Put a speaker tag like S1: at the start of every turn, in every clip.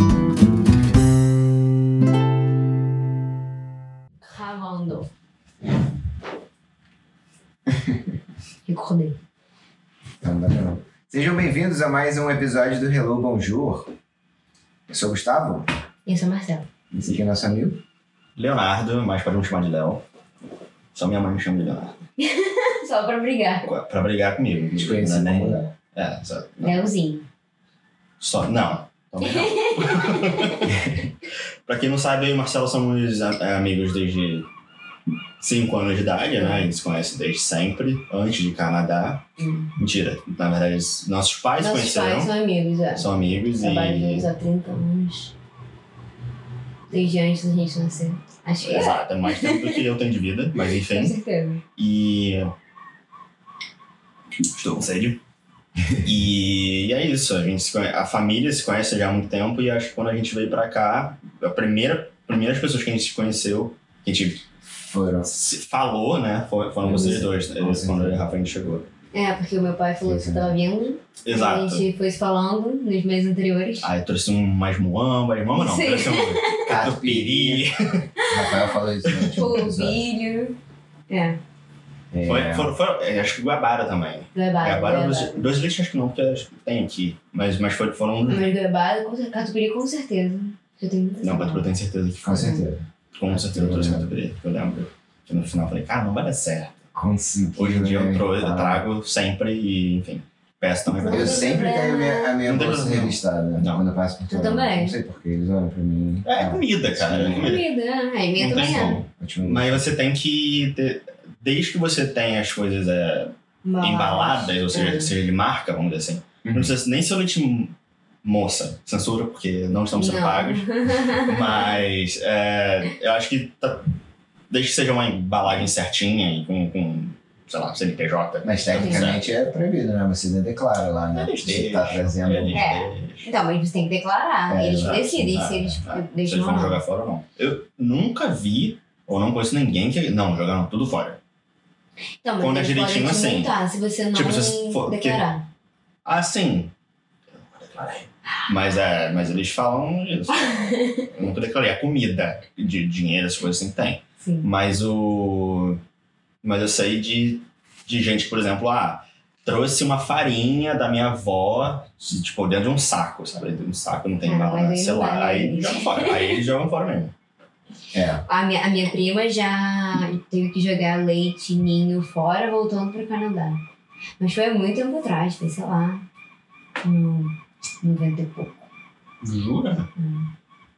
S1: Não dá não. Sejam bem-vindos a mais um episódio do Hello Bonjour. Eu sou o Gustavo,
S2: Eu sou Marcelo.
S1: esse aqui é nosso amigo.
S3: Leonardo, mas pode me chamar de Léo. Só minha mãe me chama de Leonardo.
S2: Só pra brigar.
S3: Pra- Pra brigar comigo.
S1: Te conheci
S3: Não é nem-
S1: como Léo.
S3: É, só. Não.
S2: Leozinho.
S3: Só- não. Também não. pra quem não sabe, eu e o Marcelo somos a- é, amigos desde 5 anos de idade, né? A gente se conhece desde sempre, antes de Canadá.
S2: Hum.
S3: Mentira, na verdade, nossos pais
S2: Nossos
S3: se conheceram.
S2: pais é são amigos, já.
S3: São amigos
S2: Trabalham
S3: e.
S2: juntos há 30 anos. Desde antes da gente nascer. Acho que é.
S3: Exato, é mais tempo do que eu tenho de vida, mas enfim.
S2: Com certeza.
S3: E. Estou com sede. e, e é isso, a, gente se conhe- a família se conhece já há muito tempo e acho que quando a gente veio pra cá, a primeira, primeiras pessoas que a gente se conheceu, que a gente
S1: Foram.
S3: se falou, né, foram, foram vocês dois, né,
S1: Vocês
S3: quando
S1: dois.
S3: o Rafa a gente chegou.
S2: É, porque o meu pai falou que você tava vindo. A
S3: Exato.
S2: gente foi se falando nos meses anteriores.
S3: Aí trouxe um mais muamba, irmão não,
S2: Sim.
S3: trouxe um catupiry.
S1: Rafael falou isso no último episódio.
S2: Polvilho. Tipo, É,
S1: É,
S3: Foi, foram- foram- é, acho que Guabara também.
S2: goiabada.
S3: Guabara,
S2: goiabada.
S3: dois, dois litros acho que não, porque acho que tem aqui. Mas, mas foi- foram.
S2: Mas goiabada, com certeza. Catupiry, com certeza. Eu tenho muita
S3: Não,
S2: certeza.
S3: eu tenho certeza que
S1: Com certeza.
S3: Com certeza eu trouxe catupiry, porque eu lembro. Que no final eu falei, cara, não vai dar certo.
S1: Consegui.
S3: Hoje em dia eu,
S1: né?
S3: trou- eu trago sempre e, enfim, peço também pra
S1: Eu
S3: vocês.
S1: sempre tenho a minha, a minha
S3: Não tem
S1: bolsa
S3: problema.
S1: revistada né?
S3: Não.
S1: quando eu passo por
S2: Eu
S1: todo mundo.
S2: também.
S1: Não sei porquê, eles olham pra mim.
S3: É comida, cara. É
S1: Sim.
S3: comida.
S2: Comida, é. A minha
S3: Não tem
S2: também é.
S3: como.
S1: Ótimo.
S3: Mas você tem que ter. Desde que você tenha as coisas é,
S2: Mas-
S3: embaladas, ou seja,
S2: É.
S3: que seja de marca, vamos dizer assim.
S1: Uhum.
S3: Não precisa nem ser o leite moça, censura, porque não estamos sendo
S2: Não.
S3: pagos. Mas é, eu acho que tá- desde que seja uma embalagem certinha e com, com sei lá, CNPJ.
S1: Mas tecnicamente é proibido, né? Você ainda declara lá, né?
S3: Eles
S1: Você tá
S3: deixam,
S1: trazendo.
S3: eles
S2: É.
S3: deixam.
S2: Então, mas você tem que declarar.
S1: É,
S2: eles
S3: exato,
S2: decidem
S3: exato,
S2: se eles
S3: exato. Se
S2: deixam
S3: eles
S2: ou
S3: vão
S2: não.
S3: jogar fora ou não. Eu nunca vi, ou não conheço ninguém que. Não, jogaram tudo fora.
S2: Então, mas
S3: Quando é
S2: eles
S3: direitinho,
S2: podem te
S3: assim.
S2: multar se você não
S3: Tipo, se for- porque-
S2: declarar.
S3: Ah, sim. Eu nunca declarei. Mas, é, mas eles falam isso. Eu nunca declarei. A comida, de dinheiro, essas coisas assim, tem.
S2: Sim.
S3: Mas o. Mas eu sei de, de gente, por exemplo, ah, trouxe uma farinha da minha avó, tipo, dentro de um saco, sabe? Dentro de um saco, não tem
S2: Ah,
S3: nada,
S2: mas aí
S3: sei
S2: não
S3: lá.
S2: vai.
S3: Aí jogam fora. Aí eles jogam fora mesmo.
S1: É.
S2: A minha, a minha prima já teve que jogar leite, ninho fora, voltando pro Canadá. Mas foi muito tempo atrás, foi, sei lá, no 90 e pouco.
S3: Jura?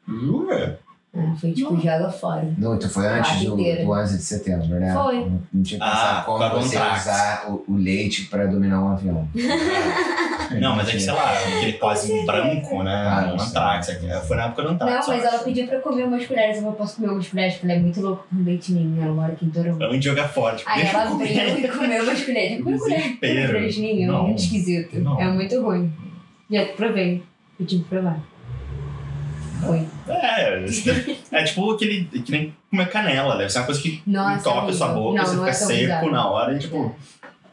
S3: Jura?
S2: né? Foi tipo,
S3: Nossa.
S2: joga fora.
S1: Não, então foi antes
S2: Parte
S1: do,
S2: inteira.
S1: do 11 de setembro, né?
S2: Foi.
S1: Não, não tinha que
S3: Ah,
S1: pensar como
S3: para
S1: você
S3: contratos.
S1: usar o, o leite pra dominar um avião.
S3: Não, mas é que, sei lá, aquele
S2: Com
S3: quase branco, né?
S1: Ah,
S3: Um
S1: sim.
S3: Antrax. é, Foi na época do
S2: Não,
S3: Antrax.
S2: mas ela pediu pra eu comer umas colheres, eu não posso comer umas colheres, porque ela é muito louca com leite ninho, ela mora aqui em Toronto.
S3: Eu ia jogar fora. Tipo,
S2: Aí
S3: deixa eu
S2: ela veio
S3: comer.
S2: e comeu umas colheres. Comeu colher
S3: Desespero.
S2: de colheres nenhum,
S3: Não.
S2: muito esquisito.
S3: Não.
S2: É muito ruim. Já provei. Eu tive que provar. Foi.
S3: É, isso deve- é tipo aquele. que nem comer canela. Deve ser uma coisa que
S2: Nossa.
S3: entope a sua
S2: horrível.
S3: boca,
S2: não,
S3: você
S2: não
S3: fica
S2: é tão
S3: seco
S2: bizarro.
S3: na hora e tipo.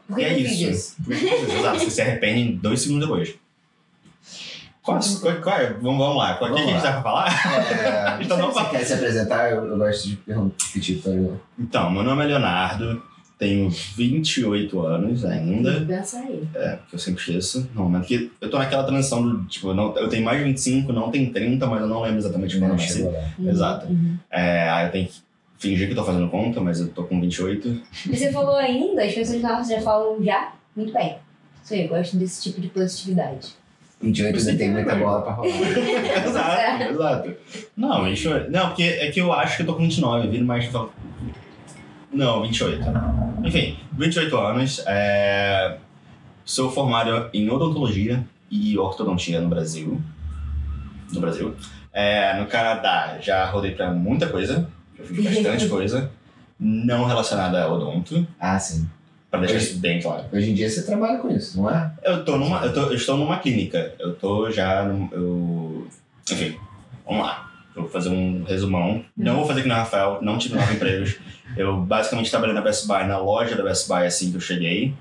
S2: Por
S3: E
S2: que
S3: é
S2: eu fiz
S3: isso. Exato, você se arrepende em dois segundos depois. Qual, qual, qual é? Vamos, vamos lá. Qual o que a
S1: Vamos
S3: gente
S1: lá.
S3: tá pra falar?
S1: É,
S3: Então não
S1: você
S3: vai.
S1: quer se apresentar? Eu, eu gosto de perguntar, pedir pra ele.
S3: Então, meu nome é Leonardo, tenho 28 anos ainda.
S2: Tem que pensar aí.
S3: É, porque eu sempre esqueço. Não, mas porque eu tô naquela transição do, tipo, eu, não, eu tenho mais de 25, não tenho 30, mas eu não lembro exatamente quando eu
S1: Não
S3: nasci.
S1: chegou lá.
S2: Uhum,
S3: Exato.
S2: uhum.
S3: É, aí eu tenho que fingir que eu tô fazendo conta, mas eu tô com 28.
S2: E você falou ainda, as pessoas nossas já falam já? Muito bem. Isso aí, eu gosto desse tipo de positividade.
S1: 28
S3: Você
S1: ainda tem
S3: tem
S1: muita
S3: que-
S1: bola pra rolar.
S3: exato, exato. Não, 28. Não, porque é que eu acho que eu tô com 29, vindo mais eu falo. Não, 28. Enfim, 28 anos. é, Sou formado em odontologia e ortodontia no Brasil. No Brasil. É, no Canadá já rodei pra muita coisa. Já fiz bastante coisa. Não relacionada a odonto,
S1: Ah, sim.
S3: pra deixar isso bem claro.
S1: Hoje em dia você trabalha com isso, não é?
S3: Eu tô numa. Eu, tô, eu estou numa clínica. Eu tô já. num- Eu, enfim, vamos lá. Eu Vou fazer um resumão. Não vou fazer que nem o Rafael, não tive nove empregos. Eu basicamente trabalhei na Best Buy, na loja da Best Buy assim que eu cheguei.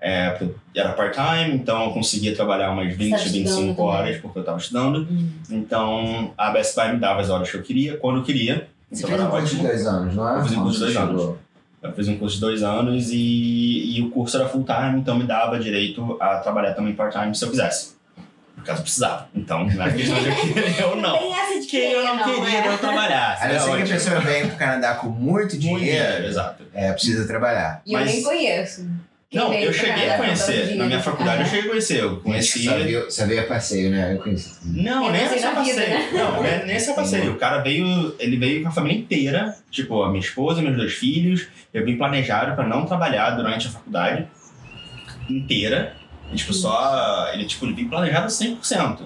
S3: É, porque era part-time, então eu conseguia trabalhar umas
S2: Você
S3: 20,
S2: tá estudando
S3: 25
S2: também.
S3: horas, porque eu tava estudando.
S2: Hum.
S3: Então a Best Buy me dava as horas que eu queria, quando eu queria.
S1: Você
S3: Então
S1: fez
S3: era
S1: um curso de
S3: ótimo.
S1: dois anos, não é?
S3: Eu fiz um curso de
S1: Quando
S3: dois
S1: você
S3: anos.
S1: chegou.
S3: Eu fiz um curso de dois anos e, e o curso era full time, então me dava direito a trabalhar também part time se eu quisesse. No caso, eu precisava. Então, não era questão de eu querer ou não.
S2: Tem essa de
S3: Que eu não queria
S2: é?
S3: eu trabalhasse.
S1: A não
S3: era
S1: ser assim que a
S3: ótimo.
S1: pessoa venha pro Canadá com muito
S3: Muito dinheiro,
S1: dinheiro,
S3: exato.
S1: é, precisa trabalhar.
S2: E eu nem
S3: Mas-
S2: conheço. Quem
S3: Não,
S2: veio
S3: eu
S2: pra
S3: cheguei
S2: Canadá com
S3: a
S2: tanto
S3: conhecer. Na
S2: dinheiro
S3: minha
S2: pra
S3: faculdade eu
S2: Canadá?
S3: cheguei a conhecer. Eu conheci.
S1: Só veio- Só veio a passeio, né? Eu conheci.
S3: Não,
S2: É,
S3: nem
S2: você
S3: esse eu
S2: na vida,
S3: passei.
S2: né?
S3: Não, nem nem esse eu passei. O cara veio, ele veio com a família inteira, tipo, a minha esposa, meus dois filhos. Eu vim planejado pra não trabalhar durante a faculdade inteira. E, tipo, só. Ele, tipo, ele veio planejado 100%.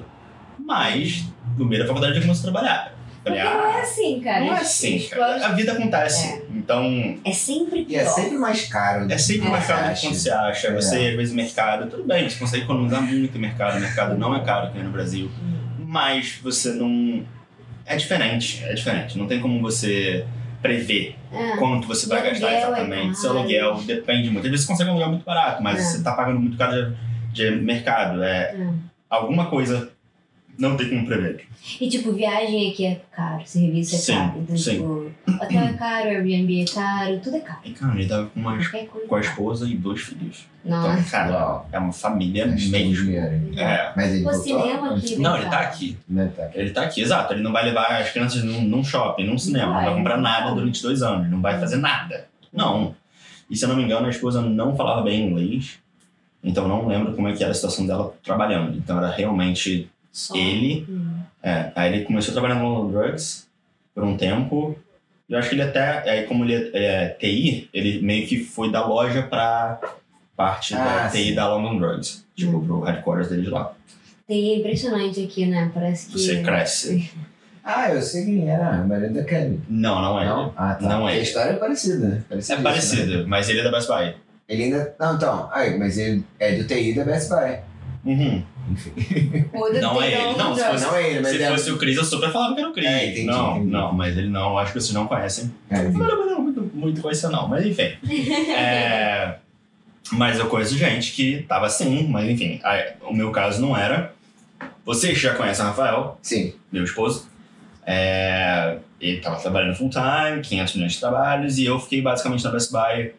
S3: Mas, no meio da faculdade, eu comecei a trabalhar.
S2: Porque
S3: Falei,
S2: não é
S3: ah,
S2: assim, cara.
S3: não é
S2: Os-
S3: assim,
S2: os planos-
S3: cara. A vida acontece. Então,
S2: É sempre
S1: E é
S2: pior.
S1: sempre mais caro.
S3: é sempre
S1: do
S3: mais
S1: que
S3: caro do que
S1: acha.
S3: quando você acha. Você, às vezes, mercado, tudo bem, você consegue economizar muito em mercado. O mercado não é caro aqui no Brasil. Mas você não. É diferente, é diferente. Não tem como você prever
S2: Ah,
S3: quanto você vai
S2: Aluguel
S3: gastar
S2: é
S3: exatamente. Seu
S2: caro.
S3: aluguel depende muito. Às vezes você consegue um aluguel muito barato, mas
S2: É.
S3: você tá pagando muito caro de, de mercado. É,
S2: ah.
S3: alguma coisa não tem como prever.
S2: E tipo, viagem aqui é caro, serviço é
S3: Sim,
S2: caro. Então,
S3: sim.
S2: tipo, hotel é caro, Airbnb é caro, tudo é caro.
S3: E, cara, ele tava com, uma,
S2: Qualquer coisa. é
S3: com a esposa e dois filhos.
S2: Nossa.
S3: Então, cara,
S1: Uau.
S3: é uma família
S1: Mas tem
S3: mesmo.
S1: dinheiro.
S3: É.
S1: Mas ele
S2: Pô,
S1: voltou?
S2: cinema aqui.
S3: Não, ele tá aqui.
S1: Não, tá.
S3: Ele tá aqui, exato. Ele não vai levar as crianças num, num shopping, num cinema. Não vai,
S2: Vai,
S3: comprar
S2: não
S3: nada
S2: vai.
S3: durante dois anos. Não vai fazer nada. Não. E se eu não me engano, a esposa não falava bem inglês. Então eu não lembro como é que era a situação dela trabalhando. Então era realmente
S2: Só.
S3: ele.
S2: Hum.
S3: É, aí ele começou a trabalhar no London Drugs por um tempo. E eu acho que ele até, aí como ele é, é TI, ele meio que foi da loja pra parte da
S1: Ah,
S3: TI
S1: sim.
S3: da London Drugs. Tipo, pro headquarters dele de lá.
S2: Tem é impressionante aqui, né? Parece que.
S3: Você cresce.
S1: Ah, eu sei quem era. A Maria da Kelly.
S3: Não, não é. ele.
S1: Não? Ah, tá.
S3: Não é
S1: Porque A
S3: ele.
S1: história é parecida.
S3: É
S1: Parecidíssima.
S3: parecido, mas ele é da Best Buy.
S1: Ele ainda. Não, então. Aí, mas ele é do TI da Best Buy.
S3: Uhum.
S2: Ou do-
S3: Não é
S2: tem
S3: ele,
S2: um
S3: não, se
S2: drug.
S3: fosse-
S1: Não é ele, mas
S3: Se
S1: ele é.
S3: fosse o Cris, eu super falava que era o Cris.
S1: É, entendi,
S3: não,
S1: entendi.
S3: não, mas ele não, acho que vocês não conhecem.
S1: É,
S3: Não,
S1: ele-
S3: não, não, muito, muito coisa não, mas enfim. É, mas eu conheço gente que tava assim, mas enfim, aí, o meu caso não era. Vocês já conhecem o Rafael,
S1: Sim.
S3: meu esposo. É, ele tava trabalhando full time, 500 milhões de trabalhos, e eu fiquei basicamente na Best Buy.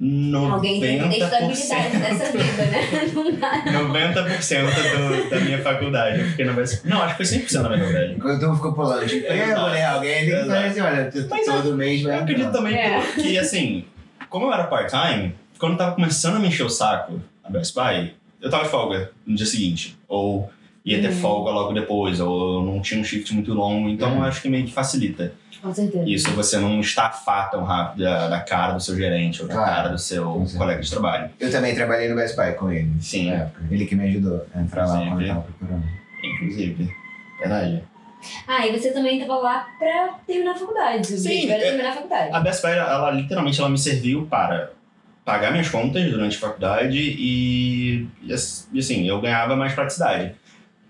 S3: 90%.
S2: Alguém tem que ter estabilidade nessa vida, né? Não dá.
S3: 90% do, da minha faculdade. Eu fiquei na Best Não, acho que foi 100% na minha faculdade.
S1: Enquanto eu fico pulando de emprego, né? Alguém tem que falar assim, olha, tu-
S3: Mas eu-
S1: todo mês
S3: Eu
S1: vai.
S3: acredito também
S2: É.
S3: que, assim, como eu era part-time, quando eu tava começando a me encher o saco na Best Buy, eu tava de folga no dia seguinte. Ou ia ter
S2: Hum.
S3: folga logo depois, ou eu não tinha um shift muito longo. Então,
S1: Hum.
S3: eu acho que meio que facilita.
S2: Com certeza.
S3: Isso, você não estafar tão rápido da, da cara do seu gerente ou da
S1: Claro.
S3: cara do seu
S1: Com certeza.
S3: colega de trabalho.
S1: Eu também trabalhei no Best Buy com ele.
S3: Sim,
S1: Na época. Ele que me ajudou a entrar lá quando
S3: Sempre.
S1: eu tava procurando.
S3: inclusive. Verdade.
S2: Ah, e você também tava lá pra terminar a faculdade. O
S3: Sim,
S2: objetivo era
S3: é-
S2: terminar a faculdade.
S3: A Best Buy, ela, ela literalmente ela me serviu para pagar minhas contas durante a faculdade e, e ass- e, assim, eu ganhava mais praticidade.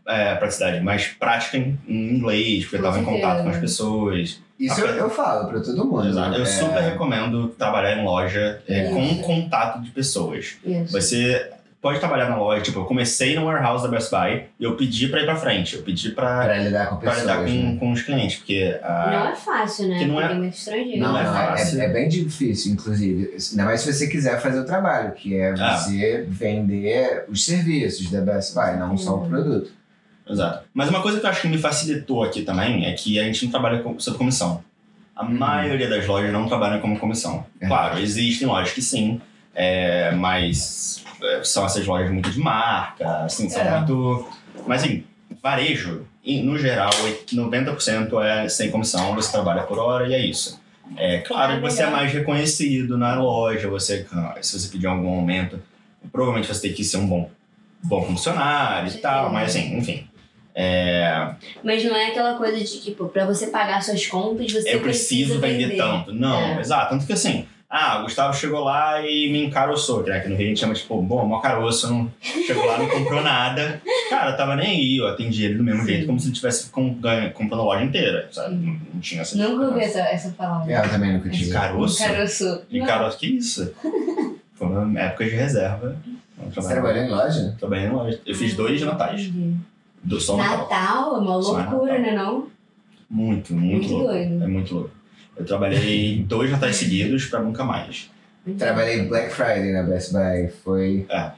S3: É, praticidade, mais prática em, em inglês, porque eu
S2: Com
S3: estava em
S2: certeza.
S3: contato com as pessoas.
S1: Isso eu, eu falo pra todo mundo.
S3: Exato. Eu
S1: É,
S3: super recomendo trabalhar em loja é,
S2: Isso.
S3: com contato de pessoas.
S2: Isso.
S3: Você pode trabalhar na loja, tipo, eu comecei no warehouse da Best Buy e eu pedi para ir para frente, eu pedi para
S1: Pra lidar com É, pessoas.
S3: lidar
S1: né?
S3: com, com os clientes, porque a,
S2: Não é fácil, né?
S3: Ah, Que não é-
S2: Porque Tem muito estrangeiro.
S1: Não,
S3: Não é
S1: não, é,
S3: fácil.
S1: é bem difícil, inclusive. Ainda mais se você quiser fazer o trabalho, que é
S3: Ah.
S1: você vender os serviços da Best Buy, não só o produto.
S3: Exato. Mas uma coisa que eu acho que me facilitou aqui também é que a gente não trabalha com, sob comissão. A
S1: Uhum.
S3: maioria das lojas não trabalham como comissão.
S1: É.
S3: Claro, existem lojas que sim, é, mas é, são essas lojas muito de marca, assim, são
S1: É.
S3: muito. Mas assim, varejo, em- no geral, oit- 90% é sem comissão, você trabalha por hora e é isso. É claro
S2: Ah,
S3: que você é
S2: legal.
S3: mais reconhecido na loja, você, ah, se você pedir algum aumento, provavelmente você tem que ser um bom, bom funcionário e tal, mas assim, enfim. É,
S2: Mas não é aquela coisa de, tipo, pra você pagar suas contas, você
S3: eu
S2: precisa
S3: preciso vender,
S2: vender.
S3: tanto. Não,
S2: É.
S3: exato. Tanto que assim, ah, o Gustavo chegou lá e me encaroçou, que aqui no Rio a gente chama tipo, bom, mó caroço, não chegou lá, não comprou nada. Cara, eu tava nem aí, eu atendi ele do mesmo
S2: Sim.
S3: jeito, como se ele tivesse com- ganha- comprando a loja inteira, sabe?
S2: Sim.
S3: Não, não tinha essa
S2: Nunca ouvi essa, essa palavra.
S3: É.
S1: Eu também nunca tive.
S3: Caroço?
S2: Caroço.
S3: E caroço, que isso? Foi uma época de reserva. Eu
S1: Você
S3: trabalhava-
S1: trabalhou em loja?
S3: Trabalhei em loja. Eu fiz dois natais.
S2: Entendi.
S3: Do só Natal.
S2: Natal é uma
S3: Só
S2: loucura,
S3: Natal.
S2: né não?
S3: Muito, muito,
S2: Muito
S3: louco.
S2: doido.
S3: É muito louco. Eu trabalhei dois natais seguidos pra nunca mais.
S1: Trabalhei Black Friday na Best Buy. Foi,
S3: é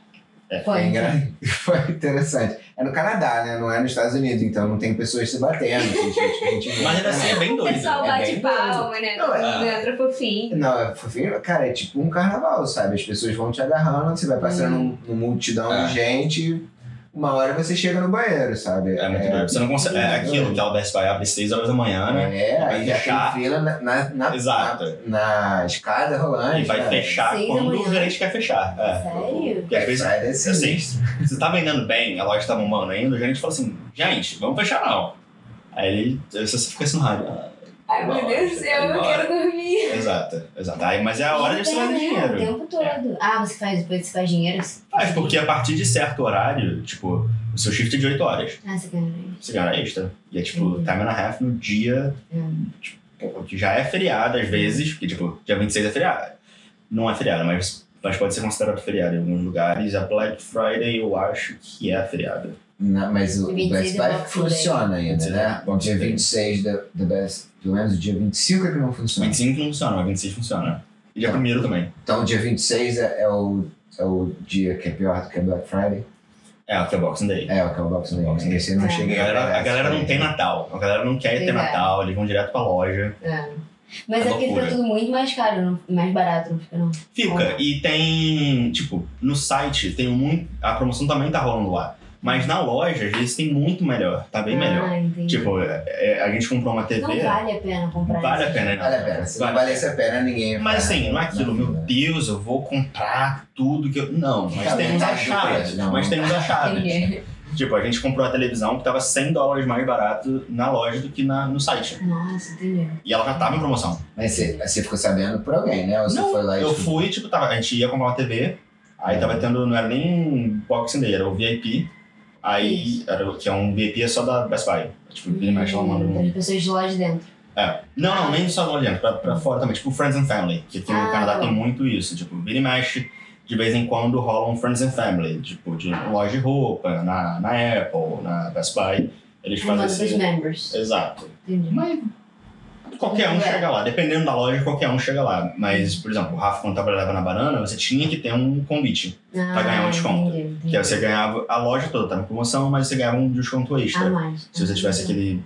S1: foi,
S2: Foi.
S1: engra- foi interessante. É no Canadá, né? Não é nos Estados Unidos, então não tem pessoas se batendo. tem gente- gente-
S3: Mas ainda assim é bem
S2: O
S3: doido.
S2: pessoal
S1: É
S2: bate
S1: bem
S2: palma, né?
S1: Não, é-
S2: Leandro fofinho.
S1: Não, é fofinho. Cara, é tipo um carnaval, sabe? As pessoas vão te agarrando, você vai passando num numa multidão
S3: É.
S1: de gente. Uma hora você chega no banheiro, sabe?
S3: É muito doido. Você não consegue. É aquilo que a Best Buy abre 6 horas da manhã, né?
S1: É,
S3: Vai
S1: aí já
S3: fechar.
S1: tem fila na, na, na,
S3: Exato.
S1: na- na escada rolante.
S3: E vai
S1: né?
S3: fechar
S2: Seis da
S3: quando
S2: manhã.
S3: o gerente quer fechar. É.
S2: Sério?
S3: Porque às vezes
S1: Friday é
S3: Assim, você tá vendendo bem, a loja tá bombando ainda, a gente fala assim, gente, vamos fechar não. Aí ele, aí você fica assim no rádio. Ah,
S2: Ai, meu
S3: Bora,
S2: Deus do céu, eu não
S3: bora.
S2: quero dormir.
S3: Exato, exato. Aí, mas é a hora de você fazer
S2: O
S3: dinheiro.
S2: tempo todo. Ah, você faz, depois você faz dinheiro? você-
S3: Faz, porque a partir de certo horário, tipo, o seu shift é de 8 horas,
S2: Ah, você ganha.
S3: você ganha extra. E é tipo,
S2: Uhum.
S3: time and a half no dia,
S2: Hum.
S3: tipo, que já é feriado às vezes, porque tipo, dia 26 é feriado. Não é feriado, mas, mas pode ser considerado feriado em alguns lugares. A Black Friday eu acho que é feriado.
S1: Não, mas o o
S2: 26
S1: Best
S2: do
S1: Buy
S2: Boxing Day.
S1: funciona ainda,
S3: é
S1: né? O dia 26 da, da Best, pelo menos o dia 25 é que não funciona.
S3: 25 não funciona, mas 26 funciona. E dia 1 também.
S1: Então o dia 26 é, é, o, é o dia que é pior do que a Black Friday.
S3: É, o que é o Boxing Day.
S1: É, o que é o Boxing
S3: Boxing
S1: Day.
S3: Day.
S1: Esse não
S2: É.
S1: chega né?
S3: A galera, a galera não tem
S1: nada.
S3: Natal. A galera não quer ter
S2: Verdade.
S3: Natal, eles vão direto pra loja.
S2: Mas
S3: É
S2: é porque
S3: loucura.
S2: fica tudo muito mais caro, não- mais barato, não fica não.
S3: Fica. E tem, tipo, no site tem muito. A promoção também tá rolando lá. Mas na loja, às vezes, tem muito melhor. Tá bem melhor.
S2: Ah, entendi.
S3: Tipo, é- é, a gente comprou uma TV.
S2: não vale a pena comprar
S3: vale a
S2: isso.
S3: pena, não.
S1: Vale a pena. Se não valesse a pena, ninguém. ia
S3: Mas
S1: parar.
S3: assim, não é aquilo, meu
S1: né?
S3: Deus, eu vou comprar tudo que eu. Não, mas
S1: Tá,
S3: temos
S1: metade do
S3: achados.
S1: preço, não.
S3: Mas temos achados.
S2: Entendi.
S3: Tipo, a gente comprou a televisão que tava 100 dólares mais barato na loja do que na, no site.
S2: Nossa, entendi.
S3: E ela já tava em promoção.
S1: Mas você, você ficou sabendo por alguém, né? Ou você
S3: Não,
S1: foi lá e.
S3: Eu fui, tipo, tava, a gente ia comprar uma TV, aí
S1: É.
S3: tava tendo, não era nem Boxing Day, era o VIP. Aí, era, o- que é um VIP é só da Best Buy. Tipo, Billy Marshall manda
S2: Hum,
S3: um-
S2: Tem pessoas de lá de dentro.
S3: É. Não, não, nem só lá dentro, pra, pra fora também. Tipo, Friends and Family, que aqui
S2: Ah,
S3: no Canadá
S2: tá.
S3: tem muito isso. Tipo, Billy Mash, de vez em quando rola um Friends and Family. Tipo, de loja de roupa, na, na Apple, na Best Buy. Eles
S2: Ah, manda
S3: fazem
S2: pros
S3: esse...
S2: members.
S3: Exato.
S2: Entendi.
S3: Mas qualquer um
S2: É.
S3: chega lá, dependendo da loja, qualquer um chega lá. Mas, por exemplo, o Rafa, quando trabalhava na banana, você tinha que ter um convite.
S2: Pra
S3: ganhar um desconto.
S2: Ah, Entendi, entendi.
S3: Que aí você ganhava a loja toda, tá em promoção, mas você ganhava um desconto
S2: A
S3: extra.
S2: Ah, mais.
S3: se você
S2: uhum.
S3: tivesse aquele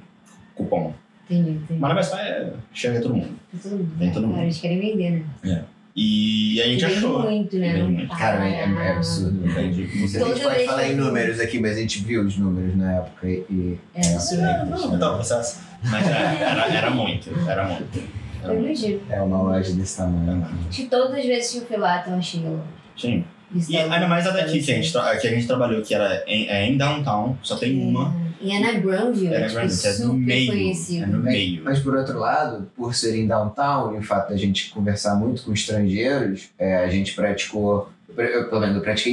S3: cupom.
S2: Entendi, entendi.
S3: Mas na Best Buy é, chega todo mundo.
S2: Tá todo mundo.
S3: Vem todo mundo.
S2: Agora eles querem vender, né?
S3: E a gente
S2: Vende
S3: achou.
S2: muito, né?
S3: Vende
S2: Não
S3: muito.
S1: Cara, é,
S2: para.
S1: é absurdo. né?
S3: Vende
S1: Não sei
S3: muito.
S1: se a gente
S2: Toda
S1: pode
S2: vez
S1: falar
S2: que
S1: em
S2: eu-
S1: números aqui, mas a gente viu os números na época e- e.
S2: É absurdo.
S3: Não, não, não, processo. Mas é, era, era muito, era muito. Era
S2: Eu
S3: muito.
S2: imagino.
S1: É uma loja desse tamanho. né?
S2: Acho que todas as vezes que eu fui lá, um tava cheio.
S3: Sim. E ainda mais a daqui que a gente, tra- que a gente trabalhou, que era em, é em downtown, só tem uma.
S2: E é na Grandview,
S3: Era
S2: tipo,
S3: grande, é
S2: super
S3: no meio. É
S2: conhecido.
S3: no meio.
S1: Mas por outro lado, por ser em downtown e o fato da gente conversar muito com estrangeiros, é, a gente praticou. Eu, pelo menos eu pratiquei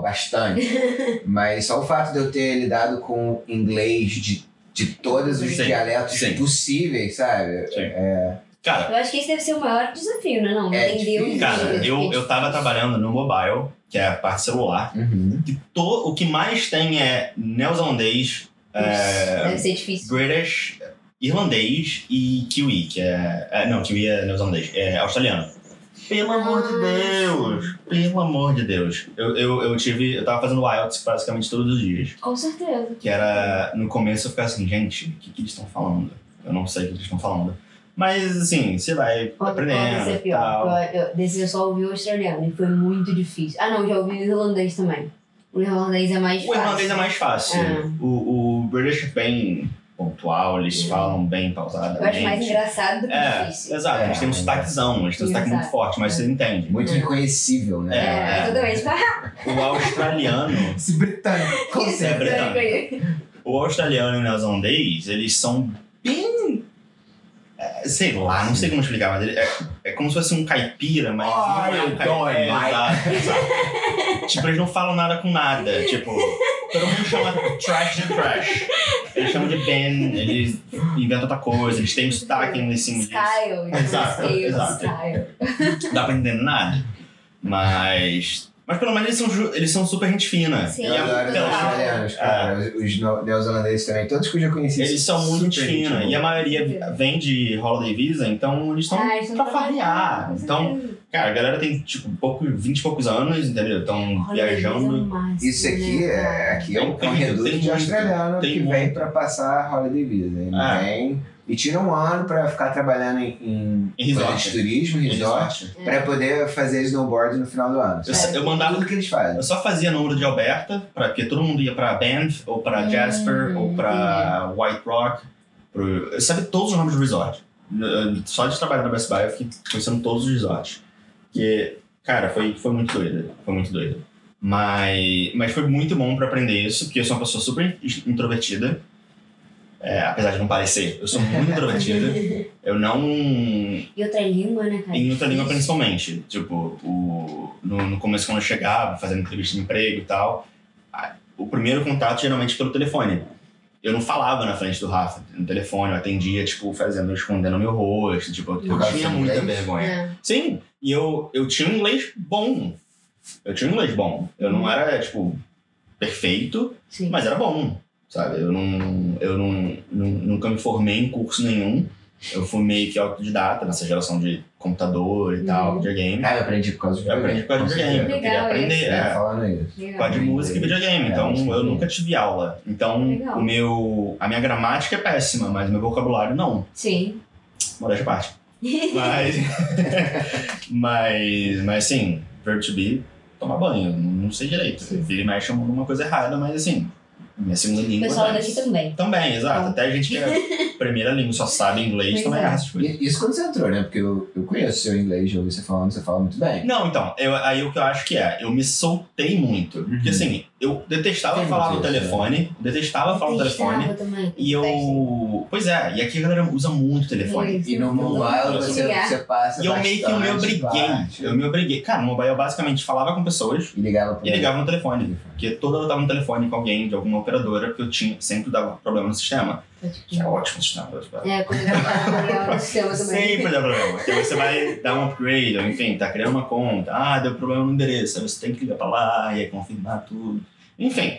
S1: bastante. mas só o fato de eu ter lidado com inglês de, de todos os
S3: Sim,
S1: dialetos
S3: sim.
S1: possíveis, sabe?
S3: Cara,
S2: Eu acho que esse deve ser o maior desafio, né? Não, né?
S1: É
S2: entender o
S1: difícil.
S3: Cara,
S2: inglês,
S3: eu,
S2: porque,
S3: eu tava trabalhando no mobile, que é a parte celular.
S1: Uhum.
S3: E to, o que mais tem é neozelandês,
S2: tipo,
S3: é,
S2: Deve ser difícil.
S3: British, irlandês e kiwi, que é... é, não, kiwi é neozelandês, é australiano. Pelo
S2: Ah,
S3: amor de Deus! Pelo amor de Deus! Eu, eu, eu tive... Eu tava fazendo IELTS basicamente todos os dias.
S2: Com certeza.
S3: Que era... No começo eu ficava assim, gente, o que, que eles estão falando? Eu não sei o que eles estão falando. Mas, assim, você vai
S2: Quando
S3: aprendendo
S2: é
S3: e
S2: pior.
S3: tal.
S2: porque Eu, eu, desse eu só ouvi o australiano e foi muito difícil. Ah, não, já ouvi o irlandês também. O irlandês é mais
S3: O
S2: fácil.
S3: irlandês é mais fácil.
S2: É.
S3: O, o British é bem pontual, eles
S2: É.
S3: falam bem pausadamente.
S2: Eu acho mais engraçado do que
S3: É,
S2: difícil.
S3: exato. eles têm um
S1: É.
S3: sotaquezão, eles têm um sotaque muito
S2: Exato.
S3: forte, mas você entende.
S1: Muito
S2: É.
S1: reconhecível, né?
S2: É,
S3: É.
S2: totalmente.
S3: O australiano,
S1: Esse britânico, como
S2: Isso, é
S1: sempre.
S3: britânico.
S2: britânico aí.
S3: o australiano e o neozelandês, eles são bem... é, Sei lá, não sei como explicar, mas ele é, é como se fosse um caipira, mas não é um
S1: Ai,
S3: caipira.
S1: dói,
S3: É,
S1: vai.
S3: exato, exato. tipo, eles não falam nada com nada. Tipo, todo mundo chama trash de trash. Eles chamam de Ben, eles inventam outra coisa, eles têm um sotaque em cima disso.
S2: Style. tipo,
S3: Exato,
S2: scale,
S3: exato.
S2: Style.
S3: Não dá pra entender nada. Mas Mas pelo menos eles são, ju- eles são super gente fina.
S2: Sim.
S1: Eu
S3: E é-
S1: adoro os
S2: Então,
S1: australianos, cara. Os- Os no- neozelandeses também, todos que eu já conheci.
S3: Eles são muito
S1: super gente
S3: fina.
S1: boa.
S3: E é a maioria vem de Holiday Visa, então eles estão
S2: Ah, eles
S3: pra
S2: tão
S3: farrear.
S2: trabalhando, com
S3: Então,
S2: certeza.
S3: cara, a galera tem tipo pouco, 20 e poucos anos, entendeu? Estão
S2: Olha, eles é
S3: viajando.
S2: o máximo,
S1: Isso aqui
S2: né,
S1: é,
S2: cara?
S1: aqui é um
S3: Tem
S1: é um
S3: muito,
S1: reduto
S3: tem
S1: de
S3: muito,
S1: australiano
S3: tem
S1: que
S3: muito.
S1: vem pra passar a holiday visa. Ele
S3: Ah.
S1: vem e tira um ano pra ficar trabalhando em,
S3: Em resort.
S1: coisas de turismo, em resort, pra poder fazer snowboard no final do ano.
S3: Eu, sa- eu mandava
S1: Tudo que eles fazem.
S3: Eu só fazia número de Alberta, pra, porque todo mundo ia pra Banff, ou pra
S2: Hum,
S3: Jasper, ou pra White Rock. Pro, eu sabia todos os nomes do resort. N- Só de trabalhar na Best Buy eu fiquei conhecendo todos os resorts. Que, cara, foi, foi muito doido. Foi muito doido. Mas, mas foi muito bom pra aprender isso, porque eu sou uma pessoa super introvertida. É, apesar de não parecer, eu sou muito introvertida. Eu não
S2: E outra língua, né, cara?
S3: em outra língua principalmente. Tipo, o, no, no começo quando eu chegava, fazendo entrevista de emprego e tal, a- o primeiro contato geralmente pelo telefone. Eu não falava na frente do Rafa no telefone, eu atendia, tipo, fazendo, escondendo meu rosto, tipo, eu, eu
S1: Rafa,
S3: tinha
S1: em
S3: muita
S1: inglês?
S3: vergonha.
S2: É.
S3: Sim, e eu, eu tinha um inglês bom. Eu tinha um inglês bom. Eu não era, tipo, perfeito,
S2: Sim.
S3: mas é era bom, sabe? Eu não, eu não, nu- nunca me formei em curso nenhum. Eu fui meio que autodidata nessa geração de computador e tal,
S2: Uhum.
S3: videogame.
S1: Ah, eu aprendi por causa de
S3: Eu aprendi por causa de videogame, porque eu queria
S2: Legal
S3: aprender.
S2: isso.
S1: É,
S3: É,
S1: falando isso.
S2: Legal.
S3: por causa de
S1: Legal.
S3: música e videogame,
S1: É,
S3: então
S1: acho que
S3: eu
S1: sim.
S3: nunca tive aula. Então,
S2: Legal.
S3: o meu, a minha gramática é péssima, mas o meu vocabulário não.
S2: Sim.
S3: Modéstia à parte. Mas, mas, mas sim, verbo to be, tomar banho, não sei direito.
S2: Sim.
S3: Vira e mexe alguma coisa errada, mas assim, minha segunda
S2: O
S3: língua.
S2: pessoal
S3: né?
S2: daqui também.
S3: Também, exato.
S2: Bom.
S3: Até a gente que é primeira língua, só sabe inglês,
S2: Pois
S3: também
S2: é.
S3: erra essas coisas.
S1: E- Isso quando você entrou, né? Porque eu, eu conheço seu inglês, já ouvi você falando, você fala muito bem.
S3: Não, então, eu, aí o que eu acho que é, eu me soltei muito. Porque
S1: Uhum.
S3: assim, eu detestava
S1: Tem
S3: falar no
S1: muito isso,
S3: telefone, detestava falar no telefone.
S2: Testava também.
S3: E eu. Pois é, e aqui a galera usa muito telefone.
S2: Isso.
S1: E no mobile
S2: Vou te
S1: você,
S2: ligar.
S1: você passa
S3: E eu meio que eu me
S1: bastante
S3: obriguei.
S1: parte.
S3: Eu me obriguei. Cara, no mobile eu basicamente falava com pessoas
S1: E ligava pro
S3: e ligava no telefone. Porque toda hora eu tava no telefone com alguém de alguma operadora, porque eu tinha, sempre dava problema no sistema. Que é ótimo o sistema. eu-
S2: É, quando eu tava no sistema também.
S3: Sempre dá problema. Porque você vai dar um upgrade, ou enfim, tá criando uma conta. Ah, deu problema no endereço. Aí você tem que ligar pra lá e aí confirmar tudo. Enfim.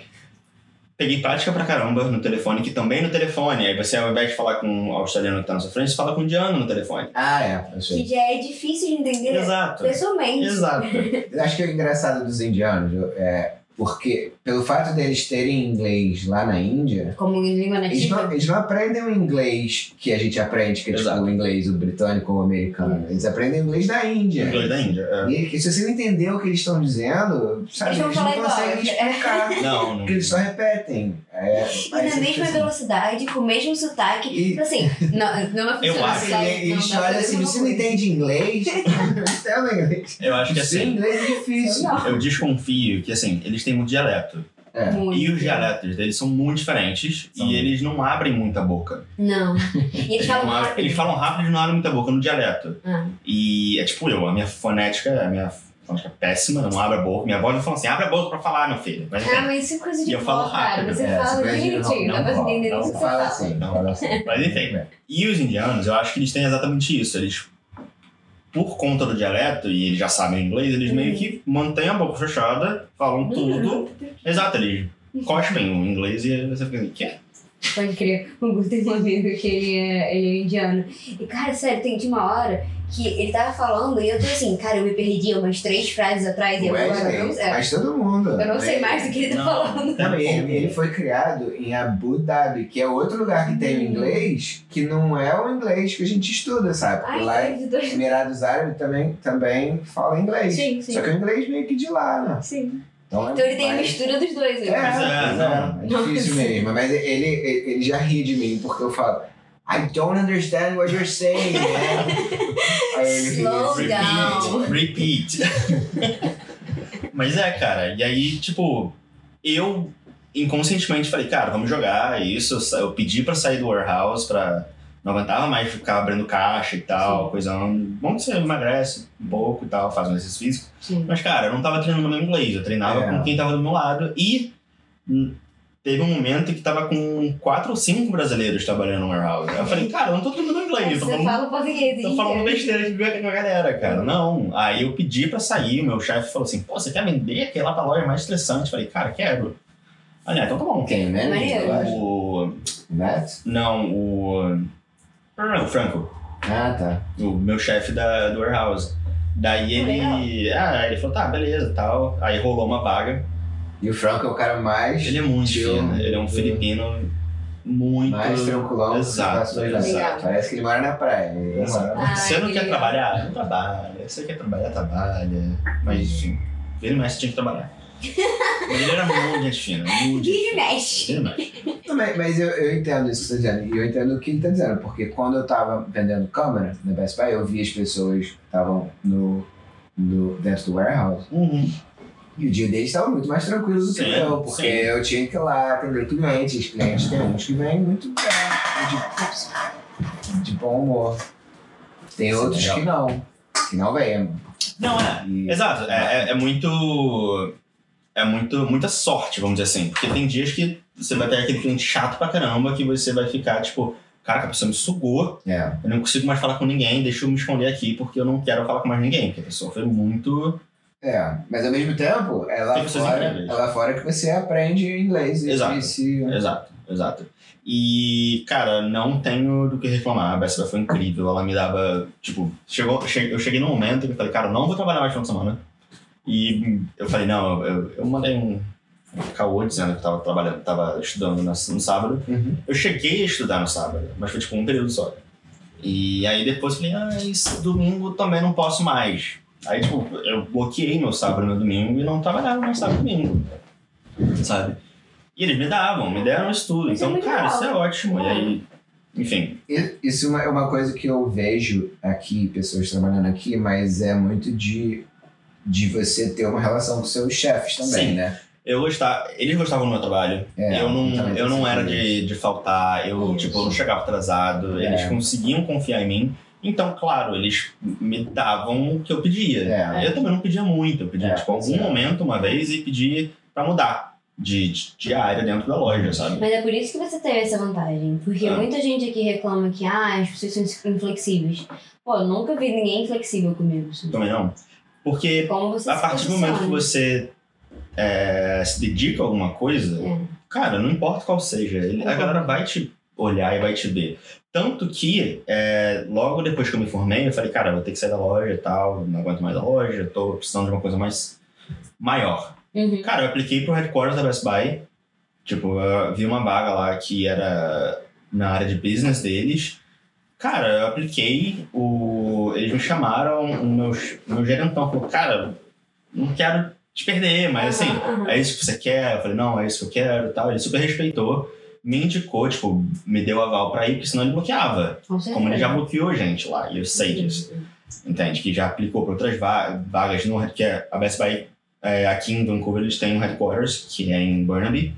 S3: Peguei prática pra caramba no telefone, que também no telefone. Aí você, ao invés de falar com o australiano que tá na sua frente, você fala com o indiano no telefone.
S1: Ah, é, eu
S2: Que
S1: sei.
S2: já é assim. difícil de entender
S3: Exato.
S2: pessoalmente.
S3: Exato.
S1: Eu acho que é engraçado dos indianos, é, porque pelo fato deles terem inglês lá na Índia,
S2: Como língua
S1: eles
S2: nativa.
S3: é
S1: não, eles não aprendem o inglês que a gente aprende, que é tipo
S3: Exato.
S1: o inglês, o britânico ou o americano. Eles aprendem o inglês da Índia.
S3: Inglês da Índia. é.
S1: E que se você não entender o que eles estão dizendo, sabe,
S2: Eles
S1: eles,
S2: vão falar
S1: não
S2: igual. né?
S1: conseguem explicar.
S3: Não, não.
S1: Porque eles só repetem. É,
S2: E na mesma velocidade, com o mesmo sotaque.
S1: E-
S2: Então, assim, não, não vai
S3: Eu
S2: funcionar.
S3: acho.
S2: sabe?
S1: E
S2: Não,
S1: eles
S2: vai
S1: olham
S2: fazer
S1: assim,
S2: uma
S1: você não
S2: coisa.
S1: entende inglês? Você não entende inglês?
S3: Eu acho que
S1: Sim,
S3: assim.
S1: inglês é difícil.
S2: Não.
S3: Eu desconfio que assim, eles têm muito dialeto.
S1: É.
S2: Muito.
S3: E os dialetos deles são muito diferentes
S1: São.
S3: e eles não abrem muita boca.
S2: Não. E eles falam
S3: não abrem-
S2: rápido.
S3: eles falam rápido e não abrem muita boca no dialeto.
S2: Tá Ah,
S3: E é tipo eu, a minha fonética, a minha fonética é péssima, eu não abre a boca. Minha avó não fala assim, abre a boca pra falar, meu filho. Mas assim,
S2: Ah,
S3: enfim.
S2: mas isso é coisa
S3: E
S2: de
S3: eu falo
S2: vó, cara.
S3: rápido,
S2: Você
S1: é,
S2: fala
S1: você perde-
S2: direitinho,
S3: não,
S2: dá pra
S3: não,
S2: entender
S3: não,
S2: isso que
S1: Você
S2: você
S1: fala
S2: fala.
S1: assim,
S3: Não.
S1: fala assim.
S3: Mas enfim. E os indianos, eu acho que eles têm exatamente isso. Eles, por conta do dialeto, e eles já sabem inglês, eles
S2: Uhum.
S3: meio que mantêm a boca fechada, falam tudo. Exato, eles cospem o inglês e você fica assim, quê?
S2: Pode crer, o Gus tem um amigo que ele é, ele é indiano. E, cara, sério, tem de uma hora que ele tava falando e eu tô assim, cara, eu me perdi umas três frases atrás e agora eu não,
S1: Wesley,
S2: é,
S1: mas todo mundo.
S2: eu não sei mais do que ele tá
S3: Não.
S2: falando.
S1: Não, ele, ele foi criado em Abu Dhabi, que é outro lugar que tem o inglês, que não é o inglês que a gente estuda, sabe? Porque lá é
S2: Ai, de dois.
S1: Emirados Árabes também, também fala inglês.
S2: Sim, sim.
S1: Só que é o inglês meio que de lá, né?
S2: Sim.
S1: Então, é
S2: Então ele tem a
S1: mais-
S2: mistura dos dois,
S1: É,
S2: né?
S3: Mas é,
S1: é, é difícil mesmo. Mas ele, ele, ele já ri de mim, porque eu falo, I don't understand what you're saying, man. Aí ele assim, ri,
S2: Slow
S1: ele
S2: down.
S3: Repeat, repeat. Mas é, cara, e aí, tipo, eu inconscientemente falei, cara, vamos jogar é isso. Eu sa- Eu pedi pra sair do warehouse, pra. Não aguentava mais ficar abrindo caixa e tal, coisa. Bom que você emagrece um pouco e tal, faz um exercício físico.
S2: Sim.
S3: Mas, cara, eu não tava treinando meu inglês, eu treinava
S1: É.
S3: com quem tava do meu lado e. hum, teve um momento que tava com quatro ou cinco brasileiros trabalhando no warehouse. Aí Eu falei, cara, eu não tô treinando inglês, então eu tô
S2: Você fala
S3: falando
S2: português,
S3: Tô
S2: hein?
S1: é.
S3: falando besteira aqui com a galera, cara. Não. Aí eu pedi pra sair, o meu chefe falou assim: pô, você quer vender? Quer ir lá pra loja mais estressante? Eu Falei, cara, quero. Olha, então tá bom.
S1: Quem? O manager?
S2: Maneiro.
S1: eu acho?
S3: O.
S1: O Neto?
S3: Não, o. O Franco,
S1: Ah, tá.
S3: o meu chefe da, do warehouse. Daí ele. Ah, ele falou, tá, beleza tal. Aí rolou uma vaga.
S1: E o Franco é o cara mais.
S3: Ele é muito
S1: Tio.
S3: fino, ele é um filipino muito.
S1: mais tranquilão.
S3: Exato,
S1: Passou já.
S2: exato.
S1: Parece que ele mora na praia.
S3: Exato.
S2: Ai,
S3: Você não
S2: que
S3: quer
S2: legal.
S3: trabalhar? Não trabalha. Você quer trabalhar? Trabalha. Mas enfim, vira e mexe tinha que trabalhar. Mas ele era muito gente fina, muito
S2: Vira
S3: gente
S2: e
S3: fina.
S2: mexe.
S3: Vira e mexe.
S1: Não, mas mas eu, eu entendo isso que você está dizendo. E eu entendo o que ele está dizendo. Porque quando eu tava vendendo câmera na Best Buy, eu vi as pessoas que estavam no, no, dentro do warehouse.
S3: Uhum.
S1: E o dia deles estava muito mais tranquilo do que
S3: Sim,
S1: o meu. Porque
S3: sim.
S1: eu tinha que ir lá atender clientes. Os clientes tem uns que vêm muito bem, de, ups, de bom humor. Tem
S3: Isso é
S1: outros
S3: legal.
S1: que não. Que não vêm. mano.
S3: Não, é.
S1: E-
S3: Exato. É, é, é muito. É muito, muita sorte, vamos dizer assim. Porque tem dias que você vai ter aquele cliente chato pra caramba que você vai ficar tipo. Caraca, a pessoa me sugou,
S1: É.
S3: eu não consigo mais falar com ninguém, deixa eu me esconder aqui porque eu não quero falar com mais ninguém. Porque a pessoa foi muito.
S1: É, mas ao mesmo tempo, é lá,
S3: Tem pessoas
S1: fora,
S3: incríveis.
S1: é lá fora que você aprende inglês. e
S3: Exato.
S1: se-
S3: Exato, exato. E, cara, não tenho do que reclamar. A Best Buy foi incrível. Ela me dava, tipo, chegou, che- eu cheguei num momento que eu falei, cara, não vou trabalhar mais no final de semana. E hum, eu falei, não, eu, eu mandei um caô dizendo que eu tava trabalhando, tava estudando na- no sábado.
S1: Uhum.
S3: Eu cheguei a estudar no sábado, mas foi tipo um período só. E aí depois eu falei, ah, esse domingo eu também não posso mais. Aí, tipo, eu bloqueei meu sábado e meu domingo e não trabalhava mais sábado e domingo. Sabe? E eles me davam, me deram isso tudo.
S2: Isso é
S3: então,
S2: muito
S3: cara,
S2: legal.
S3: isso é ótimo. E aí, enfim.
S1: I- Isso é uma- é uma coisa que eu vejo aqui, pessoas trabalhando aqui, mas é muito de, de você ter uma relação com seus chefes também,
S3: Sim.
S1: né?
S3: Eu gostava, eles gostavam do meu trabalho.
S1: É,
S3: eu não,
S1: também
S3: eu não
S1: tem
S3: era
S1: sentido.
S3: de, de faltar, eu,
S2: Isso.
S3: tipo, eu não chegava atrasado.
S1: É.
S3: Eles conseguiam confiar em mim. Então, claro, eles me davam o que eu pedia.
S1: É.
S3: Eu também não pedia muito, eu pedia,
S1: É,
S3: tipo, algum
S1: sim.
S3: momento uma vez e pedi pra mudar de, de, de área dentro da loja, sabe?
S2: Mas é por isso que você teve essa vantagem. Porque
S3: Ah.
S2: muita gente aqui reclama que ah, as pessoas são inflexíveis. Pô, eu nunca vi ninguém inflexível comigo. assim.
S3: Também não. Porque
S2: Como você
S3: Então, a
S2: se
S3: partir do momento que
S2: posiciona.
S3: você é, se dedica a alguma coisa,
S2: É.
S3: cara, não importa qual seja, ele- a galera vai te olhar e vai te ver. Tanto que, é, logo depois que eu me formei, eu falei, cara, eu vou ter que sair da loja e tal, não aguento mais a loja, tô precisando de uma coisa mais maior.
S2: Uhum.
S3: Cara, eu apliquei pro headquarters da Best Buy. Tipo, eu vi uma vaga lá que era na área de business deles. Cara, eu apliquei, o... eles me chamaram, o meu, o meu gerentão falou, cara, não quero te perder, mas assim,
S2: Aham, aham.
S3: é isso que você quer? Eu falei, não, é isso que eu quero e tal. Ele super respeitou, me indicou, tipo, me deu aval pra ir, porque senão ele bloqueava.
S2: Com
S3: é, Como ele
S2: certeza.
S3: já bloqueou gente lá, e eu sei
S2: Uhum.
S3: disso entende? Que já aplicou para outras va- vagas no que é a Best Buy é, aqui em Vancouver eles têm um headquarters que é em Burnaby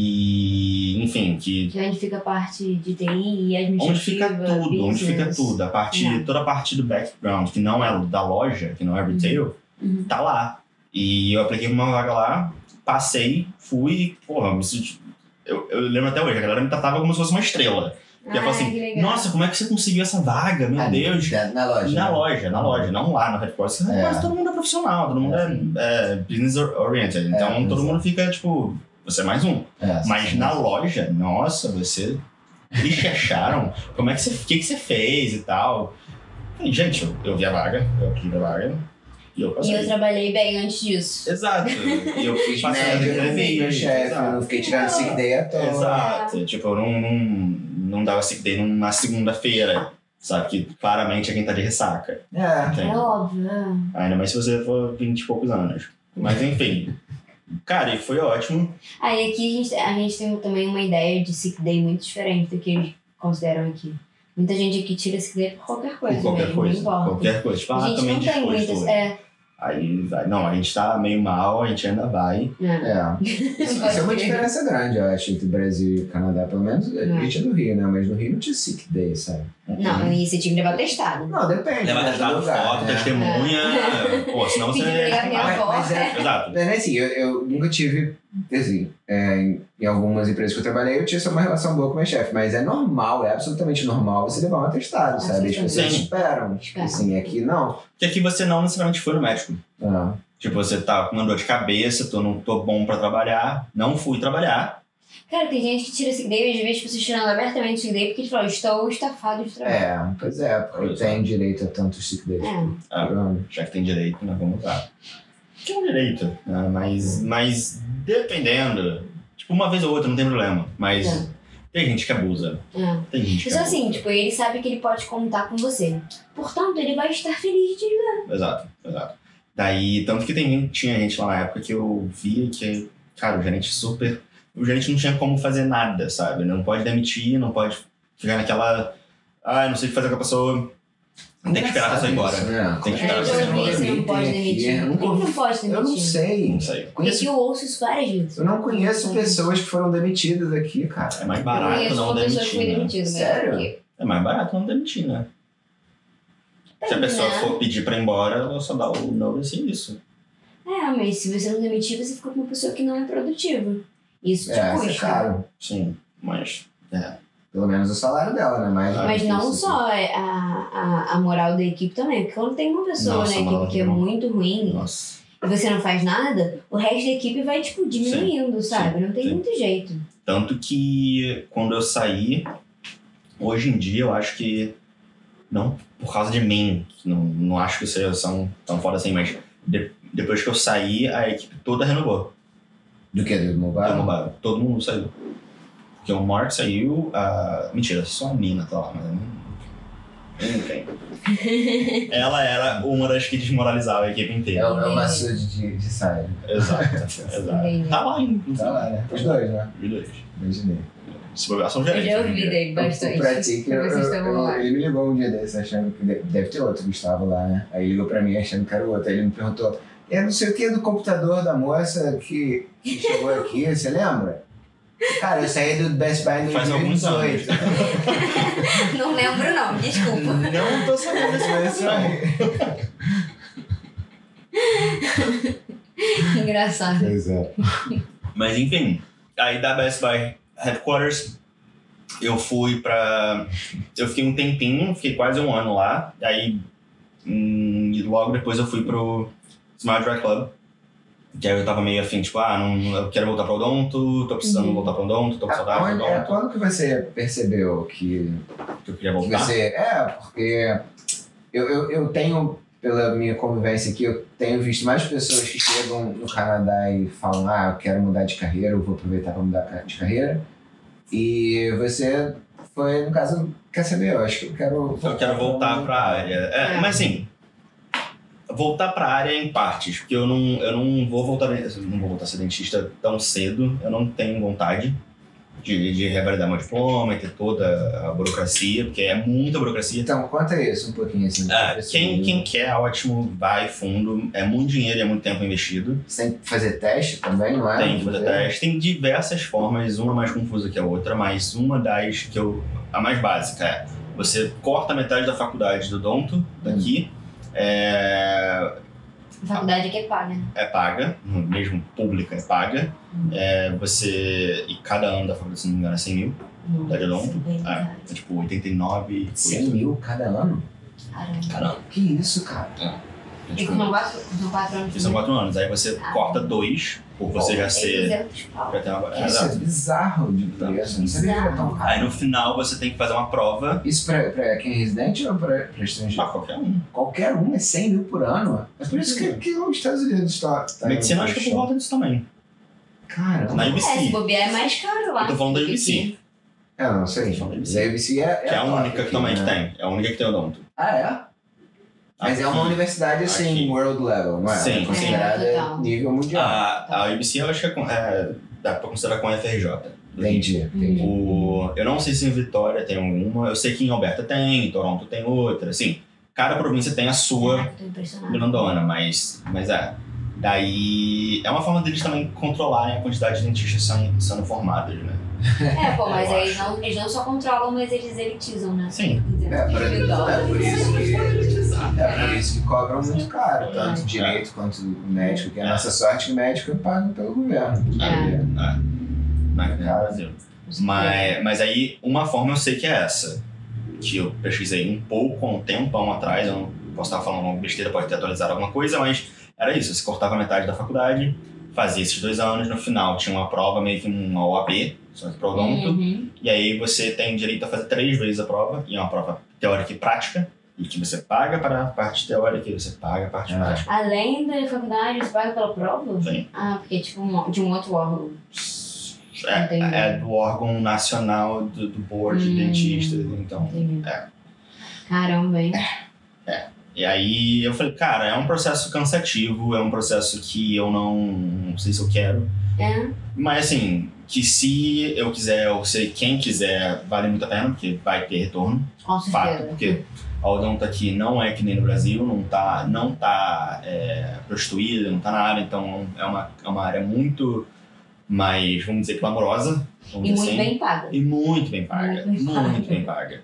S3: e enfim que
S2: Que é onde fica a parte de TI e administrativa.
S3: onde fica tudo, onde fica
S2: business.
S3: tudo, a parte
S2: Yeah.
S3: toda a parte do background que não é da loja, que não é retail,
S2: Uhum.
S3: tá lá e eu apliquei pra uma vaga lá, passei, fui, porra, me senti- eu, eu lembro até hoje, a galera me tratava como se fosse uma estrela. E eu
S2: Ah,
S3: falo
S2: que
S3: assim,
S2: legal.
S3: nossa, como é que você conseguiu essa vaga? Meu
S1: Ah,
S3: Deus,
S1: Na, na loja.
S3: Na
S1: né?
S3: loja, na loja, não lá no headquarters. porque
S1: É.
S3: Quase todo mundo é profissional, todo mundo é, é business oriented. Então
S1: É,
S3: todo
S1: exato.
S3: mundo fica tipo, você é mais um.
S1: É,
S3: Mas
S1: sim.
S3: na loja, nossa, você. Eles te acharam? Como é que você. O que, que você fez e tal? E, gente, eu, eu vi a vaga, eu vi a vaga. E eu
S2: E
S3: passei.
S2: eu trabalhei bem antes disso.
S3: Exato. E eu
S1: Fiz
S3: fiz
S1: média, eu não fiz meu chefe, eu não
S3: Exato.
S1: fiquei tirando sick day à toa.
S3: Exato. Tipo, eu não, não, não dava sick day numa segunda-feira. Sabe? Que claramente é quem tá de ressaca.
S1: É.
S2: É
S3: entende?
S2: óbvio. é.
S3: Ainda mais se você for 20 e poucos anos. Mas enfim. Cara, e foi ótimo.
S2: Aí aqui a gente, a gente tem também uma ideia de sick day muito diferente do que eles consideram aqui. Muita gente aqui tira sick day por qualquer coisa
S3: Por qualquer
S2: mesmo,
S3: coisa.
S2: não importa.
S3: Qualquer coisa. Tipo,
S2: a
S3: ah,
S2: gente
S3: também né?
S2: não tem
S3: disposto.
S2: muitas. É,
S3: Aí vai. Não, a gente tá meio mal, a gente ainda vai.
S2: é.
S1: É. Isso, isso é uma diferença grande, eu acho, entre Brasil e Canadá. Pelo menos a
S2: É.
S1: gente é do Rio, né? Mas no Rio não tinha sick day, sabe?
S2: Não, e você tinha que levar testado.
S1: Não, depende.
S3: Leva
S1: né?
S3: testado,
S1: Do lugar,
S3: foto,
S1: né?
S3: testemunha. Pô, senão
S2: É. Pedir
S3: você.
S2: pra ligar pra minha
S1: Mas-
S2: avó.
S1: mas é-
S3: Exato.
S1: Mas assim, eu, eu nunca tive exílio. É, em, em algumas empresas que eu trabalhei, eu tinha só uma relação boa com meu chefe, mas é normal, é absolutamente normal você levar um atestado, sabe? As
S2: Absolutamente.
S1: pessoas esperam.
S2: Espera.
S1: Assim, aqui não.
S3: Porque aqui você não necessariamente foi no médico.
S1: Ah,
S3: Tipo, você tá com uma dor de cabeça, tô, não tô bom pra trabalhar, não fui trabalhar.
S2: Cara, tem gente que tira sick day, eu já vejo pessoas tipo, tirando abertamente sick day porque eles falam, estou estafado de trabalho.
S1: é, pois é, porque
S3: Pois é.
S1: tem direito a tantos sick days.
S2: É.
S3: Ah, já que tem direito, né? Vamos lá. Que é um direito, né? Mas, mas dependendo, tipo, uma vez ou outra não tem problema. Mas
S2: É.
S3: tem gente que abusa.
S2: é.
S3: Tem gente que
S2: Mas
S3: abusa.
S2: assim, tipo, ele sabe que ele pode contar com você. Portanto, ele vai estar feliz de
S3: Exato, exato. Daí, tanto que tem, gente- tinha gente lá na época que eu via que, cara, o gerente super. O gerente não tinha como fazer nada, sabe? Não pode demitir, não pode ficar naquela. Ah, não sei o que fazer com a pessoa. Tem que esperar a pessoa ir embora.
S1: Isso, né?
S3: Tem que
S2: É,
S3: esperar
S2: eu
S3: a
S2: já
S3: pessoa ir
S2: ouvi
S3: embora.
S2: isso, não pode
S1: Tem aqui, é,
S2: demitir.
S1: eu
S2: Por
S1: não
S2: que que não pode
S1: Eu não
S2: demitir?
S1: sei.
S3: Não sei.
S2: Porque
S1: Conheço,
S2: eu ouço isso várias vezes.
S1: eu não conheço pessoas que foram demitidas aqui, cara.
S3: É mais
S2: eu
S3: barato
S2: conheço
S3: não
S2: uma pessoa que foi
S3: demitir. Né?
S2: demitida, mas
S1: Sério?
S2: por quê?
S3: É mais barato não demitir, né? Se a pessoa
S2: Né?
S3: for pedir pra ir embora, ela só dá o notice e assim, isso.
S2: É, mas se você não demitir, você fica com uma pessoa que não é produtiva. Isso te
S1: É, isso é
S2: custa.
S1: caro.
S3: Sim, mas. É.
S1: Pelo menos o salário dela, né? Mas,
S2: Ah, Mas não
S1: isso,
S2: só é a, a, a moral da equipe também, porque quando tem uma pessoa
S3: Nossa,
S2: na equipe
S3: moral
S2: que é
S3: não.
S2: muito ruim
S3: Nossa.
S2: e você não faz nada, o resto da equipe vai, tipo, diminuindo, sabe? não tem
S3: sim.
S2: muito jeito.
S3: Tanto que quando eu saí, hoje em dia eu acho que. Não por causa de mim, não, não acho que os seja são tão foda assim, mas de- depois que eu saí, a equipe toda renovou.
S1: Do que? Do mobile?
S3: Renovaram. Todo mundo saiu. Porque o Mark saiu. a Mentira, só a Nina tá lá, mas eu não. eu não tenho. Ela era uma das que desmoralizava a equipe
S1: É, é
S3: inteira.
S1: uma sua de, de saia.
S3: Exato, exato.
S2: Entendi.
S3: Tá lá, hein?
S1: Tá lá, né? Os dois, né?
S3: Os dois.
S1: Imaginei.
S3: Se bobear, são
S2: Eu
S3: gerentes.
S2: já
S3: hoje em
S2: ouvi
S3: dia.
S2: dele
S1: O
S2: bastante.
S1: Pratique, eu,
S2: Vocês
S1: eu,
S2: estavam lá.
S1: eu, ele me ligou um dia desse, achando que de- deve ter outro Gustavo lá, né? Aí ligou pra mim achando que era o outro. Aí ele me perguntou: é não sei o que do computador da moça que, que chegou aqui, você lembra? Cara, eu saí do Best Buy em
S3: Faz alguns
S1: 2018.
S2: Não lembro, não, desculpa.
S3: Não tô sabendo desse
S1: Foi isso
S3: não.
S1: aí.
S3: Uhum.
S2: Engraçado.
S1: Pois é.
S3: Mas enfim, aí da Best Buy Headquarters, eu fui pra. Eu fiquei um tempinho, fiquei quase um ano lá. Aí hum, e logo depois eu fui pro Smile Dry Club. Que aí eu tava meio afim, tipo, ah, não, eu quero voltar pro Odonto, tô precisando
S2: Uhum.
S3: voltar pro Odonto, tô com saudade do
S1: Aonde- é,
S3: Odonto,
S1: Quando que você percebeu que
S3: que eu queria
S1: que
S3: voltar.
S1: você. É, porque eu, eu, eu tenho, pela minha convivência aqui, eu tenho visto mais pessoas que chegam no Canadá e falam: ah, eu quero mudar de carreira, eu vou aproveitar para mudar ca- de carreira. E você foi, no caso, quer saber? Eu acho que eu quero.
S3: Então, Eu quero voltar pra área. É,
S2: É.
S3: Mas assim, voltar pra área em partes, porque eu não, eu não vou voltar, eu não vou voltar a ser dentista tão cedo, eu não tenho vontade de, de revalidar meu diploma e ter toda a burocracia, porque é muita burocracia.
S1: Então, conta isso um pouquinho assim.
S3: Ah,
S1: pra pessoa,
S3: quem, quem quer, ótimo, vai fundo. É muito dinheiro e é muito tempo investido.
S1: Sem fazer teste também, não é?
S3: Tem que fazer teste. Tem diversas formas, uma mais confusa que a outra, mas uma das que eu. A mais básica é: você corta metade da faculdade do Donto daqui, é,
S2: A faculdade aqui é paga.
S3: é paga, mesmo pública é paga. É, você. E cada ano da faculdade, se não me engano, é 100 mil. Tá de longo? Ah,
S2: Caramba.
S3: É tipo 89.
S1: 100 mil cada ano?
S3: Caramba.
S1: Que isso, cara?
S3: É,
S2: E
S3: tipo,
S2: com quatro, com quatro anos.
S3: que são quatro anos. Aí você
S2: Ah.
S3: corta dois, por você já ser.
S2: é
S3: Já ter uma.
S1: Isso é
S3: Exato.
S1: bizarro de preço. Não sabia que era tão caro.
S3: Aí no final você tem que fazer uma prova.
S1: Isso pra, pra quem é residente ou pra, pra estrangeiro?
S3: Ah, qualquer um.
S1: Qualquer um é 100 mil por ano. É por isso que, que os Estados Unidos está. Tá
S3: Medicina acho que é por volta disso também.
S1: Caramba.
S3: Na
S2: É, se
S3: UBC.
S2: bobear é mais caro lá.
S3: Eu tô falando da
S2: do que
S3: UBC,
S2: aqui.
S1: É, não sei.
S3: Só deve
S1: Mas
S3: ser.
S1: a ABC é,
S3: que é a
S1: top
S3: única que
S1: aqui,
S3: também que
S1: né?
S3: tem. É a única que tem odonto.
S1: Ah, é? Mas é uma
S3: Aqui.
S1: universidade assim,
S3: Aqui.
S1: world level, não é?
S3: Sim, Ah,
S1: é
S3: sim.
S1: considerada
S2: É, total.
S1: nível mundial.
S3: A, a UBC eu acho que é, com- é, dá pra considerar com a FRJ.
S1: entendi,
S2: Uhum.
S1: entendi.
S3: O, eu não sei se em Vitória tem alguma, eu sei que em Alberta tem, em Toronto tem outra, assim. Cada província tem a sua
S2: Caraca, eu tô impressionada.
S3: grandona, mas, mas é. Daí é uma forma deles também controlarem a quantidade de dentistas sendo, sendo formados, né?
S2: É, pô, mas
S3: Eu
S2: aí
S3: acho.
S2: não, eles não só controlam, mas eles elitizam, né?
S3: Sim.
S2: Eles
S1: É, por, é por isso é que. É por isso que cobram muito caro, tanto
S2: É.
S1: direito quanto o médico, que a nossa sorte que o médico é pago pelo governo.
S2: É.
S3: Ah, na no né, Brasil. Mas, mas aí, uma forma eu sei que é essa. Que eu pesquisei um pouco, há um tempão atrás, eu não posso estar falando alguma besteira, pode ter atualizado alguma coisa, mas era isso. Você cortava metade da faculdade, fazia esses dois anos, no final tinha uma prova, meio que uma OAB, só de pronto,
S2: Uhum.
S3: e aí você tem direito a fazer três vezes a prova, e é uma prova teórica e prática, e que você paga para a parte teórica e você paga a parte
S1: É.
S3: prática.
S2: Além da faculdade, você paga pela prova?
S3: Sim.
S2: Ah, porque é tipo um- de um outro órgão.
S3: É,
S2: Entendi.
S3: é do órgão nacional do, do board de
S2: Hum.
S3: dentistas, então
S2: Entendi.
S3: É.
S2: Caramba, hein?
S3: E aí eu falei, cara, é um processo cansativo, é um processo que eu não, não sei se eu quero.
S2: É.
S3: Mas assim, que se eu quiser, ou se quem quiser, vale muito a pena, porque vai ter retorno.
S2: Com
S3: Fato,
S2: certeza.
S3: porque a odonta aqui não é que nem no Brasil, não tá, não tá é, prostituída, não tá na área, então é uma, é uma área muito mais, vamos dizer, clamorosa. Vamos
S2: E
S3: dizer
S2: muito
S3: assim.
S2: bem pago.
S3: E muito bem paga.
S2: Muito bem paga.
S3: Muito bem paga.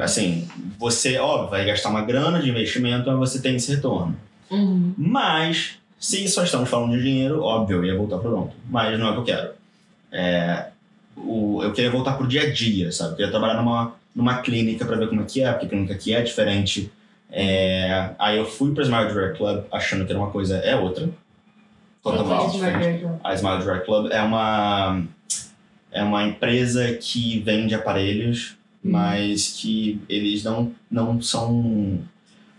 S3: Assim, você, óbvio, vai gastar uma grana de investimento, mas você tem esse retorno.
S2: Uhum.
S3: Mas, se só estamos falando de dinheiro, óbvio, eu ia voltar pro odonto. Mas não é o que eu quero. É, o, eu queria voltar pro dia a dia, sabe? Eu queria trabalhar numa, numa clínica para ver como é que é, porque a clínica aqui é diferente. É, aí eu fui pra Smile Direct Club achando que era uma coisa, é outra. Totalmente
S2: Tem coisa
S3: diferente.
S2: de barbeiro.
S3: A Smile Direct Club é uma é uma empresa que vende aparelhos,
S2: Uhum.
S3: mas que eles não não são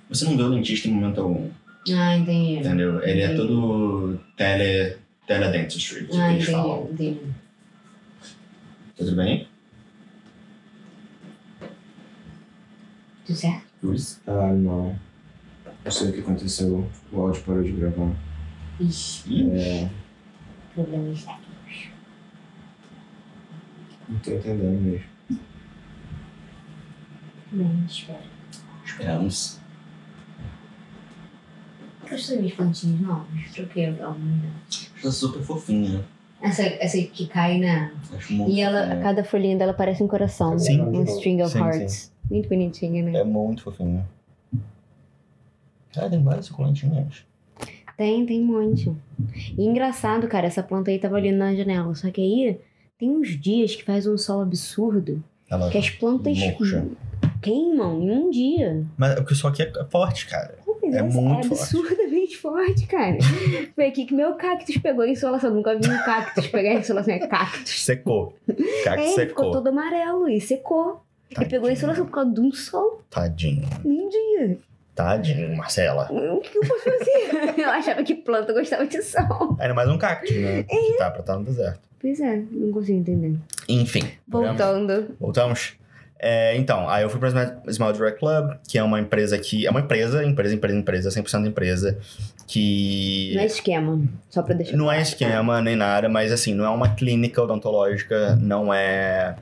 S3: você não vê o dentista em momento algum,
S2: Ah, entendi.
S3: entendeu? Ele é
S2: Entendi.
S3: todo tele teledentistry, tipo, que
S2: Ah,
S3: eles falam.
S2: entendi. entendi.
S3: Tudo bem?
S2: Tudo certo?
S3: Luiz?
S1: Ah, não. Não sei o que aconteceu. O áudio parou de gravar.
S2: Ixi,
S1: É,
S2: problema está.
S1: não tô entendendo mesmo.
S2: Não, espera.
S3: Esperamos.
S2: Gostou das minhas plantinhas novas? Troquei algumas delas.
S3: Está é super fofinha.
S2: né? Essa, essa que cai na.
S3: Acho muito
S2: E ela,
S3: fofinha.
S2: cada folhinha dela parece um coração.
S1: Sim.
S2: Um string of
S3: Sim,
S2: hearts. Muito bonitinha, né?
S3: é muito fofinha. Ela tem várias suculentinhas.
S2: Tem, tem um monte. E engraçado, cara, essa planta aí tava ali na janela. Só que aí tem uns dias que faz um sol absurdo
S3: Ela...
S2: que as plantas
S3: Murcha.
S2: queimam em um dia.
S3: Mas o pessoal aqui é forte, cara.
S2: Mas
S3: É
S2: é
S3: muito
S2: absurdamente forte, cara. Foi aqui que meu cactus pegou insolação. Nunca vi um cactus pegar insolação. É cactus.
S3: Secou. Cara,
S2: é, ele ficou
S3: secou.
S2: todo amarelo e secou. E pegou insolação por causa de um sol
S3: Tadinho,
S2: em um dia.
S3: tadinho, Marcela.
S2: O que eu posso fazer? eu achava que planta gostava de sol.
S3: Era mais um cactus,
S2: É.
S3: né? Que tá pra estar no deserto.
S2: Pois é, não consigo entender.
S3: Enfim. programa-
S2: Voltando.
S3: Voltamos. É, então, aí eu fui pra Sma- Smile Direct Club, que é uma empresa que... É uma empresa, empresa, empresa, empresa, 100% empresa, que...
S2: Não é esquema, só pra deixar.
S3: Não é
S2: claro.
S3: esquema nem nada, mas assim, não é uma clínica odontológica, não é.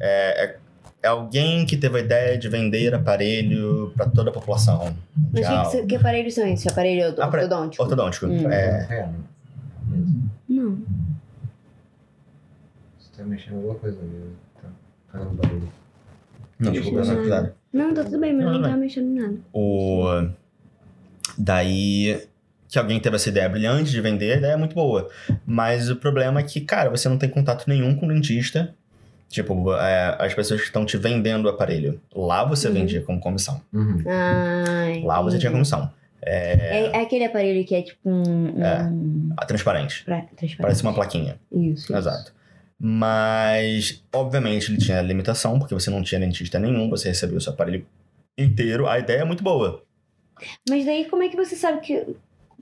S3: É, é- é alguém que teve a ideia de vender aparelho pra toda a população
S2: Mas
S3: mundial.
S2: que, que- que aparelhos são esses? é Aparelho od-
S3: Ah, pra-
S2: ortodôntico?
S3: Ortodôntico.
S2: Hum.
S3: É,
S1: É, não.
S2: Não.
S1: Você tá mexendo em alguma coisa mesmo. Tá fazendo barulho.
S3: não, desculpa,
S1: Isso,
S3: não
S1: né?
S3: cuidado.
S2: Não, tá tudo bem, mas
S3: Não, é.
S2: não,
S3: tudo
S2: tá mexendo em nada.
S3: O... Daí que alguém teve essa ideia brilhante de vender, a ideia é muito boa. Mas o problema é que, cara, você não tem contato nenhum com o dentista. Tipo, é, as pessoas que estão te vendendo o aparelho. Lá você
S2: Uhum.
S3: vendia como comissão.
S1: Uhum.
S2: Ai.
S3: Lá você tinha comissão. É,
S2: É, é aquele aparelho que é tipo um.
S3: É.
S2: um...
S3: a- transparente.
S2: pra- transparente.
S3: Parece uma plaquinha.
S2: Isso. isso.
S3: Exato. Mas, obviamente, ele tinha limitação, porque você não tinha dentista nenhum, você recebia o seu aparelho inteiro. A ideia é muito boa.
S2: Mas daí como é que você sabe que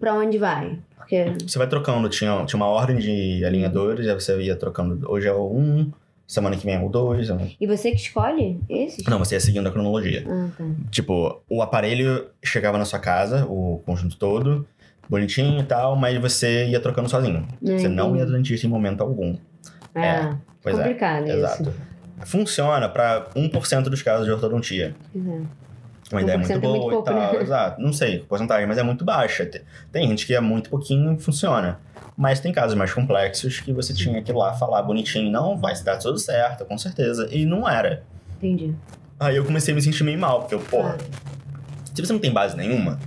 S2: pra onde vai? Porque.
S3: Você vai trocando, tinha, tinha uma ordem de alinhadores, aí você ia trocando. Hoje é o 1, semana que vem é o 2. semana-
S2: E você que escolhe esses?
S3: Não, você ia seguindo a cronologia.
S2: Ah, tá.
S3: Tipo, o aparelho chegava na sua casa, o conjunto todo, bonitinho e tal, mas você ia trocando sozinho. Você não ia
S2: Ah, entendi.
S3: no dentista em momento algum.
S2: Ah,
S3: Pois é,
S2: complicado isso.
S3: exato. Funciona pra 1% dos casos de ortodontia.
S2: Pois é.
S3: Uma ideia muito
S2: 1% é muito
S3: boa
S2: pouco,
S3: e tal,
S2: né?
S3: exato. Não sei a porcentagem, mas é muito baixa. Tem- Tem gente que é muito pouquinho e funciona. Mas tem casos mais complexos que você tinha que ir lá falar bonitinho, não, vai se dar tudo certo, com certeza. E não era.
S2: Entendi.
S3: Aí eu comecei a me sentir meio mal, porque eu, porra,
S2: É.
S3: Se você não tem base nenhuma,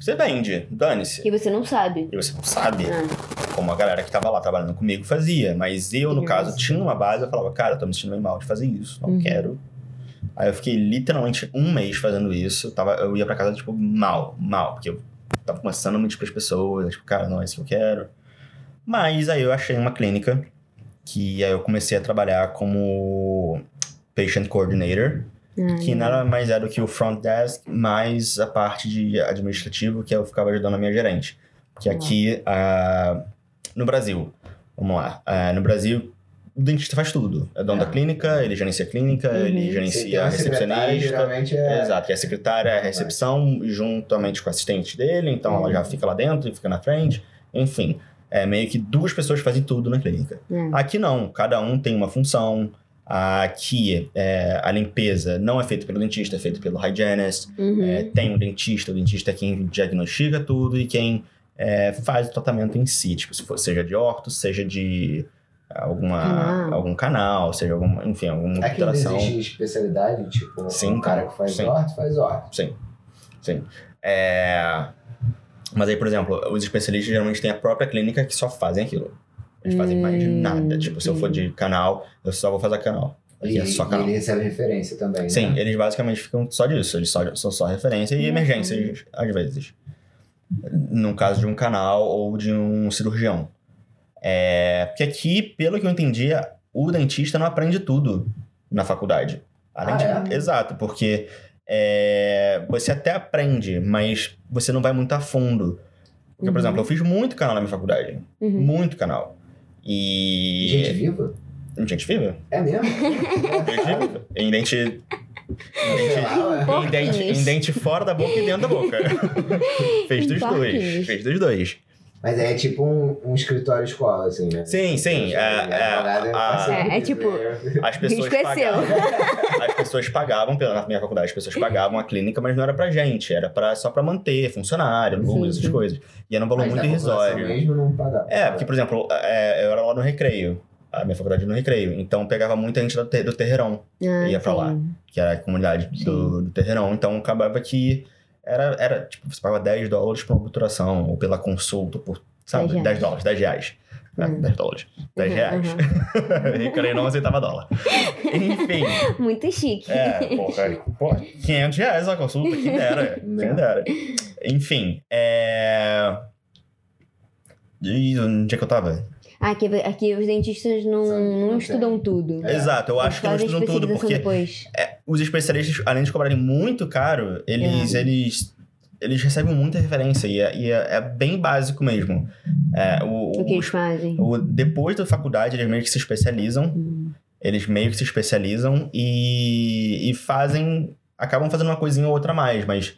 S3: você vende, dane-se.
S2: Que você não sabe.
S3: E você não sabe
S2: Ah,
S3: como a galera que tava lá trabalhando comigo fazia. Mas eu, no
S2: Sim.
S3: caso, tinha uma base, eu falava, cara, eu tô me sentindo bem mal de fazer isso, não
S2: Uhum.
S3: quero. Aí eu fiquei literalmente um mês fazendo isso. Eu, tava, eu ia pra casa, tipo, mal, mal, porque eu tava começando a mentir pras pessoas, tipo, cara, não é isso que eu quero. Mas aí eu achei uma clínica que aí eu comecei a trabalhar como patient coordinator.
S2: ah,
S3: Que nada mais era do que o front desk, mais a parte de administrativo, que eu ficava ajudando a minha gerente. Que é aqui, ah, no Brasil, vamos lá, ah, no Brasil, o dentista faz tudo. É dono
S1: É.
S3: da clínica, ele gerencia a clínica,
S2: Uhum.
S3: ele
S1: Você tem
S3: gerencia a
S1: uma secretária,
S3: recepcionista.
S1: geralmente é.
S3: Exato, que é a secretária, é a recepção, juntamente com o assistente dele, então ela
S2: Uhum.
S3: já fica lá dentro, fica na frente, enfim. É meio que duas pessoas fazem tudo na clínica.
S2: Hum.
S3: Aqui não, cada um tem uma função. Aqui é, a limpeza não é feita pelo dentista, é feita pelo hygienist.
S2: Uhum.
S3: É, tem um dentista, o dentista é quem diagnostica tudo e quem é, faz o tratamento em si, tipo, se for, seja de orto, seja de alguma,
S2: Canal. É
S3: algum canal, seja alguma, enfim, alguma
S1: Aqui é não
S3: alteração.
S1: existe especialidade, tipo,
S3: Sim,
S1: um cara que faz
S3: sim.
S1: horto, faz horto.
S3: Sim, sim. É, Mas aí, por exemplo, os especialistas geralmente têm a própria clínica que só fazem aquilo. Eles fazem mais de
S2: Hum,
S3: nada. Tipo, se eu for de canal, eu só vou fazer canal. Aqui
S1: E,
S3: é só
S1: e
S3: canal.
S1: ele recebe referência também,
S3: Sim,
S1: né?
S3: eles basicamente ficam só disso. Eles só, são só referência e
S2: Uhum.
S3: emergências, às vezes. No caso de um canal ou de um cirurgião. É, porque aqui, pelo que eu entendi, o dentista não aprende tudo na faculdade. Além
S2: é?
S1: Ah,
S3: de- Exato, porque é, você até aprende, mas você não vai muito a fundo. Porque, por
S2: Uhum.
S3: exemplo, eu fiz muito canal na minha faculdade.
S2: Uhum.
S3: Muito canal. E... é-
S1: Gente viva?
S3: Gente viva?
S1: É mesmo?
S3: Gente viva. Em dente... Em
S1: Sei
S3: dente...
S1: lá, ué.
S3: Em dente, em dente fora da boca e dentro da boca. Fez dos
S2: Porquinhos.
S3: dois. Fez dos dois.
S1: Mas é tipo um, um escritório escola, assim, né?
S3: Sim, sim.
S1: Eu
S3: é,
S1: cheguei, a namorada
S3: é,
S1: passou
S3: a-
S2: É, é
S1: por
S2: tipo-
S1: isso, né?
S3: as pessoas
S2: Esqueceu.
S3: pagavam. As pessoas pagavam, pela na minha faculdade, as pessoas pagavam a clínica, mas não era pra gente. Era pra, só pra manter funcionário, luz,
S2: Sim.
S3: essas coisas. E era um valor
S1: Mas
S3: muito
S1: da população
S3: irrisório.
S1: mesmo não pagava.
S3: É, porque, por exemplo, é, eu era lá no recreio. A minha faculdade era no recreio. Então pegava muita gente do, ter, do terreirão.
S2: Ah,
S3: ia pra lá.
S2: sim.
S3: que era a comunidade do, do terreirão. Então acabava que era, era tipo, você pagava 10 dólares por uma obturação, ou pela consulta, por, sabe,
S2: 10
S3: 10,
S2: reais.
S3: dólares, 10 reais. Né?
S2: Hum.
S3: 10 dólares. 10
S2: Uhum,
S3: reais.
S2: uhum.
S3: e o cara não aceitava dólar. Enfim.
S2: Muito chique.
S3: É, porra, porra, 500 reais a consulta, quem dera, quem dera. Enfim, é... E onde é que eu tava?
S2: Ah, Aqui, aqui os dentistas não,
S1: São-
S2: não
S1: não
S2: estudam tudo.
S1: É.
S3: Exato, eu acho que não
S2: Fazem
S3: estudam tudo,
S2: especialização
S3: porque
S2: depois.
S3: os especialistas, além de cobrarem muito caro, eles, eles, eles recebem muita referência e é, e é- é bem básico mesmo. É, o,
S2: O que eles
S3: os-
S2: fazem.
S3: o- depois da faculdade, eles meio que se especializam,
S2: Hum.
S3: eles meio que se especializam e, e fazem. acabam fazendo uma coisinha ou outra a mais, mas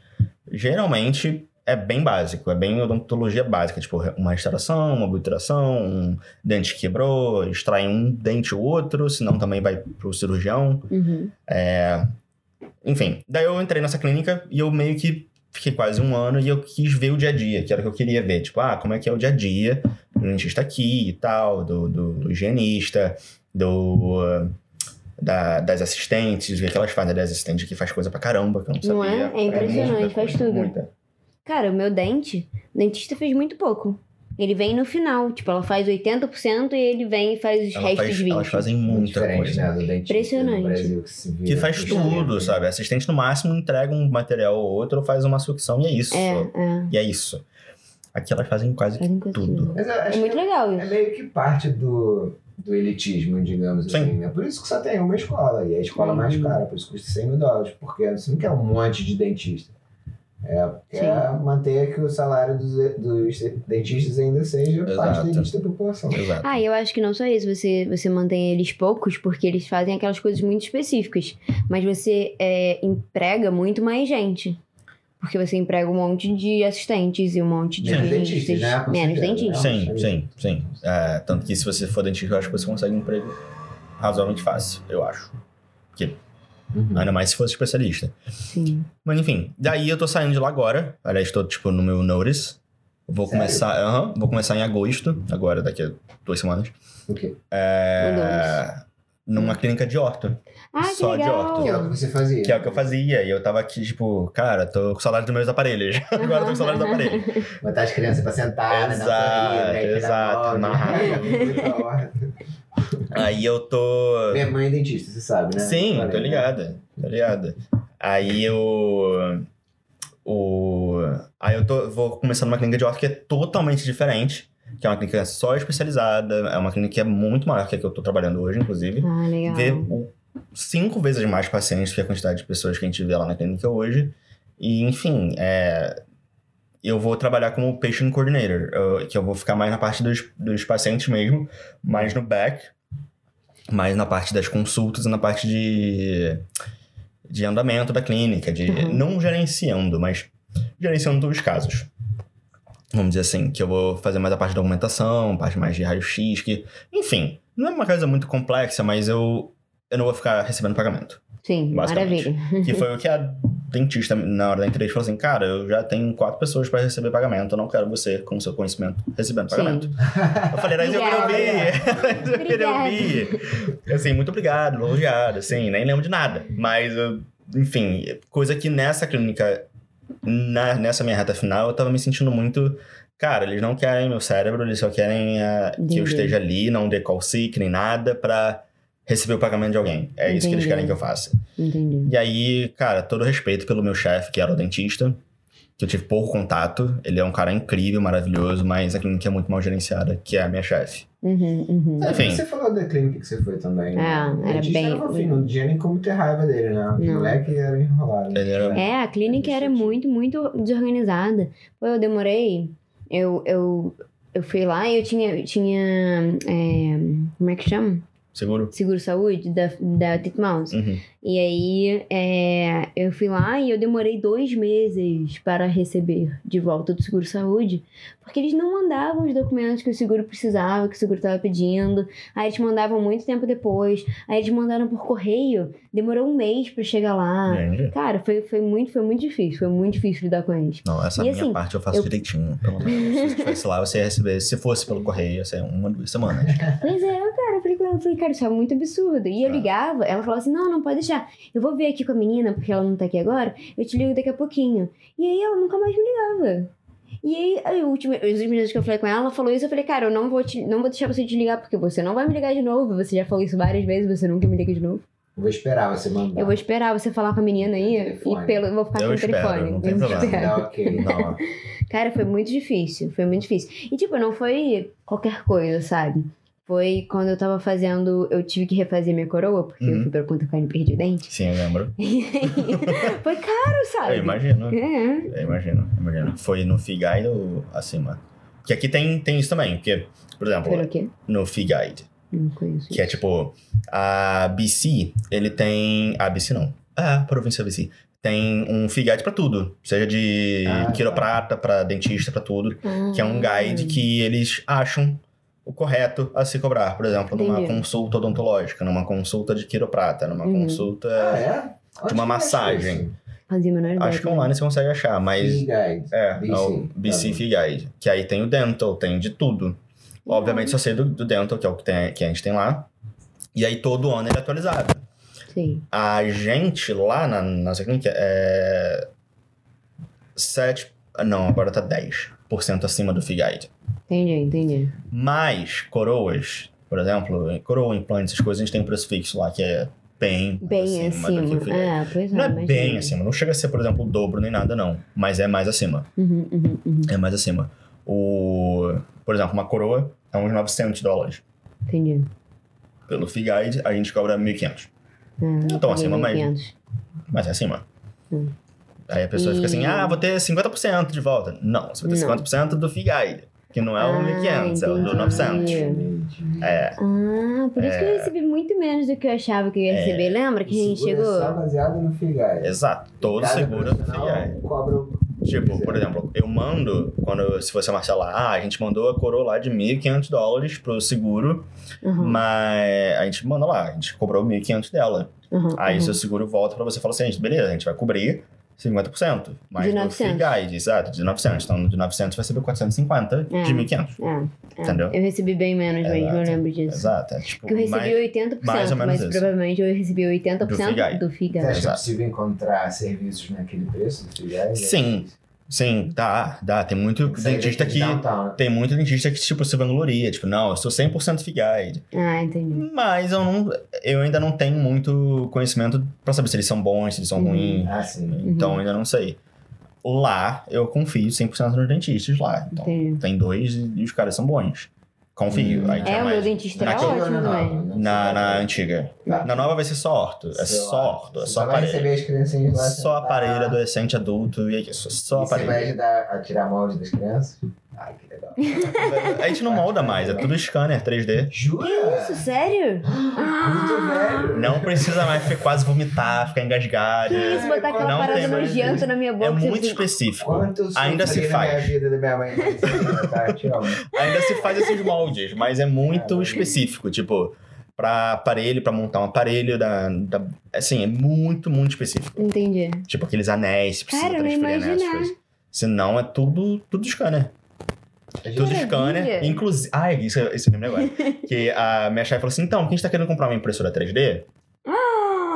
S3: geralmente é bem básico, é bem odontologia básica, tipo uma restauração, uma obturação, um dente quebrou, extrai um dente ou outro, senão também vai pro cirurgião.
S2: Uhum.
S3: Enfim, daí eu entrei nessa clínica e eu meio que fiquei quase um ano e eu quis ver o dia a dia, que era o que eu queria ver. Tipo, ah, como é que é o dia a dia do dentista aqui e tal, do, do, do higienista, do. ah, da- das assistentes, o que, é que elas fazem. Das assistentes que faz coisa pra caramba, que eu não sabia.
S2: Não é? É impressionante,
S3: muita
S2: faz
S3: coisa,
S2: tudo.
S3: Muita.
S2: Cara, o meu dente, o dentista fez muito pouco. Ele vem no final. Tipo, ela faz 80% e ele vem e faz os
S3: Ela
S2: restos
S3: faz-
S2: 20%.
S3: elas fazem
S1: Muito
S3: é muita
S1: diferente,
S3: coisa.
S1: né? Do dentista
S2: Impressionante.
S1: do Brasil que se vira
S3: Que faz tudo,
S1: costureiro.
S3: sabe? A assistente, no máximo, entrega um material ou outro, ou faz uma sucção e é isso.
S2: É, é.
S3: E é isso. Aqui elas fazem quase que
S2: Fazem coisa
S3: Tudo.
S2: assim.
S1: Mas eu
S2: É
S1: acho
S2: muito
S1: que
S2: legal
S1: é
S2: isso.
S1: meio que parte do, do elitismo, digamos
S3: Sim.
S1: assim, né? Por isso que só tem uma escola, e é a escola mais
S2: Hum.
S1: cara, por isso custa 100 mil dólares, porque você não quer um monte de dentista. É, quer manter que o salário dos, dos dentistas ainda seja parte
S3: Exato.
S1: do elite da população.
S3: Exato.
S2: Ah, eu acho que não só isso, você, você mantém eles poucos, porque eles fazem aquelas coisas muito específicas. Mas você é, emprega muito mais gente. Porque você emprega um monte de assistentes e um monte de
S1: Menos
S2: dentistas.
S1: dentistas, né? Com
S2: Menos
S1: certeza, né?
S2: dentistas.
S3: Sim,
S1: Não,
S3: sim, sim. É, tanto que se você for dentista, eu acho que você consegue um emprego razoavelmente fácil, eu acho.
S1: Uhum.
S3: Ainda mais se fosse especialista.
S2: Sim.
S3: Mas enfim, daí eu tô saindo de lá agora. Aliás, tô tipo no meu notice. Vou
S1: Sério?
S3: começar. aham, vou começar em agosto, agora, daqui a duas semanas.
S1: Ok.
S3: É,
S2: Mandou
S3: numa clínica de orto,
S2: Ah, que
S3: Só de
S2: legal.
S1: Que é o que você fazia.
S3: que é o que eu fazia. E eu tava aqui, tipo, cara, tô com saudade dos meus aparelhos. Agora eu tô com saudade dos aparelhos.
S1: Botar as crianças pra sentar, né, na
S3: Exato,
S1: família,
S3: exato,
S1: né?
S3: amarrar. Aí eu tô.
S1: Minha mãe é dentista, você sabe, né?
S3: Sim,
S1: Falei,
S3: tô
S1: né?
S3: ligada, tô ligada. Aí eu. O, aí eu tô, vou começar numa clínica de orto que é totalmente diferente, que é uma clínica só especializada, é uma clínica que é muito maior que a que eu tô trabalhando hoje, inclusive.
S2: Ah, legal.
S3: Vê o- cinco vezes mais pacientes que a quantidade de pessoas que a gente vê lá na clínica hoje. E, enfim, é, eu vou trabalhar como patient coordinator, eu- que eu vou ficar mais na parte dos, dos pacientes mesmo, mais no back, mais na parte das consultas e na parte de, de andamento da clínica, de
S2: Uhum.
S3: não gerenciando, mas gerenciando os casos. Vamos dizer assim, que eu vou fazer mais a parte de documentação, parte mais de raio-x, que enfim, não é uma coisa muito complexa, mas eu, eu não vou ficar recebendo pagamento.
S2: Sim,
S3: basicamente.
S2: maravilha.
S3: Que foi o que a dentista, na hora da entrevista, falou assim: Cara, eu já tenho quatro pessoas pra receber pagamento, eu não quero você, com o seu conhecimento, recebendo pagamento.
S2: Sim.
S3: Eu falei, mas eu queria ouvir. eu queria ouvir. Assim, muito obrigado, elogiado, assim, nem lembro de nada. Mas, eu- enfim, coisa que nessa clínica, na- nessa minha reta final, eu tava me sentindo muito. Cara, eles não querem meu cérebro, eles só querem ah, que eu
S2: Entendi.
S3: esteja ali, não dê call sick nem nada, pra receber o pagamento de alguém. É isso que eles
S2: Entendi.
S3: querem que eu faça.
S2: Entendi.
S3: E aí, cara, todo respeito pelo meu chefe, que era o dentista, que eu tive pouco contato. Ele é um cara incrível, maravilhoso, mas a clínica é muito mal gerenciada, que é a minha chefe.
S2: Uhum, uhum.
S1: É,
S3: Enfim.
S1: Você falou da clínica que você foi também. né?
S2: Ah,
S1: O
S2: era
S1: dentista
S2: bem-
S1: Era fofinho, não tinha nem como ter raiva dele, né? O
S2: Não.
S1: moleque era enrolado.
S3: Ele era-
S2: É, a clínica era muito, muito desorganizada. Pô, eu demorei. Eu, eu, eu fui lá e eu tinha. eu tinha é, como é que chama?
S3: Seguro?
S2: Seguro-saúde da, da Titmouse.
S3: Uhum.
S2: E aí é, eu fui lá e eu demorei dois meses para receber de volta do seguro-saúde, porque eles não mandavam os documentos que o seguro precisava, que o seguro estava pedindo. Aí eles mandavam muito tempo depois. Aí eles mandaram por correio. Demorou um mês para chegar lá.
S3: Entende?
S2: Cara, foi, foi muito, foi muito difícil. Foi muito difícil lidar com eles.
S3: Não, essa
S2: E
S3: minha
S2: assim,
S3: parte eu faço
S2: eu-
S3: direitinho. Pelo menos. Se eu estivesse lá, você ia receber. Se fosse pelo correio, ia ser uma, duas semanas.
S2: Pois é, eu, cara, eu falei com ela, eu falei, cara, isso é muito absurdo. E eu
S3: Ah.
S2: ligava, ela falava assim, não, não pode deixar. Eu vou ver aqui com a menina, porque ela não tá aqui agora, eu te ligo daqui a pouquinho. E aí ela nunca mais me ligava. E aí, a última, as últimas vezes que eu falei com ela, ela falou isso, eu falei, cara, eu não vou, te, não vou deixar você te ligar, porque você não vai me ligar de novo, você já falou isso várias vezes, você nunca me liga de novo.
S1: Eu vou esperar você mandar.
S2: Eu vou esperar você falar com a menina aí,
S1: Telefone.
S2: e pelo, eu vou ficar
S3: Eu
S2: com o
S3: espero,
S2: telefone.
S3: não tem
S2: Eu
S3: problema.
S2: espero.
S1: Dá ok.
S3: Não,
S2: Cara, foi muito difícil, foi muito difícil. E, tipo, não foi qualquer coisa, sabe? Foi quando eu tava fazendo. Eu tive que refazer minha coroa, porque
S3: Uhum.
S2: eu fui pra Punta Cana e perdi o dente.
S3: sim, eu lembro.
S2: Foi caro, sabe?
S3: Eu imagino.
S2: É.
S3: Eu imagino, eu imagino. Foi no Fee Guide ou acima? Porque aqui tem, tem isso também. Porque, por
S2: Pelo
S3: exemplo,
S2: quê?
S3: no Fee Guide,
S2: Não conheço.
S3: que é tipo, a BC, ele tem. A BC não. Ah, província BC. Tem um Fee Guide pra tudo. Seja de
S1: Ah, tá.
S3: quiroprata, pra dentista, pra tudo. que é
S2: Hum.
S3: um
S2: Ah,
S3: guide que eles acham o correto a se cobrar. Por exemplo, numa
S2: Entendi.
S3: consulta odontológica, numa consulta de quiroprata, numa
S2: Uhum.
S3: consulta.
S1: Ah, é? Onde
S3: uma
S1: que
S3: massagem.
S1: acha isso?
S2: Fazia a menor ideia.
S3: Acho que é um online você consegue achar, mas.
S1: Big Guide.
S3: É,
S1: BC,
S3: é o
S1: tá
S3: BC Fee Guide. Que aí tem o dental, tem de tudo.
S2: Uhum.
S3: Obviamente, só sei do, do dental, que é o que, tem- que a gente tem lá. E aí todo ano ele é atualizado.
S2: Sim.
S3: A gente lá na nossa clínica é. 7. Não, agora tá 10% acima do Fee Guide.
S2: Entendi, entendi.
S3: Mas coroas, por exemplo, coroa, implante, essas coisas, a gente tem um preço fixo lá que é bem,
S2: Bem
S3: do que
S2: acima.
S3: eu fui.
S2: Ah, pois é.
S3: Não é
S2: imagina.
S3: bem acima, não chega a ser, por exemplo, o dobro nem nada, não. Mas é mais acima.
S2: Uhum, uhum, uhum.
S3: É mais acima. O, por exemplo, uma coroa é uns 900 dólares.
S2: Entendi.
S3: Pelo Fee Guide, a gente cobra 1.500.
S2: Ah,
S3: Então,
S2: paguei
S3: acima, mas-
S2: 1.500.
S3: Mas é acima.
S2: Hum.
S3: Aí a pessoa fica assim,
S2: E-
S3: ah, vou ter 50% de volta. Não, você vai ter
S2: Não.
S3: 50% do Fee Guide. Que não é o
S2: Ah,
S3: 1.500, é o do
S2: entendi.
S3: 900. É,
S2: Ah, por isso que eu recebi muito menos do que eu achava que eu ia receber. Lembra que a gente
S1: Segura
S2: chegou?
S1: Só baseado no Free Guide.
S3: exato. Todo
S1: Cada
S3: seguro do Fee
S1: profissional
S3: Guide.
S1: Cobra o
S3: Tipo, por exemplo, eu mando, quando eu- se você marcelar, ah, a gente mandou a coroa lá de 1.500 dólares pro seguro,
S2: Uhum,
S3: mas a gente manda lá, a gente cobrou 1.500 dela.
S2: uhum,
S3: Aí
S2: uhum.
S3: seu seguro volta pra você e fala assim, "Gente, beleza, a gente vai cobrir, 50%. Mais
S2: De
S3: do
S2: 900.
S3: Free Guide, exato, de 900. Então, de 900 vai receber 450
S2: É.
S3: de 1.500.
S2: É, é.
S3: Entendeu?
S2: Eu recebi bem menos
S3: Exato.
S2: mesmo, eu lembro disso.
S3: Exato. É tipo,
S2: Porque eu
S3: mais-
S2: recebi 80%,
S3: mais ou menos
S2: mas
S3: isso.
S2: provavelmente eu recebi 80%
S3: Do Free Guide.
S2: do
S1: Você
S2: FIGA.
S1: acha que é
S3: Exato.
S1: possível encontrar serviços naquele preço do filiais?
S3: Sim. Sim, dá, dá. Tem muito dentista que. Tem muito dentista que, tipo, se vangloria. Tipo, não, eu sou 100% Free Guide.
S2: Ah, entendi.
S3: Mas eu, não, eu ainda não tenho muito conhecimento pra saber se eles são bons, se eles são
S2: Uhum.
S3: ruins.
S1: Ah, sim.
S3: Então, ainda não sei. Lá, eu confio 100% nos dentistas lá. Então,
S2: Entendi.
S3: tem dois e, e os caras são bons. Confio.
S1: Hum.
S3: Aí,
S2: É,
S3: já
S2: o meu
S3: mais-
S2: dentista era
S3: naquele-
S2: ótimo também.
S3: Na, na antiga.
S1: Tá.
S3: Na nova vai ser só orto. É
S1: Sei lá.
S3: só orto. É
S1: Você
S3: só
S1: vai
S3: aparelho.
S1: receber as criancinhas lá.
S3: Só
S1: sentar.
S3: aparelho, adolescente, adulto e é isso. Só
S1: E Você vai
S3: aparelho.
S1: ajudar a tirar molde das crianças? Ai, que legal.
S3: A gente não molda mais, é tudo scanner 3D.
S1: Jura?
S2: Isso, sério? Ah,
S1: Muito velho.
S3: Não precisa mais ficar quase vomitar, ficar engasgado.
S2: Que isso, botar aquela
S3: Não
S2: parada
S3: tem mais
S2: nojenta na minha boca.
S3: É
S2: você
S3: muito
S2: fica-
S3: específico.
S1: Quanto eu
S3: Ainda se
S1: sofri na
S3: faz.
S1: minha vida da minha mãe. Tá, tira um.
S3: Ainda se faz esses moldes, mas é muito
S1: Caralho.
S3: específico. Tipo, pra aparelho, pra montar um aparelho, da, da- assim, é muito, muito específico.
S2: Entendi.
S3: Tipo, aqueles anéis, você precisa
S2: Cara, eu não
S3: transferir anéis, essas
S2: imaginar.
S3: coisas. Senão é tudo, tudo scanner. Tudo
S2: Maravilha.
S3: scanner, inclusive. Ah, isso, isso eu lembrei agora. que a minha chefe falou assim: então, quem está querendo comprar uma impressora 3D?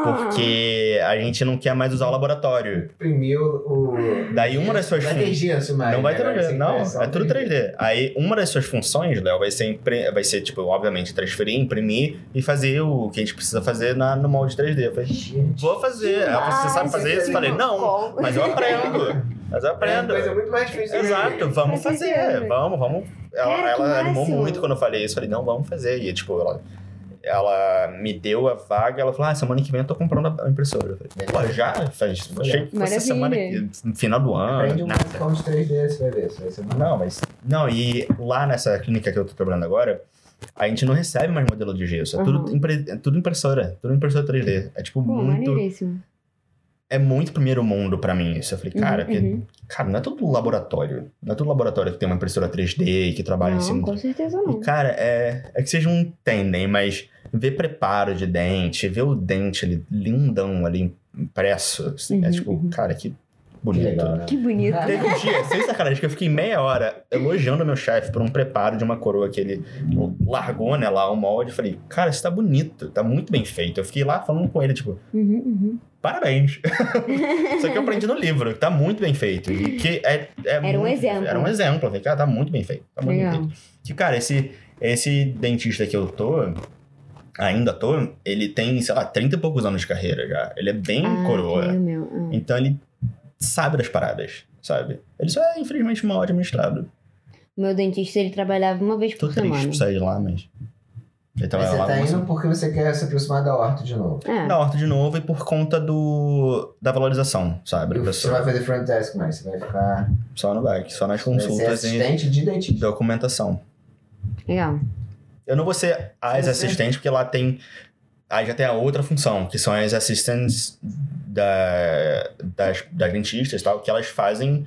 S3: Porque a gente não quer mais usar o laboratório.
S1: Imprimiu o.
S3: Daí uma das suas
S1: Vai ter
S3: funções.
S1: gesso, mas.
S3: Não vai
S1: né?
S3: ter problema,
S1: ser
S3: não.
S1: impressão
S3: É tudo 3D. Aí uma das suas funções, Léo, vai ser, impre- vai ser, tipo, obviamente, transferir, imprimir e fazer o que a gente precisa fazer na- no molde 3D. Eu falei,
S1: Gente,
S3: vou fazer. Ela falou, você
S2: Ah,
S3: sabe
S1: isso
S3: fazer
S1: é
S3: isso? Eu falei, não,
S2: Bom.
S3: mas eu aprendo. Mas eu
S1: É uma
S3: aprendo.
S1: coisa muito mais difícil. né?
S3: Exato,
S2: Com
S3: vamos fazer,
S2: certeza.
S3: vamos, vamos. Ela,
S2: Cara, que
S3: ela animou
S2: máximo.
S3: muito quando eu falei isso, falei, não, vamos fazer. E tipo, ela, ela me deu a vaga, ela falou, ah, semana que vem eu tô comprando a impressora. Eu falei, pô, já? Faz, achei que fosse
S2: Maravilha.
S3: semana que, final do
S1: Aprende
S3: ano,
S1: um
S3: nada.
S1: com os 3D, você vai ver. Isso vai ser muito
S3: Não, mas. Não, e lá nessa clínica que eu tô trabalhando agora, a gente não recebe mais modelo de gesso. É tudo,
S2: Aham.
S3: impre- é tudo impressora, tudo impressora 3D. É tipo
S2: Pô,
S3: muito.
S2: maneiríssimo.
S3: É muito primeiro mundo pra mim isso. Eu falei, cara,
S2: Uhum,
S3: porque
S2: uhum.
S3: Cara, não é todo laboratório. Não é todo laboratório que tem uma impressora 3D e que trabalha em
S2: Não,
S3: cima.
S2: com certeza não.
S3: E, cara, é, é que vocês não entendem, mas ver preparo de dente, ver o dente ali, lindão ali impresso, assim, é
S2: Uhum,
S3: tipo,
S2: uhum.
S3: cara, que
S1: Que
S3: bonito.
S1: legal, né?
S2: Que bonito.
S1: Ah.
S3: Teve um dia, sem sacanagem, que eu fiquei meia hora elogiando meu chefe por um preparo de uma coroa que ele largou, né, lá, um molde. Eu falei, cara, isso tá bonito, tá muito bem feito. Eu fiquei lá falando com ele, tipo,
S2: Uhum, uhum.
S3: parabéns. Isso aqui eu aprendi no livro, que tá muito bem feito. E que é, é
S2: um
S3: muito-
S2: exemplo.
S3: Era um exemplo. Eu falei, cara, tá muito bem feito. Tá muito bem
S2: Legal.
S3: feito. Que, cara, esse, esse dentista que eu tô, ainda tô, ele tem, sei lá, 30 e poucos anos de carreira já. Ele é bem
S2: Ah,
S3: coroa.
S2: que meu. Ah.
S3: Então ele sabe das paradas, sabe? Ele só é, infelizmente, mal administrado.
S2: Meu dentista, ele trabalhava uma vez
S3: Tô
S2: por
S3: triste
S2: semana.
S3: por sair de lá, mas.
S1: Mas
S3: Ele trabalha
S1: você
S3: Então é lá
S1: tá
S3: uma
S1: indo porque você quer se aproximar da horta de novo.
S2: É.
S3: na horta de novo e por conta do da valorização, sabe? da
S1: Você
S3: pessoa.
S1: não vai fazer front desk mais, você vai ficar.
S3: Só no back, só nas
S1: Vai ser
S3: consultas e
S1: é assistente de dentista.
S3: documentação.
S2: Legal.
S3: Eu não vou ser as
S1: Você-
S3: assistentes, porque lá tem. Aí já tem a outra função, que são as assistentes da, das, das dentistas e tal, que elas fazem.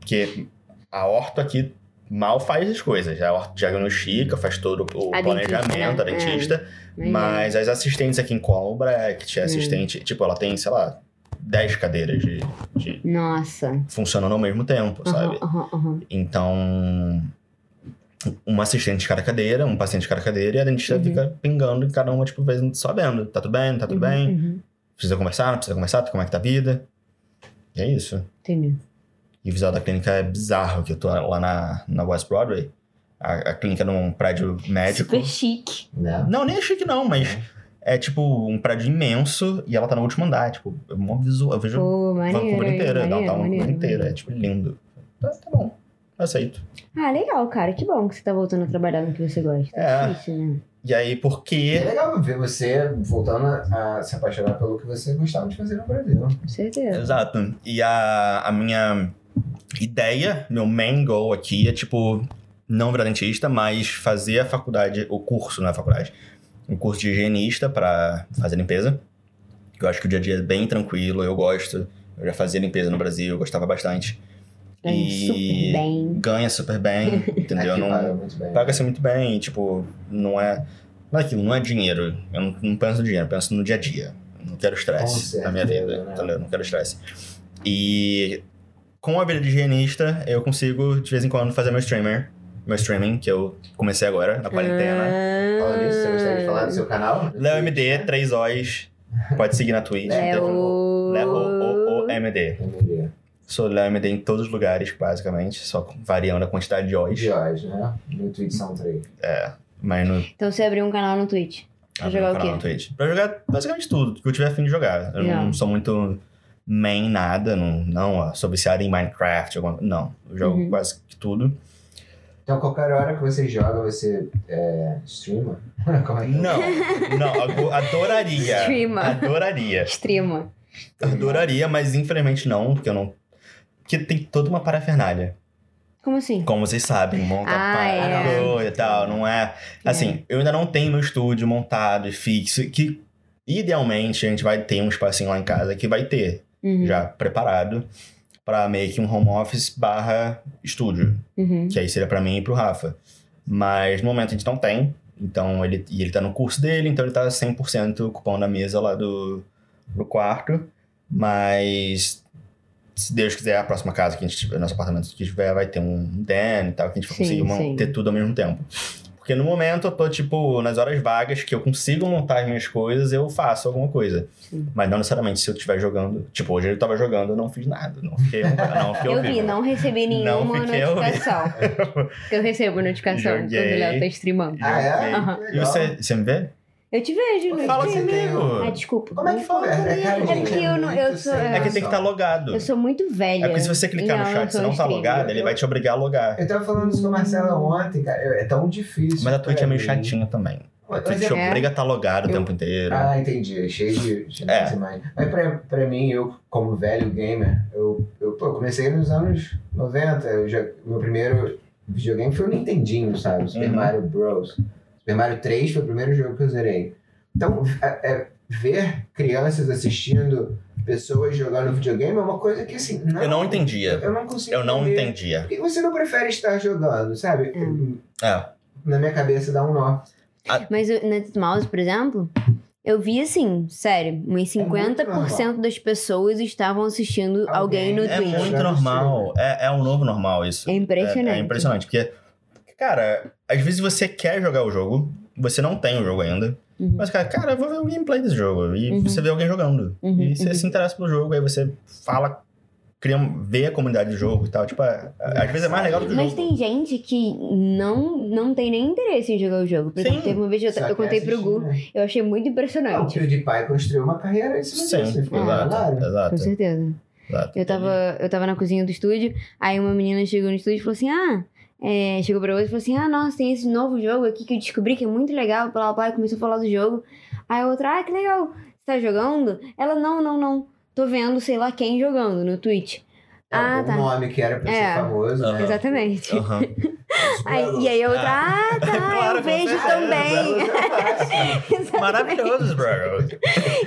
S3: Porque a horta aqui mal faz as coisas. A horta diagnostica, faz todo o
S2: A dentista,
S3: planejamento, a
S2: né?
S3: dentista.
S2: Legal.
S3: Mas as assistentes aqui em Colom
S2: Hum.
S3: Bracket, a assistente, tipo, ela tem, sei lá, 10 cadeiras de, de
S2: Nossa.
S3: funcionando ao mesmo tempo, sabe?
S2: Aham, aham, aham.
S3: Então, uma assistente de cada cadeira, um paciente de cada cadeira, e a dentista
S2: Uhum.
S3: fica pingando e cada uma, tipo, vez- só vendo. Tá tudo bem, tá tudo
S2: Uhum,
S3: bem.
S2: uhum.
S3: Precisa conversar, não precisa conversar, como é que tá a vida. E é isso.
S2: Entendi.
S3: E o visual da clínica é bizarro, que eu tô lá na, na West Broadway. A, a clínica é num prédio médico.
S2: Super chique.
S1: Não.
S3: Não, nem é chique não, mas é tipo um prédio imenso e ela tá no último andar. Tipo, é mó visual. Eu vejo
S2: Pô, maneiro.
S3: Vancouver
S2: hein?
S3: inteira,
S2: Maneiro,
S3: downtown Vancouver
S2: maneiro.
S3: inteira. É tipo lindo. Tá, tá bom, aceito.
S2: Ah, legal, cara. Que bom que você tá voltando a trabalhar no que você gosta.
S3: É.
S2: Difícil, né?
S3: E aí, porque
S1: É legal ver você voltando a se apaixonar pelo que você gostava de fazer no Brasil.
S2: Com certeza.
S3: Exato. E a, a minha ideia, meu main goal aqui é, tipo, não virar dentista, mas fazer a faculdade, o curso na faculdade. Um curso de higienista pra fazer limpeza. que Eu acho que o dia a dia é bem tranquilo, eu gosto. Eu já fazia limpeza no Brasil, eu gostava bastante.
S2: Ganha
S3: E-
S2: Tá super bem.
S3: Ganha super bem, entendeu?
S1: Aqui
S3: Não-
S1: paga muito bem.
S3: paga-se muito bem, tipo, não é. Não é aquilo, não é dinheiro. Eu não, não penso no dinheiro, eu penso no dia a dia. Não quero
S1: Com
S3: estresse
S1: certeza,
S3: na minha vida,
S1: né?
S3: entendeu? Não quero estresse. E com a vida de higienista, eu consigo, de vez em quando, fazer meu streamer. Meu streaming, que eu comecei agora, na quarentena.
S2: Ah.
S1: Falando nisso, você gostaria de falar do seu canal?
S3: Léo MD, 3 O's. Pode seguir na Twitch.
S2: É o...
S3: um Léo O- O- O- MD.
S1: MD.
S3: Sou Léo MD em todos os lugares, basicamente. Só variando a quantidade de O's.
S1: Jorge, né? No Twitch são três.
S3: Mas no
S2: Então você abriu um canal no Twitch. Pra jogar
S3: meu
S2: o
S3: canal
S2: quê?
S3: no Twitch. Pra jogar basicamente tudo que eu tiver afim de jogar. Eu não
S2: Legal.
S3: sou muito main nada, não, não ó, sou viciado em Minecraft. alguma- Não, eu jogo
S2: Uhum.
S3: quase que tudo.
S1: Então, qualquer hora que você joga, você é, streama? Como é que é?
S3: Não, não, eu adoraria.
S2: Streama.
S3: Adoraria.
S2: Extrema.
S3: Adoraria, mas infelizmente não, porque eu não. Porque tem toda uma parafernália.
S2: Como assim?
S3: Como vocês sabem, monta
S2: Ah, é.
S3: parador e tal, não é? Assim, eu ainda não tenho meu estúdio montado e fixo, que idealmente a gente vai ter um espacinho lá em casa que vai ter.
S2: Uhum.
S3: já preparado pra meio que um home office barra estúdio,
S2: Uhum.
S3: que aí seria pra mim e pro Rafa. Mas no momento a gente não tem, então ele e ele tá no curso dele, então ele tá 100% ocupando a mesa lá do, do quarto, mas se Deus quiser, a próxima casa que a gente tiver, nosso apartamento que tiver, vai ter um den e tal, que a gente vai
S2: Sim,
S3: conseguir
S2: sim.
S3: mon- ter tudo ao mesmo tempo. Porque no momento eu tô, tipo, nas horas vagas que eu consigo montar as minhas coisas, eu faço alguma coisa.
S2: Sim.
S3: Mas não necessariamente se eu estiver jogando. Tipo, hoje eu tava jogando, eu não fiz nada. Não fiquei, não fiquei
S2: Eu
S3: ouvindo.
S2: vi, não recebi nenhuma
S3: né? Não fiquei ouvindo.
S2: notificação. eu recebo notificação quando
S3: Joguei.
S2: o Léo tá streamando.
S1: Ah, é?
S3: Joguei.
S2: Aham.
S3: E você, você me vê?
S2: Eu te vejo no
S3: Fala
S2: stream.
S3: comigo.
S2: Ah, desculpa.
S1: Como é que fala? É, cara,
S2: É
S1: gente,
S2: porque eu não- eu
S1: muito
S2: sou-
S1: sem
S2: é.
S3: É que tem que estar
S1: noção.
S3: logado.
S2: Eu sou muito velha.
S3: É porque se você clicar
S2: Não, então
S3: no
S2: eu
S3: chat e você
S2: sou
S3: não tá
S2: streamer.
S3: logado, ele vai te obrigar a logar.
S1: Eu tava falando isso com a Marcela ontem, cara. eu- É tão difícil.
S3: Mas a Twitch é meio
S1: pra mim.
S3: chatinha também. A
S1: Mas
S3: Twitch
S1: é-
S3: te obriga a estar logado o
S1: Eu-
S3: tempo inteiro.
S1: Ah, entendi. Cheio de, cheio
S3: né? É.
S1: de imagens. Mas pra, pra mim, eu, como velho gamer, eu, eu pô, eu comecei nos anos 90. eu já- meu primeiro videogame foi o Nintendinho, sabe? Super
S3: Uhum.
S1: Mario Bros. Super Mario 3 foi o primeiro jogo que eu zerei. Então, é- é- ver crianças assistindo pessoas jogando videogame é uma coisa que, assim... Não,
S3: Eu não entendia.
S1: Eu não consigo
S3: Eu não
S1: entender.
S3: entendia.
S1: Por que você não prefere estar jogando, sabe?
S2: Hum.
S3: É.
S1: Na minha cabeça dá um nó.
S2: Mas o Netmouse, por exemplo, eu vi assim, sério, uns
S1: É muito
S2: 50% das pessoas estavam assistindo alguém,
S1: Alguém.
S2: no
S1: É
S3: É
S2: Twitch.
S1: muito
S3: muito normal.
S1: normal.
S3: É, é um novo normal isso.
S2: É impressionante.
S3: É, é impressionante, porque, cara, às vezes você quer jogar o jogo, você não tem o jogo ainda,
S2: Uhum.
S3: mas, cara, cara, eu vou ver o gameplay desse jogo. E
S2: Uhum.
S3: você vê alguém jogando.
S2: Uhum,
S3: e você
S2: uhum.
S3: se interessa pelo jogo, aí você fala, cria, um- vê a comunidade do jogo e tal. Tipo, é- às vezes é mais legal do que o
S2: Mas
S3: jogo.
S2: tem gente que não, não tem nem interesse em jogar o jogo. Por exemplo,
S3: Sim.
S2: teve uma vez que eu,
S1: Só
S2: ta-
S1: quer
S2: eu contei pro
S1: assistir,
S2: Gu,
S1: né?
S2: eu achei muito
S1: Ah, o
S2: impressionante.
S1: PewDiePie construiu uma carreira em
S3: Sim,
S1: cima disso. ele ficou
S3: exato,
S1: milionário.
S2: Com
S3: exato,
S2: certeza.
S3: exato.
S2: Eu tava, eu tava na cozinha do estúdio, aí uma menina chegou no estúdio e falou assim: Ah, é, chegou pra outra e falou assim: Ah, nossa, tem esse novo jogo aqui que eu descobri que é muito legal, blá blá blá, e começou a falar do jogo. Aí a outra, ah, que legal, você tá jogando? Ela, não, não, não. Tô vendo, sei lá quem jogando no
S3: É
S2: Twitch. Ah,
S1: o
S2: tá.
S1: nome que era pra
S2: É.
S1: ser famoso.
S3: Aham.
S2: Exatamente.
S3: Aham.
S2: Aí- e aí a outra, ah, tá,
S3: É Claro,
S2: eu
S3: com
S2: vejo
S3: certeza.
S2: também.
S1: é
S3: Maravilhosos, bro.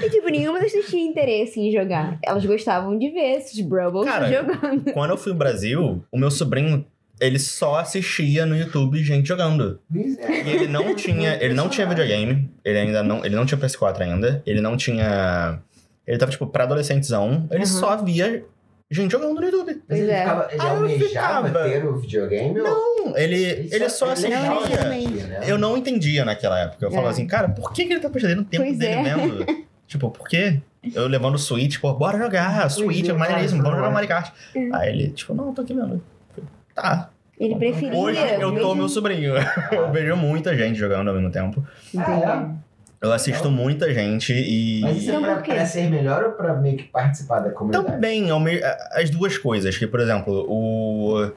S2: E tipo, nenhuma das duas tinha interesse em jogar. Elas gostavam de ver esses Brubbles
S3: Cara,
S2: jogando.
S3: Quando eu fui no Brasil, o meu sobrinho, ele só assistia no YouTube gente jogando. E ele não tinha, ele não tinha videogame, ele ainda não, ele não tinha PS4 ainda, ele não tinha, ele tava tipo pra adolescentezão, ele
S2: Uhum.
S3: só via gente jogando no YouTube.
S1: Mas ele
S2: Pois é.
S1: ficava, ele
S3: Ah, eu
S1: almejava
S3: ficava.
S1: ter o videogame? ou é
S3: Não, ele, ele só
S2: ele não
S3: assistia.
S2: assistia,
S1: né?
S3: Eu não entendia naquela época. Eu falava
S2: É.
S3: assim, cara, por que, que ele tá perdendo o tempo
S2: Pois
S3: dele
S2: é.
S3: vendo? tipo, por quê? Eu levando o Switch, pô, bora jogar, Switch é
S1: Deus,
S3: maneiríssimo,
S1: cara,
S3: bora
S1: bora.
S3: jogar Mario Kart.
S2: É.
S3: Aí ele, tipo, não, tô aqui vendo. Tá.
S2: Ele preferia.
S3: Hoje eu tô
S2: vejo-
S3: meu sobrinho. Eu vejo muita gente jogando ao mesmo tempo.
S2: Entendi.
S1: Ah,
S3: Eu assisto muita gente e.
S1: Mas isso
S2: Então,
S1: é pra,
S2: por quê?
S1: pra ser melhor ou pra meio que participar da comunidade?
S3: Também, ao meio- a- as duas coisas. Que, por exemplo, o.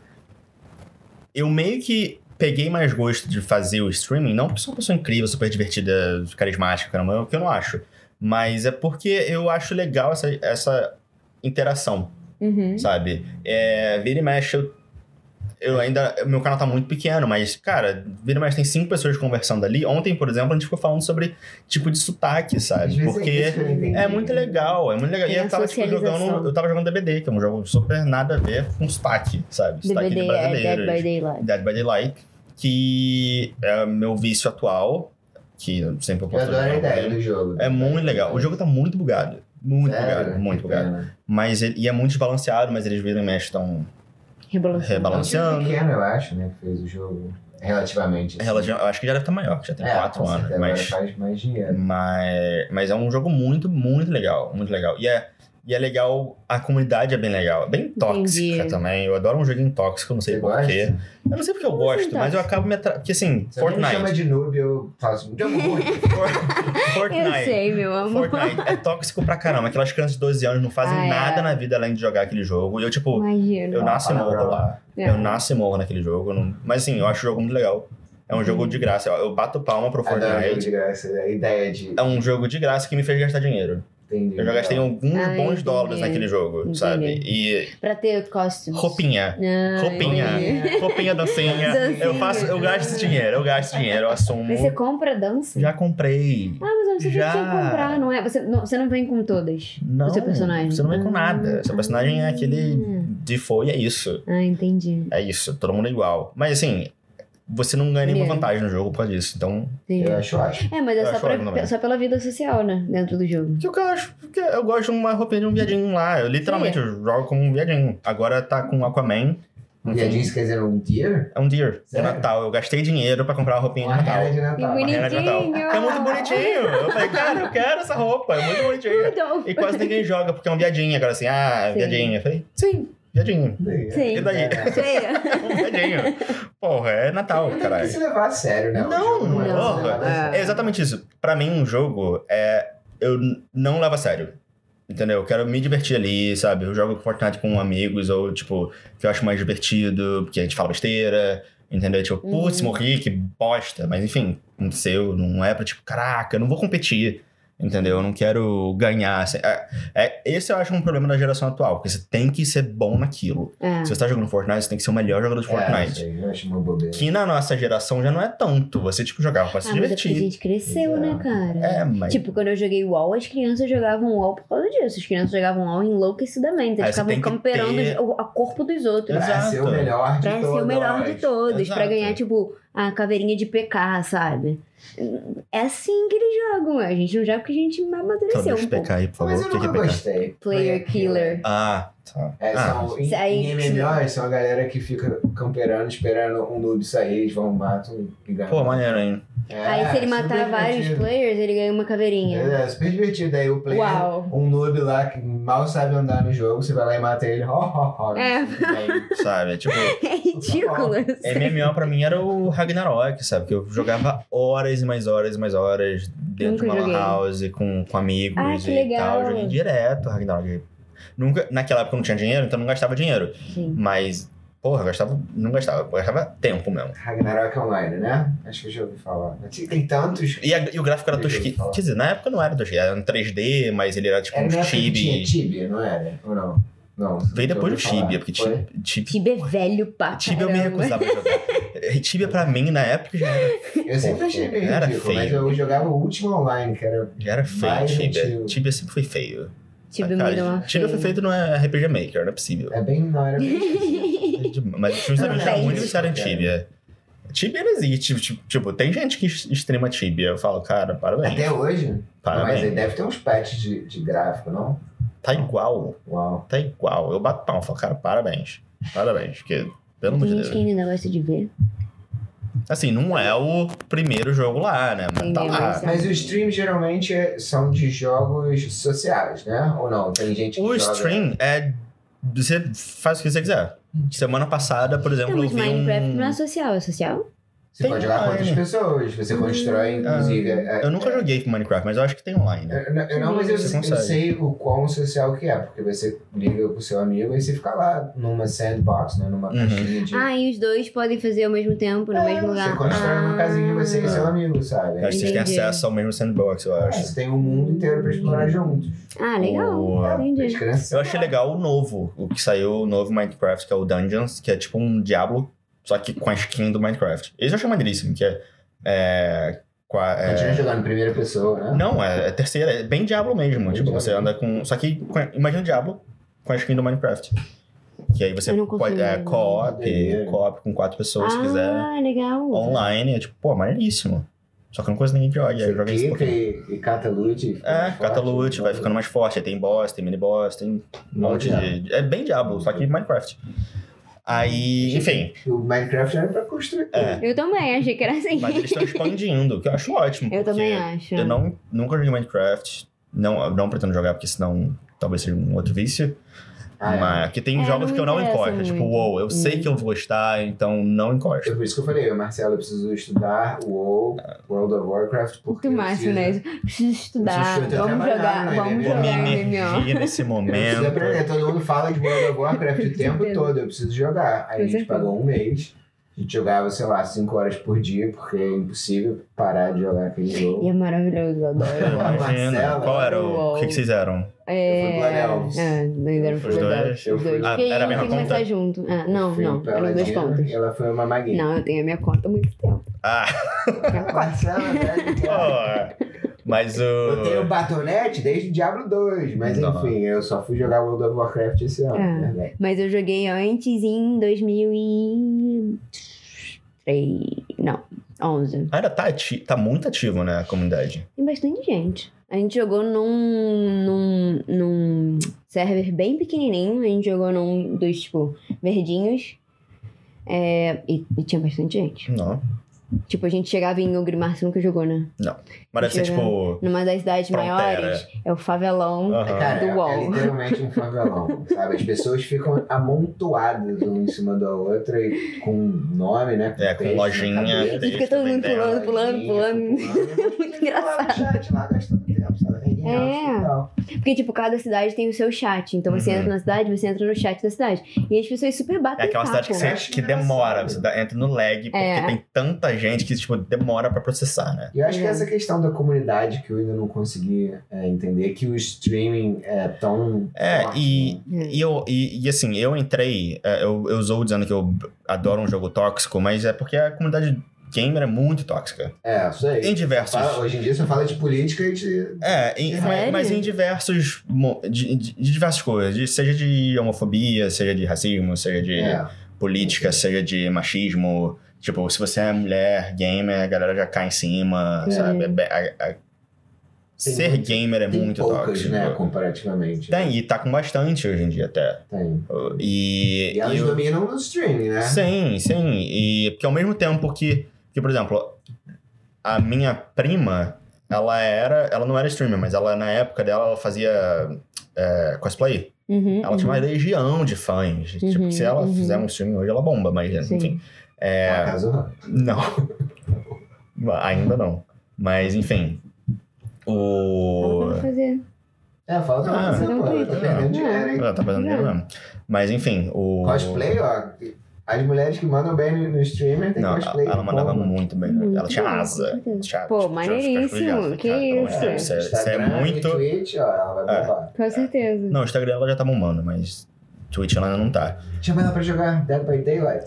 S3: Eu meio que peguei mais gosto de fazer o streaming, não porque sou uma pessoa incrível, super divertida, carismática, caramba, é o que eu não acho. Mas é porque eu acho legal essa, essa interação,
S2: Uhum.
S3: sabe? É, vira e mexe, eu, eu ainda. Meu canal tá muito pequeno, mas, cara, vira e mexe tem cinco pessoas conversando ali. Ontem, por exemplo, a gente ficou falando sobre tipo de sotaque,
S1: Às
S3: sabe?
S1: vezes é
S3: Porque.
S1: isso que eu não entendi.
S3: É muito legal, é muito legal. E
S2: Tem a
S3: eu tava, tipo,
S2: socialização.
S3: jogando, eu tava jogando DBD, que é um jogo super nada a ver com sotaque, sabe? Sotaque
S2: DVD
S3: tá de
S2: é Dead
S3: brasileiro.
S2: by Daylight.
S3: Dead by Daylight, que é meu vício atual. que eu sempre
S1: Eu
S3: posso
S1: adoro a
S3: jogar
S1: ideia né?
S3: com
S1: do
S3: ele.
S1: jogo.
S3: É muito legal. O jogo tá muito bugado. Muito
S1: Sério?
S3: bugado, muito
S1: Que
S3: bugado.
S1: pena.
S3: Mas ele, e é muito desbalanceado, mas eles viram e mexem estão
S2: Rebalançando.
S1: Foi
S3: rebalanceando.
S1: pequeno, eu acho, né? Que fez o jogo relativamente. assim.
S3: Relativa- Eu acho que já deve estar maior, que já tem
S1: É,
S3: quatro
S1: com
S3: anos.
S1: certeza,
S3: Mas,
S1: Agora faz mais dinheiro.
S3: mas, mas é um jogo muito, muito legal. Muito legal. E é, e é legal, a comunidade é bem legal. Bem tóxica
S2: Entendi.
S3: também. Eu adoro um joguinho tóxico, não sei
S1: Você
S3: porquê.
S1: gosta?
S3: Eu não sei porque eu
S2: Como assim
S3: gosto, mas eu
S2: tóxico?
S3: acabo me atrapalhando. Porque assim,
S1: Se alguém me
S3: Fortnite.
S1: chama de noob, eu faço um jogo ruim.
S2: Eu
S3: Fortnite.
S2: sei, meu amor.
S3: Fortnite é tóxico pra caramba. Aquelas crianças de 12 anos não fazem
S2: Ah, é.
S3: nada na vida além de jogar aquele jogo. E eu, tipo,
S2: Imagino.
S3: eu nasço e morro
S1: palavrão.
S3: lá.
S2: É.
S3: Eu nasço e morro naquele jogo. eu não- Mas assim, eu acho o jogo muito legal. É um
S2: Uhum.
S3: jogo de graça. Eu eu bato palma pro
S1: Adoro jogo
S3: Fortnite.
S1: de graça. A ideia de.
S3: É um jogo de graça que me fez gastar dinheiro.
S1: Entendi.
S3: Eu já gastei alguns
S2: Ah,
S3: bons
S2: entendi.
S3: dólares naquele jogo,
S2: Entendi.
S3: sabe? E
S2: Pra ter costumes.
S3: roupinha.
S2: Ah,
S3: Roupinha.
S2: entendi.
S3: Roupinha, dancinha.
S2: Dancinha.
S3: Eu faço, eu gasto esse dinheiro, eu gasto esse dinheiro, eu assumo.
S2: Mas você compra dança?
S3: Já comprei.
S2: Ah, mas eu não sei o que
S3: Já.
S2: você tem que comprar, não é? Você não, você não vem com todas.
S3: Não,
S2: O seu é personagem.
S3: Você não vem com nada. Seu personagem é aquele
S2: Ah.
S3: de foi, é isso.
S2: Ah, entendi.
S3: É isso, todo mundo é igual. Mas assim, você não ganha nenhuma
S2: É.
S3: vantagem no jogo por causa disso. Então,
S2: entendi.
S1: Eu acho, acho.
S2: É, mas
S3: Eu
S2: é só,
S3: acho ótimo
S2: pra,
S3: também.
S2: só pela vida social, né? Dentro do jogo.
S3: o que eu acho? Porque eu gosto de uma roupinha de um viadinho lá. Eu literalmente eu jogo como um viadinho. Agora tá com Aquaman. Enfim,
S1: Viadinho, você quer dizer um tier?
S3: É um deer. É
S1: Sério?
S3: Natal. Eu gastei dinheiro pra comprar uma roupinha de
S1: Uma
S3: Natal.
S1: regra de
S2: Que
S1: Natal.
S3: Uma regra de Natal.
S2: bonitinho!
S3: É muito bonitinho. Eu falei, cara, eu quero essa roupa. É muito bonitinho.
S2: Então,
S3: E quase ninguém joga porque é um viadinho. Agora assim, ah,
S2: Sim.
S3: viadinho. Eu falei, sim, viadinho.
S2: Sim.
S3: E daí?
S2: feia.
S3: É um viadinho. Porra, é Natal,
S1: Não tem que
S3: caralho.
S1: se levar a sério, né? O
S3: Não,
S1: jogo é pra
S2: não.
S1: se levar a sério.
S3: É exatamente isso. Pra mim, um jogo é. Eu n- não levo a sério. Entendeu? Eu quero me divertir ali, sabe? Eu jogo Fortnite com amigos, ou, tipo, que eu acho mais divertido, porque a gente fala besteira, entendeu? Tipo, putz,
S2: Uhum.
S3: morri, que bosta. Mas enfim, aconteceu. Não é pra, tipo, caraca, eu não vou competir. Entendeu? Eu não quero ganhar. assim. É, é- esse eu acho um problema da geração atual, porque você tem que ser bom naquilo.
S2: É.
S3: Se você tá jogando Fortnite, você tem que ser o melhor jogador de
S1: É, não
S3: Fortnite.
S1: sei, eu acho uma bobeira.
S3: Que na nossa geração já não é tanto. Você, tipo, jogava pra se
S2: Ah, mas é porque a
S3: divertir.
S2: gente cresceu, né, cara?
S3: É, mas.
S2: Tipo, quando eu joguei UOL, as crianças jogavam UOL por causa disso. As crianças jogavam UOL enlouquecidamente.
S3: Aí
S2: Eles
S3: você
S2: ficavam
S3: tem que
S2: camperando
S3: ter-
S2: o a corpo dos outros.
S1: Pra
S3: Exato.
S1: ser o melhor de
S2: Pra ser o
S1: todos.
S2: melhor de todos, pra
S3: Exato.
S2: ganhar, tipo, a caveirinha de PK, sabe? É assim que eles jogam. A gente não joga porque a gente amadureceu
S3: Então, deixa
S2: um
S3: eu
S2: pouco.
S3: pecar aí, por favor.
S1: Mas
S3: O
S1: eu
S3: que que é
S1: nunca
S3: pecar?
S1: gostei.
S2: Player killer.
S3: Ah, tá.
S1: É,
S3: ah,
S1: são, em,
S2: Isso aí-
S1: em MMOs são a galera que fica camperando, esperando um noob sair, eles vão, matam e ganham.
S3: pô, maneiro, hein?
S1: É,
S2: Aí se ele
S1: super
S2: matar vários
S1: divertido.
S2: players, ele ganha uma caveirinha.
S1: É, super divertido. Aí o player,
S2: Uau.
S1: um noob lá que mal sabe andar no jogo, você vai lá e mata ele. Ho, ho, ho.
S2: É.
S1: Aí,
S3: Sabe? Tipo,
S2: É ridículo. isso.
S3: MMO pra mim era o Ragnarok, sabe? Que eu jogava horas e mais horas e mais horas dentro de
S2: Nunca
S3: uma lan
S2: joguei.
S3: house com, com amigos
S2: Ah,
S3: e
S2: que legal.
S3: tal. Eu joguei direto Ragnarok. Nunca, naquela época eu não tinha dinheiro, então eu não gastava dinheiro.
S2: Sim.
S3: Mas, porra, eu gastava. Não gastava, eu gastava tempo mesmo.
S1: Ragnarok Online, né? Acho que eu já ouvi falar. Tem tantos.
S3: E, a- e o gráfico era
S1: Eu já ouvi
S3: tosquinho.
S1: falar.
S3: Quer dizer, na época não era tosquinho, era um 3D, mas ele era tipo
S1: Era
S3: um
S1: na época que
S3: chibi.
S1: tinha Tibia, não era? Ou não? Não.
S3: Veio depois do
S1: do
S3: Tibia, porque
S1: Foi?
S3: Tibia, Tibia,
S2: Tibia é velho pra
S3: Tibia eu me
S2: caramba.
S3: recusava a jogar. Eh, Tibia pra mim, na época, já era,
S1: Eu sempre achei meio
S3: Era
S1: ridículo, mas
S3: feio.
S1: eu jogava o último online, que era.
S3: já era feio
S1: Mas,
S3: Tibia.
S1: tio.
S3: Tibia sempre foi feio.
S2: Tibia é
S3: Cara,
S2: me deu uma
S3: Tibia foi feito no RPG Maker, não é possível.
S1: É bem. Não, era bem.
S3: É demais. Mas os meus
S2: Não é
S3: amigos
S2: tem.
S3: eram muito viciados em Tibia. Tibia não existe. Tipo, tipo, tem gente que extrema Tibia. Eu falo, cara, parabéns.
S1: Até né? hoje? Mas
S3: Parabéns.
S1: aí deve ter uns patches de, de gráfico, não?
S3: Tá igual.
S1: Uau.
S3: Tá igual. Eu bato palma. eu Falo, cara, parabéns. Parabéns. Porque, pelo amor
S2: Tem
S3: de
S2: gente que
S3: Deus.
S2: ainda gosta de ver.
S3: Assim, não é o primeiro jogo lá, né? Mas tá
S2: Entendeu?
S3: lá.
S2: Mas-
S1: Mas os streams geralmente é- são de jogos sociais, né? Ou não? Tem gente que
S3: O
S1: joga...
S3: stream é. Você faz o que você quiser. Semana passada, por exemplo,
S2: Não,
S3: eu
S2: mas
S3: vi
S2: Minecraft
S3: um.
S2: não é social, é social?
S1: Você
S3: Tem
S1: pode jogar com outras
S3: online.
S1: pessoas, você constrói, inclusive... é-
S3: Eu nunca joguei com Minecraft, mas eu acho que tem online. né?
S1: Eu, não- eu não, mas eu,
S3: Você
S1: eu
S3: consegue.
S1: sei o quão social que é, porque você liga com o seu amigo e você fica lá numa sandbox, né? Numa
S3: Uhum.
S1: caixinha de... É,
S2: Ah, e os dois podem fazer ao mesmo tempo, no mesmo lugar.
S1: Você constrói uma
S2: Ah.
S1: casinha, você e
S3: Ah.
S1: seu amigo, sabe?
S3: Eu acho que vocês têm
S2: Entendi.
S3: acesso ao mesmo sandbox, eu
S1: É,
S3: acho.
S1: Você tem um mundo inteiro pra
S3: Uhum.
S1: explorar juntos.
S2: Ah, legal.
S3: Boa.
S1: As
S2: Entendi.
S1: crianças...
S3: Eu achei legal o novo, o que saiu, o novo Minecraft, que é o Dungeons, que é tipo um Diablo, só que com a skin do Minecraft. Esse eu achei maneiríssimo, que é. é, com a- é-
S1: Continua jogando em primeira pessoa, né?
S3: não, é, é terceira, é bem Diablo mesmo.
S1: Bem
S3: tipo,
S1: Diablo.
S3: você anda com. Só que com a- imagina o Diablo com a skin do Minecraft. Que aí você
S2: Eu não consigo
S3: pode. É,
S2: imaginar.
S3: co-op,
S1: Doideira.
S3: co-op com quatro pessoas se quiser.
S2: Ah, legal.
S3: online. É tipo, pô, maneiríssimo. Só que eu não conheço ninguém que jogue. Aí eu joguei esse
S1: clica
S3: Pokémon.
S1: e, e né? cata loot.
S3: É, Catalute, vai ficando mais forte. Aí tem boss, tem mini boss, tem um monte
S1: Diablo.
S3: de. É bem Diablo, só que Minecraft. Aí, enfim.
S1: O Minecraft era pra construir.
S3: É.
S2: Eu também, achei que era assim.
S3: Mas eles estão expandindo, que eu acho ótimo.
S2: Eu também
S3: porque
S2: acho.
S3: Eu não, nunca joguei Minecraft. Não, não pretendo jogar, porque senão talvez seja um outro vício.
S1: Ah, é.
S3: Mas aqui tem
S2: É,
S3: jogos
S2: não
S3: que eu não
S2: interessa
S3: encosto. Tipo,
S2: muito.
S3: wow, eu sei que eu vou gostar, então não encosto.
S1: É por isso que eu falei, eu, Marcelo, eu preciso estudar WoW, World of Warcraft, porque.
S2: Muito máximo, né?
S1: precisa,
S2: Preciso estudar,
S1: Preciso
S2: vamos
S1: trabalhar,
S2: jogar,
S1: né,
S2: vamos
S1: bebê?
S3: Pô, minha
S2: jogar MMO.
S3: energia
S1: Eu
S3: nesse
S1: preciso aprender.
S3: momento.
S1: Todo mundo fala de World of Warcraft o tempo
S2: Entendo.
S1: todo, eu preciso jogar. Aí
S2: Com
S1: a gente
S2: certeza.
S1: pagou um mês, a gente jogava, sei lá, 5 horas por dia, porque é impossível parar de jogar aquele jogo.
S2: E é maravilhoso, eu adoro.
S3: Eu imagino.
S1: Marcela.
S3: Qual era o. O que, que vocês eram?
S1: Eu fui pro Anel.
S2: É, nós éramos
S3: Os dois?
S1: Eu
S2: Os dois.
S1: fui-
S3: Ah,
S2: Porque
S3: era a
S2: eu
S3: mesma
S2: fui começar
S3: conta?
S2: junto. Ah, não,
S1: Fui
S2: não.
S1: pra
S2: Eram duas
S1: Ladino,
S2: contas.
S1: um Ela foi uma maguinha.
S2: Não, eu tenho a minha conta há muito tempo.
S3: Ah,
S2: Minha conta.
S1: Marcela, velho, cara.
S3: pô. Mas o.
S1: Eu tenho batonete desde Diablo 2, mas
S3: Não.
S1: enfim, eu só fui jogar World of Warcraft esse ano,
S2: Ah.
S1: né?
S2: Mas eu joguei antes em 2003. Não, 11.
S3: Ainda tá, ati- tá muito ativo, né, a comunidade.
S2: Tem bastante gente. A gente jogou num, num, num server bem pequenininho. A gente jogou num dos, tipo, verdinhos. É, e, e tinha bastante gente.
S3: Não.
S2: Tipo, a gente chegava em Ogrimar, você nunca jogou, né?
S3: Mas deve ser
S2: Chega.
S3: tipo.
S2: Numa das cidades
S3: Frontera. Ah.
S2: maiores, é o favelão
S3: Aham.
S1: Cara,
S2: do
S1: é, é
S2: UOL.
S1: literalmente um favelão, sabe? As pessoas ficam amontoadas uma em cima da outra e com nome, né?
S3: É, com
S1: texto na
S3: lojinha,
S1: cabeça,
S3: texto, né?
S2: Fica todo mundo pulando.
S3: vendendo.
S2: pulando, pulando. Muito engraçado.
S1: Lá no chat, lá gastando tempo, sabe? Hanging out
S2: É.
S1: e tal.
S2: Porque, tipo, cada cidade tem o seu chat. Então você
S3: Uhum.
S2: entra na cidade, você entra no chat da cidade. E as pessoas super
S3: É
S2: batem
S3: aquela
S2: papo.
S3: cidade que, você,
S1: Acho
S3: que
S1: engraçado.
S3: demora, você dá- entra no lag, porque
S2: É.
S3: tem tanta gente que, tipo, demora pra processar, né?
S1: E eu acho que
S2: É.
S1: essa questão da comunidade que eu ainda não consegui é, entender, que o streaming é tão.
S3: É,
S1: forte,
S3: e-
S1: né?
S3: E, eu, e, e, assim, eu entrei, é, eu, eu zoo dizendo que eu adoro um jogo tóxico, mas é porque a comunidade gamer é muito tóxica.
S1: É, isso aí.
S3: Em diversos.
S1: Fala- hoje em dia você fala de política e de.
S3: É, em- mas,
S2: Sério?
S3: mas em diversos. mo- De, de, de diversas coisas. de- seja de homofobia, seja de racismo, seja de.
S1: É.
S3: política, seja de machismo. Tipo, se você é mulher, gamer, a galera já cai em cima,
S2: É.
S3: sabe? É be- a- a- Ser
S1: muito-
S3: gamer é
S1: Tem
S3: muito
S1: poucas,
S3: tóxico.
S1: né? Comparativamente.
S3: Tem, e tá com bastante hoje em dia até.
S1: Tem.
S3: E,
S1: E elas
S3: eu-
S1: dominam no streaming,
S2: É?
S1: né?
S3: Sim, sim. E porque ao mesmo tempo que, que, por exemplo, a minha prima, ela era. Ela não era streamer, mas ela na época dela ela fazia é, cosplay.
S2: Uhum,
S3: Ela tinha uma legião de fãs. tipo,
S2: Uhum,
S3: se ela
S2: uhum.
S3: fizer um stream hoje, ela bomba, mas
S2: Sim.
S3: enfim. É,
S1: Ela casou.
S3: Não. Ainda não. Mas, enfim. O.
S2: Ela fazer.
S1: É, fala que
S3: Ah,
S1: ela casou,
S2: não
S1: pô. Ela
S2: acredito.
S1: tá perdendo
S2: Não.
S1: dinheiro, hein?
S3: Ela tá fazendo dinheiro mesmo. Mas, enfim, o.
S1: Cosplay, ó. As mulheres que mandam bem no, no streamer tem
S3: Não,
S1: cosplay.
S3: ela
S1: de
S3: mandava
S1: bomba.
S3: muito né? bem.
S2: Muito
S3: ela tinha
S2: bem,
S3: asa.
S2: com certeza.
S3: Tinha-
S2: Pô,
S3: tinha- tinha
S2: maneiríssimo,
S3: cosplay de asa.
S2: que
S3: Cara, pelo amor de
S2: isso?
S3: Deus, Isso é, isso é
S1: Instagram e
S3: muito.
S1: Twitch, ó, ela vai
S3: É.
S1: bombar.
S2: Com certeza.
S3: Não, o Instagram ela já tá bombando, mas Twitch ela ainda não tá.
S1: Chama ela pra jogar Dead by Daylight.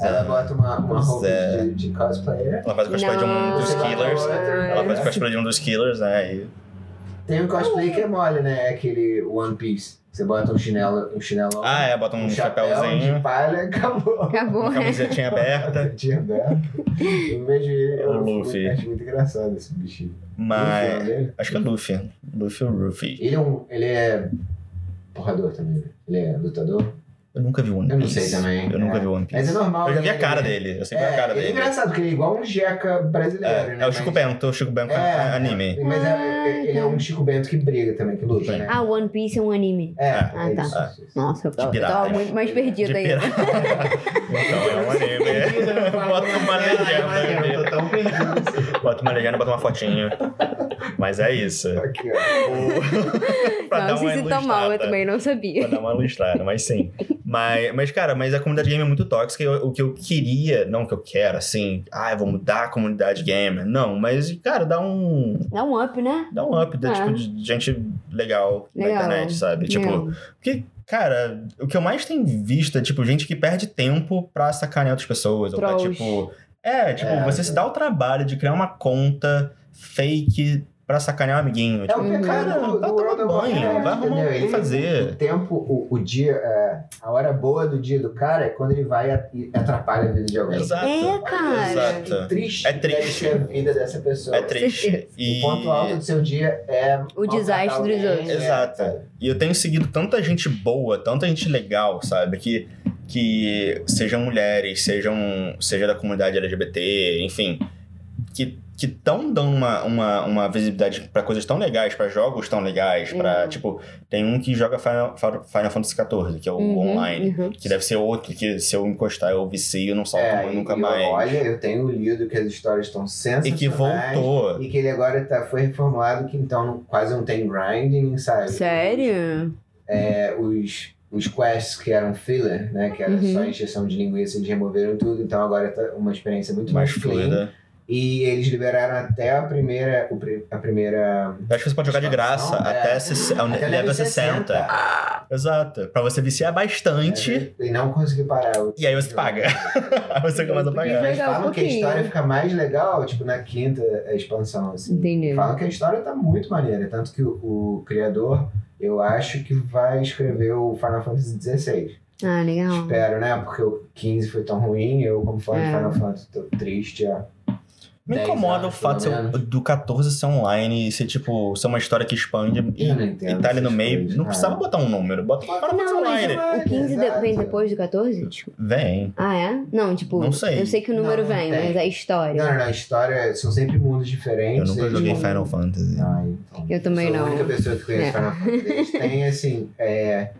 S1: Ela bota uma, uma
S3: É. Pois
S1: roupa
S3: é.
S1: de, de cosplayer.
S3: Ela faz o cosplay de um
S2: Não.
S3: dos killers. Ela faz o
S1: É.
S3: cosplay de um dos killers, né? E...
S1: Tem um cosplay que é mole, né? É aquele One Piece. Você bota um chinelo, um chinelo
S3: Ah, é, bota um,
S1: um chapéu de
S3: chapéuzinho,
S1: palha, acabou.
S2: Acabou.
S3: uma camisetinha aberta.
S1: Tinha aberto. Eu vejo ele.
S3: É o
S1: eu
S3: Luffy.
S1: acho muito engraçado esse bichinho. Luffy é o
S3: Mas.
S1: nome dele?
S3: Acho que é Luffy. Luffy ou Luffy?
S1: Ele é um. Ele é. Porrador também, né? Ele é lutador.
S3: Eu nunca vi One Piece.
S1: Eu não sei também,
S3: Eu nunca
S1: é.
S3: vi One Piece.
S1: Mas é normal.
S3: eu já vi
S1: né?
S3: a cara dele. Eu sei
S1: É,
S3: qual é a cara
S1: ele é
S3: dele.
S1: engraçado, porque ele é igual um jeca brasileiro,
S3: É,
S1: né?
S3: é o Chico
S1: Mas-
S3: Bento. O Chico Bento é,
S1: É,
S3: anime.
S1: Mas é-
S2: Ah,
S1: ele é um Chico Bento que briga também, que luta, né?
S2: Ah, One Piece é um anime.
S1: é,
S3: Ah,
S1: é
S2: tá.
S1: isso, isso, isso.
S2: Nossa, eu tava,
S3: pirata.
S2: tava muito mais
S3: De
S2: perdida aí.
S3: pirata. então, é um anime. bota uma né?
S1: Eu
S3: legenda.
S1: tô tão perdido.
S3: Bota uma legenda, bota uma fotinha. Mas é isso.
S1: Aqui, ó.
S3: O- pra
S2: Não,
S3: dar uma
S2: vocês se tão mal, eu
S3: ilustrada.
S2: também não sabia.
S3: Pra dar uma ilustrada, mas sim. Mas, mas, cara, mas a comunidade gamer é muito tóxica. e eu- o que eu queria, não o que eu quero, assim, ah, eu vou mudar a comunidade gamer. Não, mas, cara, dá um.
S2: Dá um up, né?
S3: dá um up, dá,
S2: É.
S3: tipo, de gente legal, na
S2: Legal.
S3: internet, sabe? Tipo,
S2: Não.
S3: porque, cara, o que eu mais tenho visto é, tipo, gente que perde tempo pra sacanear outras pessoas. Ou
S2: Trolls.
S3: pra, tipo. É, tipo,
S1: É,
S3: você se dá o trabalho de criar uma conta fake pra sacanear um amiguinho.
S1: É
S3: tipo,
S1: o pecado
S3: cara,
S1: do-
S3: vai
S1: do
S3: tomar
S1: World of
S3: banho,
S1: Warcraft,
S3: vai arrumar um
S1: entendeu?
S3: o que
S1: Ele- O
S3: fazer.
S1: tempo, o, o dia, é, a hora boa do dia do cara é quando ele vai a- e atrapalha a vida de alguém.
S3: Exato.
S2: É, cara.
S3: Exato.
S1: Triste.
S3: É triste.
S1: deve ser a vida dessa pessoa.
S3: É triste. E...
S1: O ponto alto do seu dia é.
S2: O desastre
S1: maltratar
S2: dos
S1: alguém,
S2: outros.
S1: é,
S3: Exato.
S1: sabe?
S3: E eu tenho seguido tanta gente boa, tanta gente legal, sabe? Que, que sejam mulheres, sejam seja da comunidade LGBT, enfim, que que tão dando uma, uma, uma visibilidade pra coisas tão legais, pra jogos tão legais, pra,
S2: Uhum.
S3: tipo, tem um que joga Final, Final Fantasy XIV, que é o
S2: Uhum,
S3: online,
S2: uhum.
S3: que deve ser outro que se eu encostar eu vicio, não solto
S1: É,
S3: nunca
S1: e eu-
S3: mais.
S1: Olha, eu tenho lido que as histórias estão
S3: E
S1: sensacionais.
S3: que voltou.
S1: E que ele agora tá, foi reformulado, que então não- quase não tem grinding, sabe?
S2: Sério?
S1: É, os, os quests que eram filler, né? Que era
S2: Uhum.
S1: só encheção de linguiça, eles removeram tudo, então agora tá uma experiência muito
S3: Mais
S1: mais, clean.
S3: fluida.
S1: E eles liberaram até a primeira. o pri- A primeira.
S3: Eu acho que você pode jogar de graça
S1: Expansão, é.
S3: até, se, ao
S1: até
S3: level 60. Exato. Pra você viciar bastante.
S1: E não consegui parar. o
S3: E aí você
S1: jogo.
S3: paga. aí você começa a
S2: Vai
S3: pagar.
S1: Mas
S2: jogar um
S1: falam que a
S2: pouquinho.
S1: história fica mais legal, tipo, na quinta é, expansão, assim.
S2: Entendeu?
S1: Falam que a história tá muito maneira, tanto que o, o criador, eu acho que vai escrever o Final Fantasy XVI.
S2: Ah, legal.
S1: Espero, né? Porque o 15 foi tão ruim, eu, como fã de
S2: É.
S1: Final Fantasy, tô triste. ó.
S3: Me
S1: 10
S3: incomoda o
S1: anos,
S3: fato
S1: pelo
S3: seu-
S1: menos.
S3: do 14 ser online e ser tipo, ser uma história que expande
S1: Eu não
S3: e,
S1: entendo
S3: e tá ali no
S1: é essas
S3: meio.
S1: coisas, é.
S3: não
S1: cara.
S3: precisava botar um número, bota Final Fantasy
S2: Não, mas
S3: online.
S1: online.
S2: o 15 de-
S1: Exato.
S2: vem depois do 14? Desculpa.
S3: Vem.
S2: Ah, é? Não, tipo,
S3: Não sei.
S2: eu sei que o número
S1: Não,
S2: vem,
S1: tem.
S2: mas é a
S1: Não,
S2: história.
S1: não, não, a história são sempre mundos
S3: Eu
S1: diferentes.
S3: nunca
S1: eles
S3: joguei
S1: vão-
S3: Final Fantasy.
S1: Ah, então.
S2: Eu também
S1: Sou
S2: não.
S1: A única pessoa que conhece
S2: É.
S1: Final Fantasy. Eles têm, assim, é,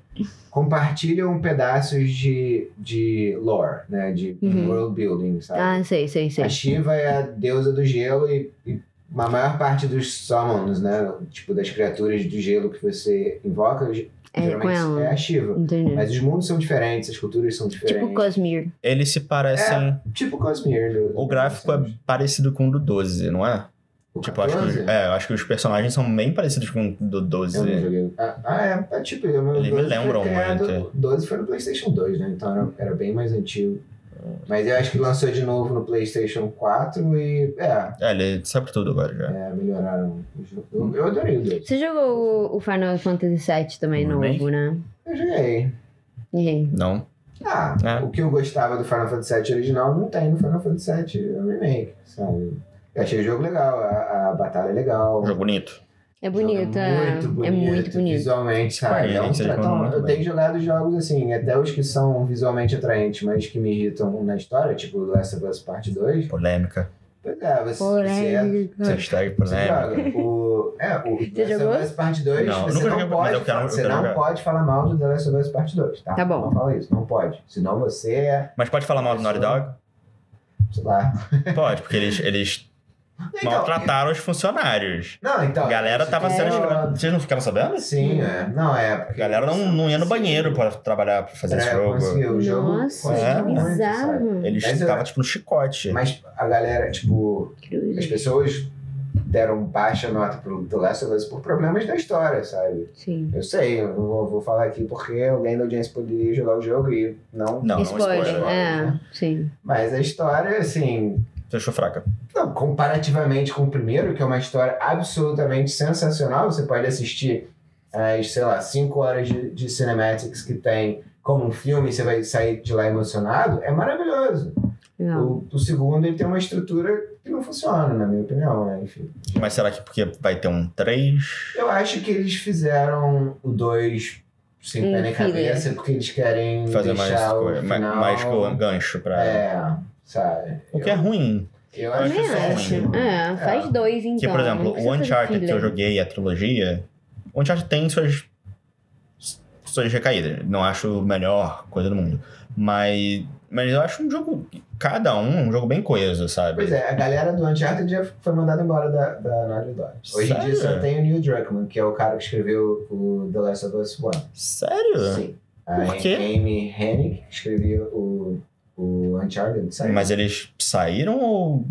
S1: compartilham pedaços de, de lore, né? De
S2: Uhum.
S1: world building, sabe?
S2: Ah, sei, sei, sei.
S1: A Shiva é a deusa do gelo e, e a maior parte dos summons, né? Tipo, das criaturas do gelo que você invoca, ge-
S2: É com
S1: geralmente é
S2: ela.
S1: a Shiva.
S2: Entendeu?
S1: Mas os mundos são diferentes, as culturas são
S2: Tipo
S1: diferentes.
S2: Cosmere.
S3: Eles se parecem.
S1: Tipo Cosmere. do-
S3: O gráfico é parecido com o do 12, não é?
S1: O
S3: Tipo, eu acho que,
S1: 14?
S3: os- é, eu acho que os personagens são bem parecidos com o do
S1: Eu não
S3: 12.
S1: joguei. Ah, ah, é, é tipo, o meu
S3: Eles me
S1: 12 foi
S3: lembram
S1: criado-
S3: muito. é.
S1: 12 foi no PlayStation 2, né? Então era, era bem mais antigo. Mas eu acho que lançou de novo no PlayStation 4 e. É,
S3: É, ele sabe tudo agora já.
S1: é, melhoraram o jogo. Eu- Eu adorei o 2.
S2: Você jogou o- o Final Fantasy VII também
S3: O
S2: novo,
S3: remake?
S2: né?
S1: Eu joguei.
S2: E aí?
S3: Não?
S1: Ah,
S3: É.
S1: o que eu gostava do Final Fantasy VII original não tem no Final Fantasy VII Remake, sabe? Eu achei o jogo legal, a, a batalha é legal.
S3: Um jogo bonito.
S2: É
S1: O jogo
S2: bonito, é.
S1: muito
S2: É muito bonito.
S1: Visualmente, sabe?
S3: Square
S1: É um
S3: Enix, eles
S1: tratão-
S3: mandam muito
S1: eu
S3: bem.
S1: tenho jogado jogos assim, até os que são visualmente atraentes, mas que me irritam na história, tipo Last of Us Part 2.
S3: Polêmica.
S1: Pois é, você, você, é-
S2: Polêmica.
S3: Hashtag
S1: você
S3: polêmica.
S1: joga. O, é, o The Last
S2: jogou?
S1: of Us Part 2,
S3: Não, eu
S1: você
S3: nunca
S1: não
S3: joguei, mas
S1: pode,
S3: eu quero- eu
S1: você
S3: quero
S1: não
S3: jogar.
S1: pode falar mal do The Last of Us Part 2, tá?
S2: Tá bom.
S1: Não fala isso, não pode. Senão você, é,
S3: Mas pode falar mal do Naughty Dog?
S1: sei lá...
S3: Pode, porque eles, eles
S1: Então,
S3: maltrataram os funcionários.
S1: Não, então.
S3: A galera tava
S2: É.
S3: sendo escrava. Vocês não ficaram sabendo?
S1: Sim, é. Não, é.
S3: A
S1: Porque assim,
S3: galera não, não ia no banheiro pra trabalhar, pra fazer esse
S1: É,
S3: jogo.
S1: conseguiu, o jogo.
S2: Nossa,
S1: conseguiu
S3: é.
S2: que
S1: muito, sabe?
S2: bizarro.
S3: Eles
S1: Mas é-
S3: estavam, tipo, no chicote.
S1: Mas a galera, tipo, as
S2: Cruzes.
S1: pessoas deram baixa nota pro The Last of Us por problemas da história, sabe?
S2: Sim.
S1: Eu sei, eu não vou, vou falar aqui porque alguém da audiência poderia jogar o jogo e não.
S3: Não, não
S2: É spoiler.
S3: spoiler.
S2: É,
S1: né?
S2: sim.
S1: Mas a história, assim.
S3: Você achou fraca.
S1: Não, comparativamente com o primeiro, que é uma história absolutamente sensacional, você pode assistir as, sei lá, 5 horas de, de cinematics que tem como um filme, você vai sair de lá emocionado, é maravilhoso.
S2: Legal.
S1: O, o segundo, ele tem uma estrutura que não funciona, na minha opinião, né? Enfim.
S3: Mas será que porque vai ter um 3?
S1: Eu acho que eles fizeram o 2 sem
S2: Um
S1: pé nem
S2: filler.
S1: cabeça, porque eles querem
S3: Fazer mais,
S1: deixar o
S3: coisa, ma-
S1: final...
S3: mais co- gancho pra...
S1: É, sabe?
S3: O que é ruim. né?
S1: Eu
S3: Eu
S1: acho
S3: acho
S2: Também
S1: que um
S3: só
S2: acho.
S3: ruim.
S2: É, faz dois então.
S3: Que, por exemplo,
S2: não
S3: o
S2: precisa fazer
S3: Uncharted que eu
S2: filler.
S3: joguei, a trilogia... O Uncharted tem suas... Suas recaídas. Não acho a melhor coisa do mundo. Mas... Mas eu acho um jogo... Cada um, um jogo bem coeso, sabe?
S1: Pois é, a galera do Uncharted já foi mandada embora da, da Naughty Dog. Hoje em dia
S3: Sério?
S1: só tem o Neil Druckmann, que é o cara que escreveu o The Last of Us 1.
S3: Sério?
S1: Sim. A
S3: é. Por quê?
S1: Amy Hennig que escreveu o, o Uncharted, sabe?
S3: Mas eles saíram ou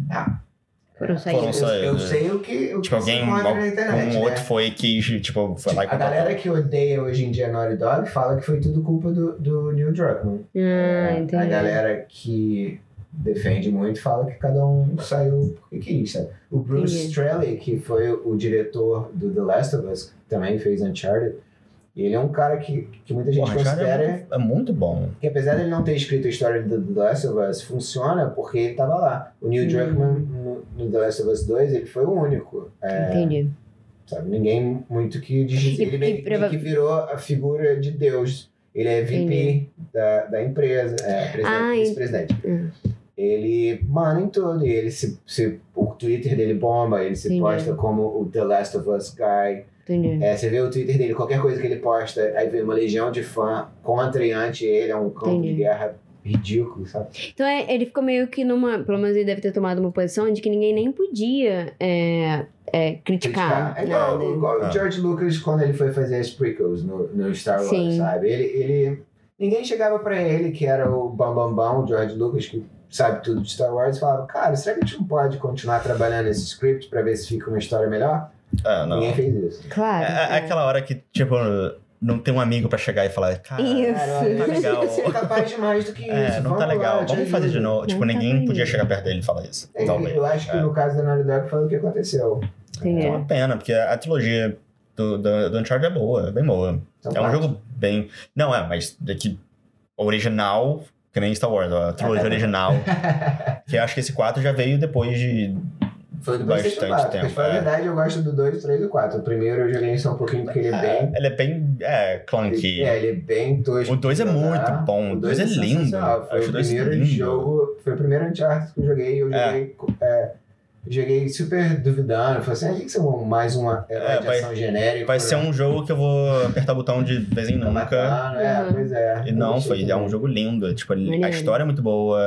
S2: Foram
S1: Eu-
S2: sair.
S3: foram só-
S1: eu, eu sei o que, o
S3: tipo
S1: que se
S3: alguém
S1: encontra na
S3: um
S1: internet, né?
S3: outro foi que tipo foi lá e
S1: A
S3: contratou?
S1: galera que odeia hoje em dia Naughty Dog fala que foi tudo culpa do, do Neil Druckmann.
S2: Ah,
S1: É, a
S2: entendi.
S1: galera que defende muito, fala que cada um saiu porque quis, sabe? O Bruce
S2: Entendi.
S1: Straley, que foi o diretor do The Last of Us, que também fez Uncharted, e ele é um cara que, que muita gente
S3: Porra,
S1: considera
S3: é, muito, é muito bom.
S1: que apesar dele não ter escrito a história do The Last of Us, funciona porque ele tava lá. O Neil
S2: Hum.
S1: Druckmann no, no The Last of Us 2, ele foi o único. É,
S2: Entendi.
S1: sabe? Ninguém muito que diz.
S2: E-
S1: Ele
S2: e
S1: meio,
S2: prova-
S1: meio que virou a figura de Deus. Ele é VP
S2: Entendi.
S1: da, da empresa, é presidente,
S2: Ah, en-
S1: vice-presidente.
S2: Hum.
S1: Ele manda em tudo, e ele se, se- o Twitter dele bomba, ele se
S2: Entendi.
S1: posta como o The Last of Us Guy.
S2: Entendi.
S1: É, você vê o Twitter dele, qualquer coisa que ele posta, aí vem uma legião de fã contra e ante ele, é um campo de
S2: Entendi.
S1: guerra ridículo, sabe?
S2: Então é, ele ficou meio que numa. Pelo menos ele deve ter tomado uma posição de que ninguém nem podia é, é, criticar.
S1: É igual,
S2: nada.
S1: igual
S3: Ah.
S1: o George Lucas quando ele foi fazer as prequels no, no Star Wars,
S2: Sim.
S1: sabe? Ele, ele. Ninguém chegava pra ele, que era o Bambambam, Bam Bam, o George Lucas, que sabe tudo de Star Wars, e falava, cara, será que a gente não pode continuar trabalhando esse script pra ver se fica uma história melhor?
S3: É, não.
S1: Ninguém fez isso.
S3: É,
S2: Claro.
S3: é
S2: é.
S3: aquela hora que, tipo, não tem um amigo pra chegar e falar, cara,
S2: Isso.
S1: Caralho,
S3: Tá legal.
S1: Você é capaz de mais do que isso.
S3: é, não tá
S1: vamos lá,
S3: legal,
S1: te
S3: vamos fazer
S1: ajudo.
S3: de novo. Tipo,
S2: tá
S3: ninguém
S2: bem.
S3: podia chegar perto dele e falar isso.
S1: É,
S3: Talvez.
S1: Eu acho que
S3: É.
S1: no caso da Naughty Dog foi o que aconteceu.
S2: Entendi.
S3: É uma pena, porque a trilogia do, do, do Uncharted é boa, é bem boa.
S1: São
S3: É um
S1: quatro.
S3: jogo bem. Não, é, mas daqui. Original, que nem Star Wars, a trilogia original. que acho que esse 4 já veio depois de.
S1: Foi do
S3: Bastante
S1: PlayStation 4.
S3: tempo,
S1: Mas, na
S3: é.
S1: verdade, eu gosto do 2, 3 e 4. O primeiro eu joguei só um pouquinho porque ele é bem.
S3: Ele é bem. É, clunky.
S1: É, ele é bem tosco.
S3: O dois é
S1: de jogar.
S3: muito bom, o dois é lindo.
S1: sensacional. Foi
S3: Acho
S1: o
S3: o dois
S1: primeiro
S3: lindo.
S1: jogo, foi o primeiro Uncharted que eu joguei. Eu
S3: É.
S1: joguei, é, joguei super duvidando. Falei assim, ah, o que que são mais uma herói
S3: É,
S1: de
S3: vai-
S1: ação genérica?
S3: Vai ser um jogo que eu vou apertar o botão de vez em
S1: Tá
S3: nunca.
S1: matando, É,
S2: Uhum.
S1: pois é.
S3: E
S1: Eu
S3: não,
S1: gostei
S3: foi. É um
S1: também.
S3: jogo lindo. Tipo, ele- a
S2: Maneiro.
S3: história é muito boa,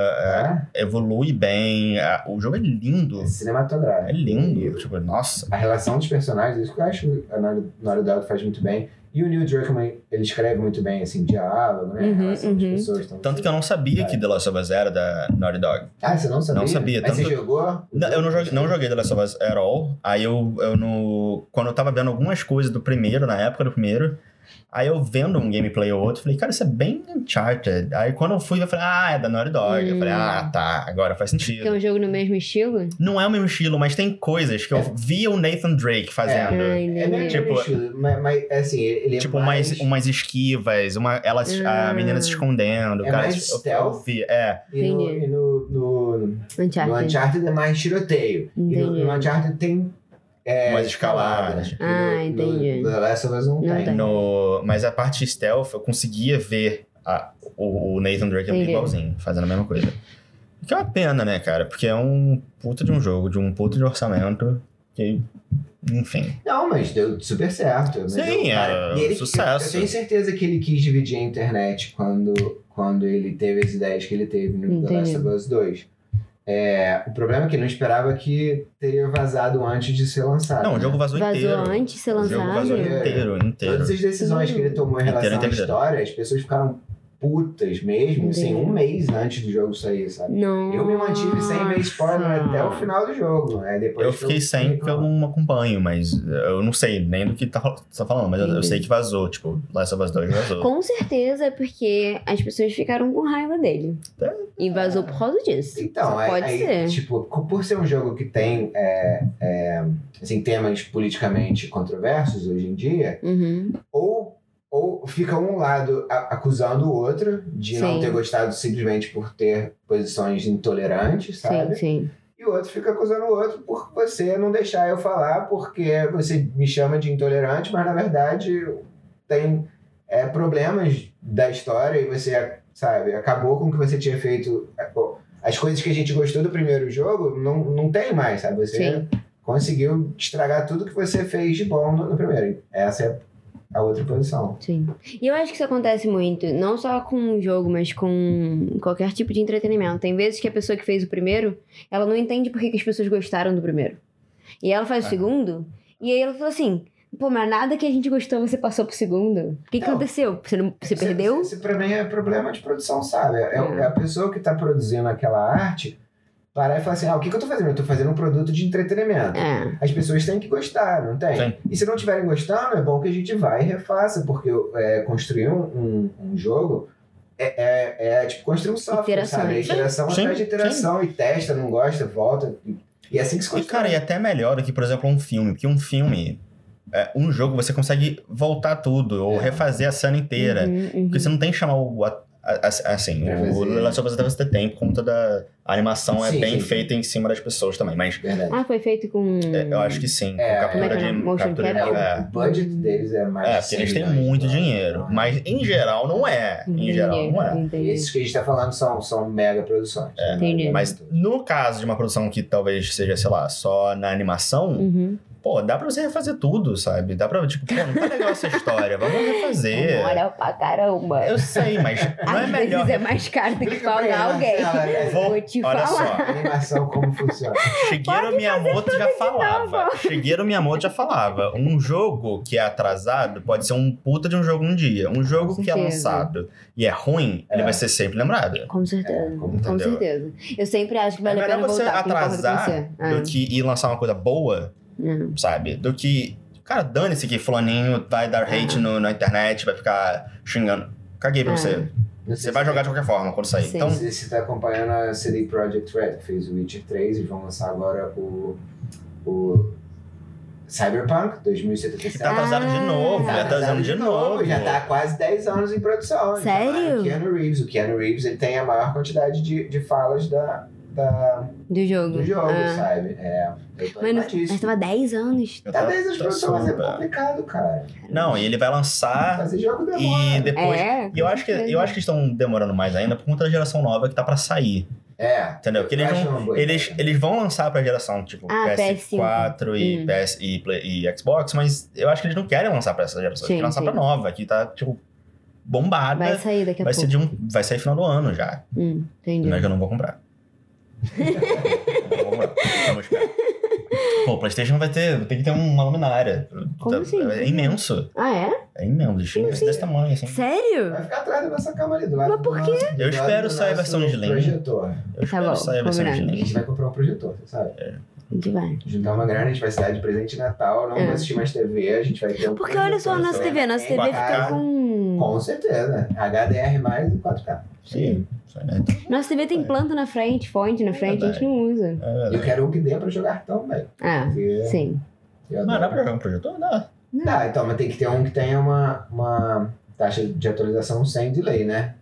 S3: é, evolui bem. a- o jogo é lindo.
S1: É, cinematográfico.
S3: É lindo. Tipo, nossa.
S1: a relação dos personagens, isso que eu acho que a Naughty Naughty Dog faz muito bem. E o Neil Druckmann, ele escreve muito bem, assim, diálogo, né?
S2: Uhum,
S1: a relação das
S2: uhum.
S1: pessoas. Então,
S3: Tanto que eu não sabia que The Last of Us era da Naughty Dog.
S1: Ah, você não sabia?
S3: Não sabia,
S1: Mas
S3: tanto-
S1: você jogou?
S3: Não, eu não joguei, não joguei The Last of Us at all. Aí eu, eu no, quando eu tava vendo algumas coisas do primeiro, na época do primeiro, aí eu vendo um gameplay ou outro, falei, cara, isso é bem Uncharted. Aí quando eu fui, eu falei, ah, é da Naughty Dog. Eu
S2: Hum.
S3: falei, ah, tá, agora faz sentido.
S2: Que é um jogo no mesmo estilo?
S3: Não é o mesmo estilo, mas tem coisas que eu via o Nathan Drake fazendo.
S2: Ah,
S1: É meio
S2: entendi.
S3: Tipo-
S1: tipo, mas, mas, assim, ele é
S3: Tipo,
S1: mais...
S3: umas, umas esquivas, uma, ela, se- a
S2: Ah.
S3: menina se escondendo.
S1: É
S3: cara, tipo,
S1: mais
S3: eu- eu
S1: stealth?
S3: vi- é,
S1: E no,
S2: Entendi.
S1: e no, no, no
S2: Uncharted.
S1: Uncharted é mais tiroteio. E no,
S2: Entendi.
S1: no Uncharted tem... É,
S3: umas escaladas.
S1: escalada.
S2: Ah,
S1: E no-
S2: entendi.
S1: No The Last of Us não,
S2: Não
S1: tem.
S2: tem.
S3: No- mas a parte stealth, eu conseguia ver a- o, o Nathan Drake
S2: Entendi.
S3: igualzinho, fazendo a mesma coisa. O que é uma pena, né, cara? Porque é um puta de um jogo, de um puta de orçamento. Que, enfim.
S1: Não, mas deu super certo. Mas
S3: Sim,
S1: deu-
S3: é
S1: cara,
S3: um
S1: e ele-
S3: sucesso.
S1: Eu tenho certeza que ele quis dividir a internet quando, quando ele teve as ideias que ele teve no The
S2: Entendi.
S1: Last of Us 2. É, o problema é que ele não esperava que teria vazado antes de ser lançado.
S3: Não, o
S1: né?
S3: jogo vazou,
S2: Vazou
S3: inteiro.
S2: antes de ser
S3: O jogo vazou
S2: lançado?
S3: inteiro, inteiro.
S1: Todas as decisões que ele tomou em
S3: Inteiro,
S1: relação à
S3: inteiro.
S1: história, as pessoas ficaram putas mesmo,
S2: Entendi.
S1: assim, um mês antes do jogo sair, sabe?
S2: Não.
S1: Eu me mantive sem ver spoiler
S2: Nossa.
S1: até o final do jogo. Né? Depois
S3: Eu
S1: que
S3: fiquei sem porque eu não acompanho, mas eu não sei nem do que tá, fal- tá falando, mas eu, eu
S2: Entendi.
S3: sei que vazou, tipo, Last of Us 2 vazou.
S2: Com certeza é porque as pessoas ficaram com raiva dele.
S3: É.
S2: E vazou por causa disso.
S1: Então,
S2: Só
S1: é,
S2: pode
S1: aí,
S2: ser.
S1: tipo, co- por ser um jogo que tem é, é, assim, temas politicamente controversos hoje em dia,
S2: Uhum.
S1: ou, ou fica um lado a- acusando o outro de não
S2: Sim.
S1: ter gostado simplesmente por ter posições intolerantes, sabe?
S2: Sim, sim.
S1: E o outro fica acusando o outro por você não deixar eu falar, porque você me chama de intolerante, mas na verdade tem é, problemas da história e você, sabe, acabou com o que você tinha feito. As coisas que a gente gostou do primeiro jogo não, não tem mais, sabe? Você
S2: Sim.
S1: conseguiu estragar tudo que você fez de bom no, no primeiro. Essa é a outra posição.
S2: Sim. E eu acho que isso acontece muito, não só com o jogo, mas com qualquer tipo de entretenimento. Tem vezes que a pessoa que fez o primeiro, ela não entende por que, que as pessoas gostaram do primeiro. E ela faz
S1: É.
S3: Ah.
S2: o segundo, e aí ela fala assim: pô, mas nada que a gente gostou você passou pro segundo. O que, que
S1: Não.
S2: aconteceu? Você, não, você perdeu?
S1: Isso pra mim é problema de produção, sabe? É,
S2: Hum.
S1: é a pessoa que tá produzindo aquela arte parar e falar assim: ah, o que, que eu tô fazendo? Eu tô fazendo um produto de entretenimento.
S2: É.
S1: As pessoas têm que gostar, não tem?
S3: Sim.
S1: E se não estiverem gostando, é bom que a gente vá e refaça, porque é, construir um, um, um jogo é, é, é tipo construir um software,
S2: Interações.
S1: sabe? É Interação
S3: Sim,
S1: atrás de
S3: sim.
S1: interação e testa, não gosta, volta. E é assim que se
S3: E,
S1: constrói.
S3: cara, e até melhor do que, por exemplo, um filme. Porque um filme, é, um jogo, você consegue voltar tudo ou
S1: É.
S3: refazer a cena inteira.
S2: Uhum, uhum.
S3: Porque você não tem que chamar o. a- a- a- assim,
S1: Pra
S3: o
S1: fazer.
S3: Last of Us até você tem, por conta da. A animação é
S1: Sim,
S3: bem
S1: sim.
S3: feita em cima das pessoas também, mas
S1: Verdade.
S2: Ah, foi feito com.
S3: é, eu acho que sim.
S1: É,
S3: com
S1: como
S3: captura
S1: é
S2: que é?
S3: de.
S2: Motion
S3: Captura de
S1: É,
S2: capture?
S3: é,
S1: o budget deles é mais.
S3: é,
S1: de
S3: porque eles
S1: 100
S3: têm
S1: milhões,
S3: muito
S1: né?
S3: dinheiro.
S1: Então,
S3: Mas em geral não é. Em geral não é.
S2: Entendi.
S1: Esses que a gente tá falando são, são mega produções. né?
S2: Entendi.
S3: Mas no caso de uma produção que talvez seja, sei lá, só na animação,
S2: Uhum.
S3: pô, dá pra você refazer tudo, sabe? Dá pra, tipo, pô, não tá legal essa história, vamos refazer.
S2: Olha pra caramba.
S3: Eu sei, mas É. não é
S2: Às
S3: melhor.
S2: vezes é mais caro do que
S1: Explica pra
S2: pagar alguém.
S1: ele, Marcela, né?
S2: Vou te
S3: Olha
S2: falar.
S3: só,
S1: A animação como funciona.
S3: Shigeru Miyamoto já falava. Shigeru Miyamoto já falava. Um jogo que é atrasado pode ser um puta de um jogo um dia. Um jogo
S2: Com
S3: que é
S2: certeza. Ah.
S3: lançado e é ruim, ele
S1: É.
S3: vai ser sempre lembrado.
S2: Com certeza.
S1: Como
S2: Com
S3: É, Entendeu?
S2: certeza. Eu sempre acho que
S3: É
S2: vale a
S3: melhor
S2: pena
S3: você
S2: voltar. concordo
S3: atrasar
S2: com você. Ah,
S3: Do que ir lançar uma coisa boa
S2: É, é.
S3: sabe? Do que, cara, dane-se que fulaninho vai dar hate
S2: Ah.
S3: no, na internet, vai ficar xingando. Caguei pra
S2: É.
S3: você.
S1: Não sei
S3: Você
S1: se
S3: vai jogar de qualquer forma quando sair.
S2: Sim.
S3: Então,
S1: Você está acompanhando a CD Projekt Red, que fez o Witcher 3 e vão lançar agora o, o Cyberpunk 2077.
S3: tá atrasado de
S2: Ah.
S3: novo,
S2: Tá
S3: tá atrasando de novo.
S1: Já está há quase 10 anos em produção. Então,
S2: Sério?
S1: é o Keanu Reeves. O Keanu Reeves ele tem a maior quantidade de, de falas da, da-
S2: Do jogo.
S1: do jogo,
S2: Ah.
S1: sabe? É, eu tô
S2: Mas não- mas tá
S1: animadíssimo.
S2: tava 10 anos.
S3: Eu
S1: Tá
S3: tava-
S1: 10 anos de
S3: tá
S1: produção, mas é
S3: super.
S1: complicado, cara.
S3: Não, e ele vai lançar
S1: Fazer jogo demora.
S3: e depois.
S2: É.
S3: E eu acho, que, eu acho que estão demorando mais ainda por conta da geração nova que tá pra sair.
S1: É.
S3: Entendeu? Porque
S1: eu
S3: eles
S1: acho
S3: vão-
S1: uma boa
S3: Eles,
S1: ideia.
S3: eles vão lançar pra geração tipo
S2: é. Ah,
S3: PS4 e,
S2: Hum.
S3: PS, e, Play- e Xbox, mas eu acho que eles não querem lançar pra essa geração. Eles
S2: Sim,
S3: querem lançar
S2: sim.
S3: pra nova, que tá, tipo, bombada.
S2: Vai sair daqui a
S3: Vai
S2: pouco.
S3: ser, de um, vai sair final do ano já.
S2: Hum, entendi.
S3: Não é que eu não vou comprar. não vou comprar. Vamos esperar. Pô, o PlayStation vai ter. Tem que ter uma luminária.
S2: Como
S3: Tá-
S2: assim?
S3: É imenso.
S2: Ah, é?
S3: É imenso. Tem que ser desse tamanho, assim.
S2: Sério?
S1: Vai ficar atrás da nossa cama ali do lado.
S2: Mas por
S1: do
S2: quê?
S1: nosso- do
S3: Eu
S1: lado
S3: espero
S1: do
S3: sair a
S1: nosso
S3: versão de Lane.
S1: Projetor.
S3: Eu espero
S2: Tá bom,
S3: sair a versão de
S2: combinado.
S1: A gente
S3: Link.
S1: vai comprar um projetor, você sabe?
S2: A gente vai.
S1: A gente dá uma grana, a gente vai se dar de presente de Natal, não
S2: É.
S1: vai assistir mais TV, a gente vai ter um.
S2: Porque olha só a
S1: projetor,
S2: nossa
S1: né?
S2: TV. a Nossa
S1: Em
S2: TV fica
S1: 4K.
S2: com.
S1: Com certeza. HDR mais e 4K.
S3: Sim. né?
S2: Nossa TV
S3: É.
S2: tem planta na frente, fonte na frente, a gente não usa.
S1: E eu quero um que dê pra jogar também.
S2: Ah,
S1: Porque
S2: sim.
S1: eu
S3: Mas dá
S1: adoro.
S3: pra jogar um projetor? Dá.
S1: Tá, então, mas tem que ter um que tenha uma, uma taxa de atualização sem delay, né?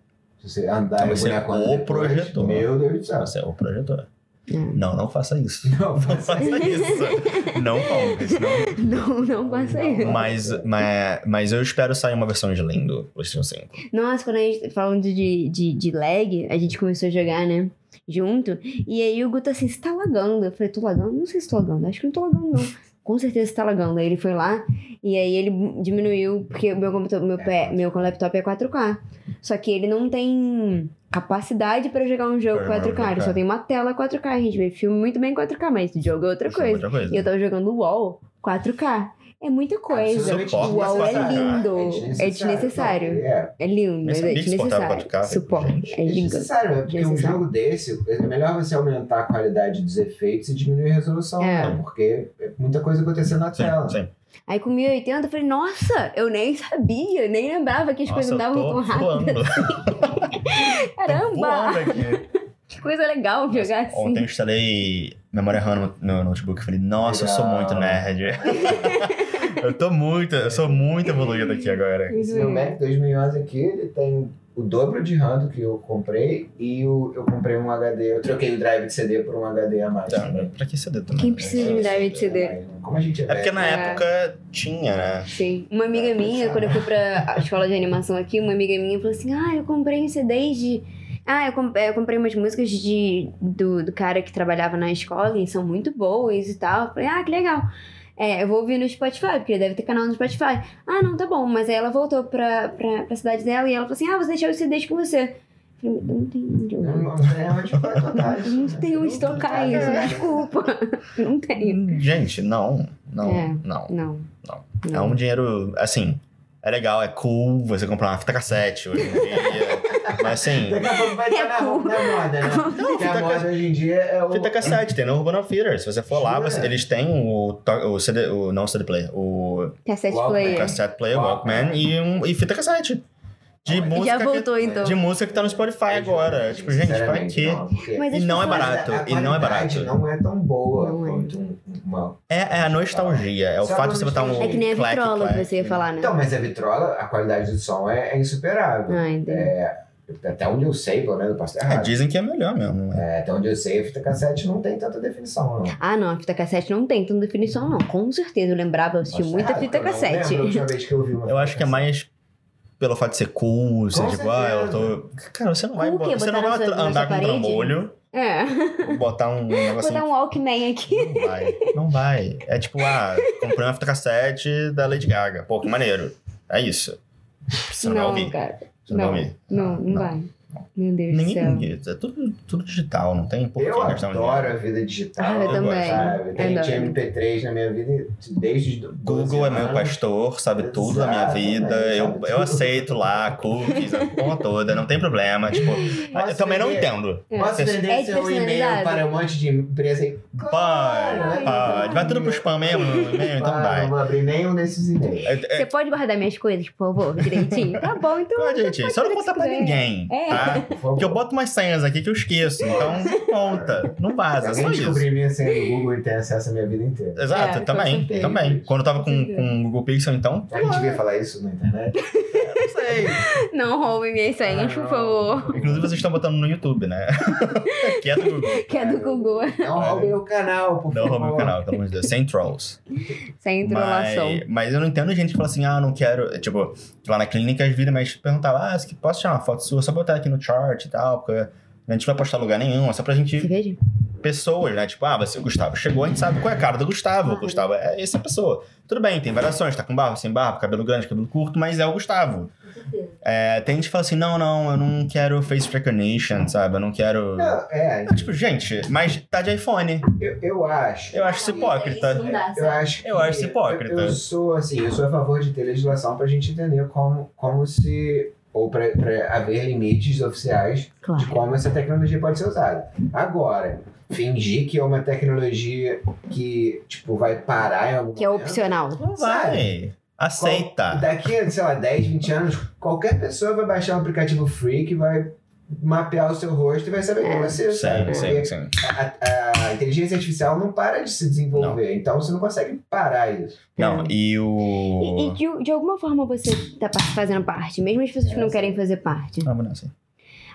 S1: Se você andar
S3: Vai ser
S1: e olhar quando
S3: o
S1: depois,
S3: projetor.
S1: Meu Deus do céu.
S3: Você é o projetor.
S2: Hum.
S3: Não, não faça isso.
S1: Não,
S3: Não
S1: mas
S3: faça isso. Não compre. senão-
S2: Não, não passa isso.
S3: Mas, mas, mas eu espero sair uma versão de Lane do PlayStation 5.
S2: Nossa, quando a gente tá falando de, de, de lag, a gente começou a jogar, né? Junto. E aí o Guto assim, você tá lagando. Eu falei, tô lagando? Não sei se tô lagando. Acho que não tô lagando, não. Com certeza você tá lagando. Aí ele foi lá e aí ele diminuiu, porque o meu computador, meu, pé, meu laptop é 4K. Só que ele não tem capacidade pra jogar um jogo
S3: Pra jogar
S2: 4K. Ele
S3: 4K.
S2: só tem uma tela 4K. A gente vê filme muito bem em 4K, mas jogo é outra
S3: Isso é
S2: coisa.
S3: outra coisa.
S2: E eu tava jogando WoW 4K. É
S3: Ah,
S2: muita coisa.
S1: Absolutamente
S3: Suporta
S2: WoW é
S3: 4K.
S2: lindo. É
S1: É
S2: desnecessário.
S1: desnecessário.
S2: É lindo,
S3: Nem
S2: mas é
S3: sabia que exportava
S2: desnecessário.
S3: 4K,
S2: Suporte.
S3: gente.
S2: É
S1: É
S2: gigante.
S1: desnecessário, é porque um
S2: Desnecessário.
S1: jogo desse, é melhor você aumentar a qualidade dos efeitos e diminuir a resolução,
S2: É.
S1: né? porque é muita coisa acontecendo na tela.
S3: Sim, sim.
S2: Aí com 1080 eu falei, nossa, eu nem sabia, nem lembrava que as coisas
S3: Nossa, eu
S2: andavam tão
S3: tô
S2: rápido.
S3: voando. Tô voando
S2: Caramba!
S3: aqui.
S2: Que coisa legal jogar assim.
S3: Ontem eu instalei memória RAM no, no notebook e falei, nossa, eu sou
S1: Legal.
S3: muito nerd. eu tô muito, eu sou muito evoluído aqui agora.
S2: Isso
S1: Esse meu
S2: aí.
S1: Mac 2011 aqui, ele tem o dobro de RAM do que eu comprei e o, eu comprei um HD, eu troquei o drive de CD por um HD a mais.
S3: Tá,
S1: também.
S3: mas pra que CD também?
S2: Quem precisa de me dar um de CD?
S1: Como a gente é
S3: É porque
S1: velho,
S3: na
S2: É.
S3: época tinha, né?
S2: Sim. Uma amiga minha, quando eu fui pra a escola de animação aqui, uma amiga minha falou assim: Ah, eu comprei um CD de. Ah, eu, com- eu comprei umas músicas de, do, do cara que trabalhava na escola e são muito boas e tal. Eu falei, ah, que legal. É, eu vou ouvir no Spotify, porque deve ter canal no Spotify. Ah, não, tá bom. Mas aí ela voltou pra, pra, pra cidade dela e ela falou assim: Ah, vou deixar os CDs com você. Eu falei, eu não tenho onde eu
S1: Não,
S2: vou.
S1: não né? tem onde tocar isso.
S2: Não tenho onde tocar isso, desculpa. Não tenho.
S3: Gente, não, não,
S2: É.
S3: não.
S2: Não.
S3: Não. É
S2: Não.
S3: um dinheiro, assim, é legal, é cool você comprar uma fita cassete hoje em dia. Mas assim,
S1: Daqui a pouco
S2: É
S1: vai estar na, na
S2: cool.
S1: moda, né? Porque
S3: fita
S1: a moda hoje em dia é o...
S3: Fita cassete, tem no Urbana Theater. Se você for lá,
S1: Jura?
S3: você- eles têm o, to- o CD, o, não o CD player, o
S2: Cassete
S1: Uau,
S2: player.
S3: né? cassete player,
S1: Walkman.
S3: Walkman e, um, e fita cassete. de
S1: Já
S3: música
S2: Já
S3: que-
S2: voltou, então.
S3: de música que tá no Spotify agora. Tipo, gente, pra
S1: Sinceramente,
S3: quê?
S1: não, porque-
S2: Mas
S3: E não é
S2: pessoas-
S3: barato,
S1: A
S3: e não é
S1: qualidade
S3: barato.
S1: não é tão boa
S2: Não é.
S1: quanto um- uma.
S3: É, é a nostalgia, é o
S1: Só
S3: fato de você botar um.
S1: nostalgia.
S2: É que nem a
S3: clack,
S2: vitrola que
S3: clack.
S2: você ia falar, né?
S1: Então, mas a vitrola, a qualidade do som é, é insuperável.
S2: Ah, entendi.
S1: É, até onde eu sei, pelo menos eu posso estar
S3: É,
S1: errado.
S3: dizem que é melhor mesmo. né?
S1: É, até onde eu sei, a fita cassete não tem tanta definição, não.
S2: Ah, não, a fita cassete não tem tanta definição, não. Com certeza, eu lembrava, eu assisti
S1: Posso
S2: muita
S3: é,
S1: estar errado,
S2: fita
S1: porque Ah, eu não
S2: cassete.
S1: lembro a última vez que eu vi uma
S3: Eu
S1: fita
S3: acho que é
S1: cassete.
S3: mais pelo fato de ser cool, ser
S1: Com
S3: tipo, ah, eu
S1: certeza.
S3: tô. Cara, você não vai,
S2: Com o quê?
S3: você não
S2: Botar
S3: vai
S2: na sua- na
S3: andar
S2: sua
S3: com um
S2: parede?
S3: trambolho,
S2: É.
S3: botar um
S2: Vou
S3: negocinho
S2: dar um Walkman aqui.
S3: Não vai, não vai. É tipo, ah, comprei uma fita cassete da Lady Gaga. Pô, que maneiro. É isso. Você não,
S2: não,
S3: vai ouvir.
S2: cara.
S3: Você não,
S2: não.
S3: vai ouvir.
S2: Não, não
S3: Não.
S2: vai. Meu Deus do
S3: Ninguém.
S2: céu.
S3: É tudo, tudo digital, não tem por que
S1: Eu
S3: gastar um
S1: adoro a
S3: dinheiro.
S1: vida digital.
S2: Ah, eu
S3: também.
S1: Sabe? Tem
S2: Adoro.
S1: tinha MP3 na minha vida desde os 12
S3: Google é meu
S1: anos.
S3: pastor, sabe tudo da minha
S1: Exato,
S3: vida.
S1: né?
S3: Eu,
S1: Sabe
S3: eu
S1: tudo.
S3: aceito lá, cookies, a porra toda, não tem problema. Tipo, eu também não
S1: ver?
S3: entendo.
S1: Posso vender
S2: É
S1: seu e-mail
S2: personalizado.
S1: para um monte de empresa aí?
S3: Pode, pode. Vai tudo pro spam mesmo, no e-mail, então
S1: Ah, Não
S3: vai.
S1: vou abrir nenhum desses e-mails.
S3: É, é,
S2: Você pode guardar minhas coisas, por favor, direitinho? tá bom, então.
S3: pode, gente, só
S2: fazer o
S3: não
S2: que
S3: conta pra
S2: quiser.
S3: ninguém,
S2: É.
S3: tá?
S1: Por favor.
S3: Porque eu boto umas senhas aqui que eu esqueço, então não conta, não
S1: Se
S3: vaza, é só
S1: alguém
S3: isso.
S1: descobrir minha senha do Google e ter acesso à minha vida inteira.
S3: Exato,
S2: É, com
S3: também,
S1: certeza.
S3: também. Quando eu tava com,
S2: Entendeu?
S3: com o Google Pixel, então.
S1: A gente devia falar isso na internet?
S3: Não sei.
S2: Não roubem minhas
S3: Ah,
S2: senhas, por favor.
S3: Inclusive, vocês estão botando no YouTube, né? que é do Google.
S2: Que é do Google.
S1: Não roubem o canal, por
S3: é. Não
S1: favor.
S3: roubem o canal, pelo amor de Deus. Sem trolls.
S2: Sem entrolação.
S3: Mas, mas eu não entendo gente que fala assim, ah, não quero. Tipo, lá na clínica as viram, mas perguntava, ah, que- posso tirar uma foto sua? Só botar aqui no chart e tal, porque a gente não vai postar em lugar nenhum, é só pra gente
S2: Você veja?
S3: pessoas, né? Tipo, ah, você, o Gustavo chegou, a gente sabe qual é a cara do Gustavo. O Gustavo é essa pessoa. Tudo bem, tem variações, tá com barba, sem barba, cabelo grande, cabelo curto, mas é o Gustavo. É, tem gente que fala assim, não, não, eu não quero face recognition, sabe? Eu não quero...
S1: Não, é,
S3: É, tipo, gente, mas tá de iPhone.
S1: eu, eu acho.
S3: Eu acho isso hipócrita.
S4: não dá,
S1: Eu
S4: sabe?
S1: acho,
S3: Eu acho
S1: que-
S3: hipócrita.
S1: Eu, eu sou assim, eu sou a favor de ter legislação pra gente entender como, como se. Ou pra, pra haver limites oficiais de
S2: Claro.
S1: como essa tecnologia pode ser usada. Agora, fingir que é uma tecnologia que, tipo, vai parar em algum
S2: Que é
S1: momento,
S2: opcional.
S3: Não
S1: Sabe?
S3: vai. Aceita.
S1: Daqui, sei lá, 10, 20 anos, qualquer pessoa vai baixar um aplicativo freak, vai mapear o seu rosto e vai saber quem é você.
S3: Sim,
S1: sabe?
S3: sim, sim.
S1: A, a inteligência artificial não para de se desenvolver, então você não consegue parar isso.
S3: Não, e
S2: E, e
S3: o...
S2: de, de alguma forma você tá par- fazendo parte, mesmo as pessoas que não querem fazer parte.
S3: Ah, vou nessa.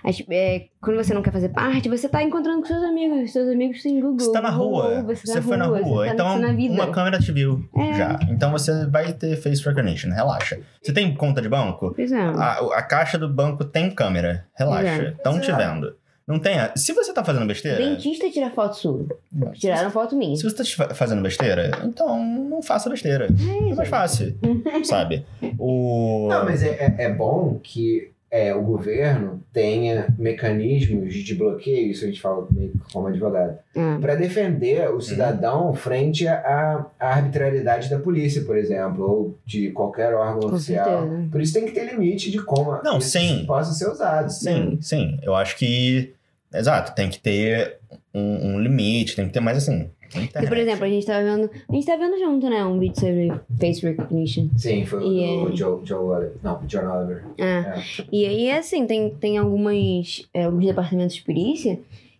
S2: As- é, quando você não quer fazer parte, você tá encontrando com seus amigos. Seus amigos têm Google.
S3: Você tá na rua,
S2: Google,
S3: você,
S2: tá
S3: foi na rua,
S2: você tá
S3: então
S2: na vida.
S3: uma câmera te viu
S2: É.
S3: já. Então você vai ter face recognition, relaxa. Você tem conta de banco?
S2: Pois é.
S3: A, a caixa do banco tem câmera, relaxa.
S2: Exato.
S3: Estão te
S1: Exato.
S3: vendo. Não tem. a- Se você tá fazendo besteira.
S2: Dentista tira foto sua.
S3: Não.
S2: Tiraram foto minha.
S3: Se você tá te fa- fazendo besteira, então não faça besteira. É mais fácil, sabe? O.
S1: Não, mas é, é, é bom que é, o governo tenha mecanismos de bloqueio, isso a gente fala meio que como advogado,
S2: Ah,
S1: para defender
S3: Uhum.
S1: o cidadão frente à, à arbitrariedade da polícia, por exemplo, ou de qualquer órgão
S2: com
S1: oficial.
S2: certeza.
S1: Por isso tem que ter limite de como
S3: Não,
S1: isso
S3: sim.
S1: possa ser usado.
S3: Sim, sim. Eu acho que. Exato, tem que ter um, um limite, tem que ter mais assim.
S2: Porque, por
S3: internet.
S2: exemplo, a gente tava vendo. A gente tá vendo junto, né? Um vídeo sobre face recognition.
S1: Sim, foi
S2: E,
S1: o Joe, Joe Oliver. Não, John Oliver.
S2: Ah,
S1: É.
S2: E aí, assim, tem, tem algumas, é, alguns departamentos de polícia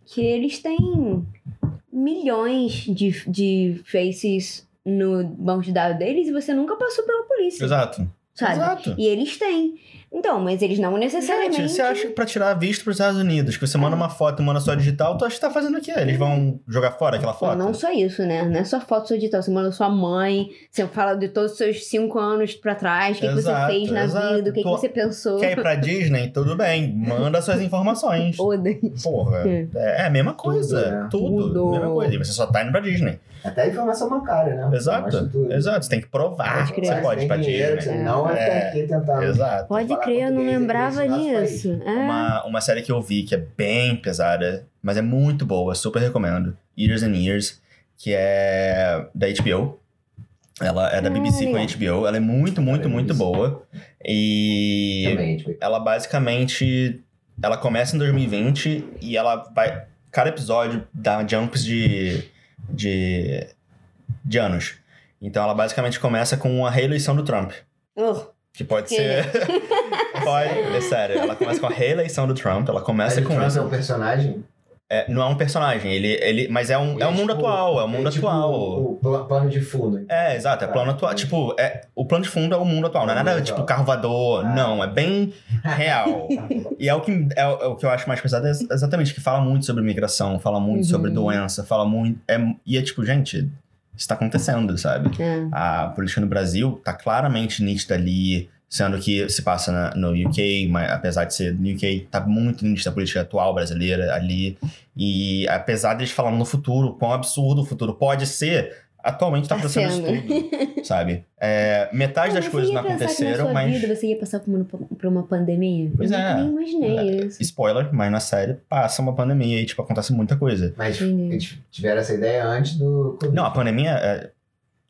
S2: que eles têm milhões de, de faces no banco de dados deles e você nunca passou pela polícia,
S3: Exato.
S2: sabe?
S3: Exato.
S2: E eles têm. Então, mas eles não necessariamente...
S3: Gente, é você acha que pra tirar visto pros Estados Unidos, que você
S2: Ah.
S3: manda uma foto e manda só digital, tu acha que tá fazendo o quê? Eles vão jogar fora aquela
S2: Não,
S3: foto?
S2: não só isso, né? Não é só foto sua digital. Você manda sua mãe, você fala de todos os seus cinco anos pra trás, o que, que você
S3: Exato,
S2: fez na
S3: exato.
S2: vida, o que, que
S3: Tô- é
S2: você pensou.
S3: Quer ir pra Disney? Tudo bem, manda suas informações.
S2: Foda.
S3: Porra,
S2: É.
S3: é é a mesma coisa.
S1: né?
S3: Tudo.
S2: Tudo.
S3: Mesma coisa. E você só tá indo pra Disney.
S1: Até a informação bancária, né?
S3: Exato.
S1: Mostra tudo.
S3: Exato. Você tem que provar
S2: Pode
S3: que
S2: crer. né?
S3: você pode ir
S1: tem
S3: pra
S1: dinheiro, você
S3: Disney.
S1: não vai
S3: É.
S1: ficar aqui tentando.
S3: Exato.
S2: Pode
S1: Falar
S2: crer, eu não
S1: português,
S2: lembrava
S1: inglês, nosso
S2: disso. É.
S3: Uma, uma série que eu vi que é bem pesada, mas é muito boa, super recomendo. Years and Years, que é da HBO. Ela é da
S2: Ah,
S3: BBC com a
S2: legal.
S3: HBO. Ela é muito, muito,
S1: é
S3: muito
S1: isso.
S3: boa. E
S1: Também, tipo,
S3: ela basicamente. Ela começa em 2020 e ela vai. Cada episódio dá jumps de. de. de anos. Então ela basicamente começa com a reeleição do Trump.
S2: Ugh.
S3: Que pode ser. pode, é sério. Ela começa com a reeleição do Trump, ela começa
S1: Mas o
S3: com
S1: Trump
S3: isso.
S1: é um personagem.
S3: É, não é um personagem, ele, ele, mas é um, é um
S1: Ele,
S3: mundo
S1: tipo,
S3: atual, é um mundo
S1: é tipo
S3: atual.
S1: O pla- plano de fundo.
S3: É, exato, é
S1: Tá.
S3: plano atual. Tipo, é, o plano de fundo é o mundo atual, não é nada
S1: Mundo
S3: tipo
S1: atual.
S3: carro voador,
S1: Ah.
S3: não, é bem real. e é o, que, é, o- é o que eu acho mais pesado, é ex- exatamente, que fala muito sobre migração, fala muito
S2: Uhum.
S3: sobre doença, fala muito. é- e é tipo, gente, isso tá acontecendo, sabe?
S2: É.
S3: A política no Brasil tá claramente nítida ali, sendo que se passa na- no UK, mas apesar de ser no UK, tá muito nítida a política atual brasileira ali. E apesar deles falando no futuro, quão absurdo o futuro pode ser, atualmente tá
S2: Tá
S3: acontecendo isso
S2: sendo.
S3: tudo, sabe? É, metade
S2: Cara,
S3: das
S2: você
S3: coisas
S2: ia
S3: não
S2: pensar que na
S3: aconteceram,
S2: sua
S3: mas.
S2: Vida, você ia passar por uma, por uma pandemia?
S3: Pois
S2: eu
S3: é.
S2: nem imaginei isso.
S3: Spoiler, mas na série passa uma pandemia e, tipo, acontece muita coisa.
S1: Mas
S2: Entendi.
S1: eles tiveram essa ideia antes do. Covid.
S3: Não, a pandemia é.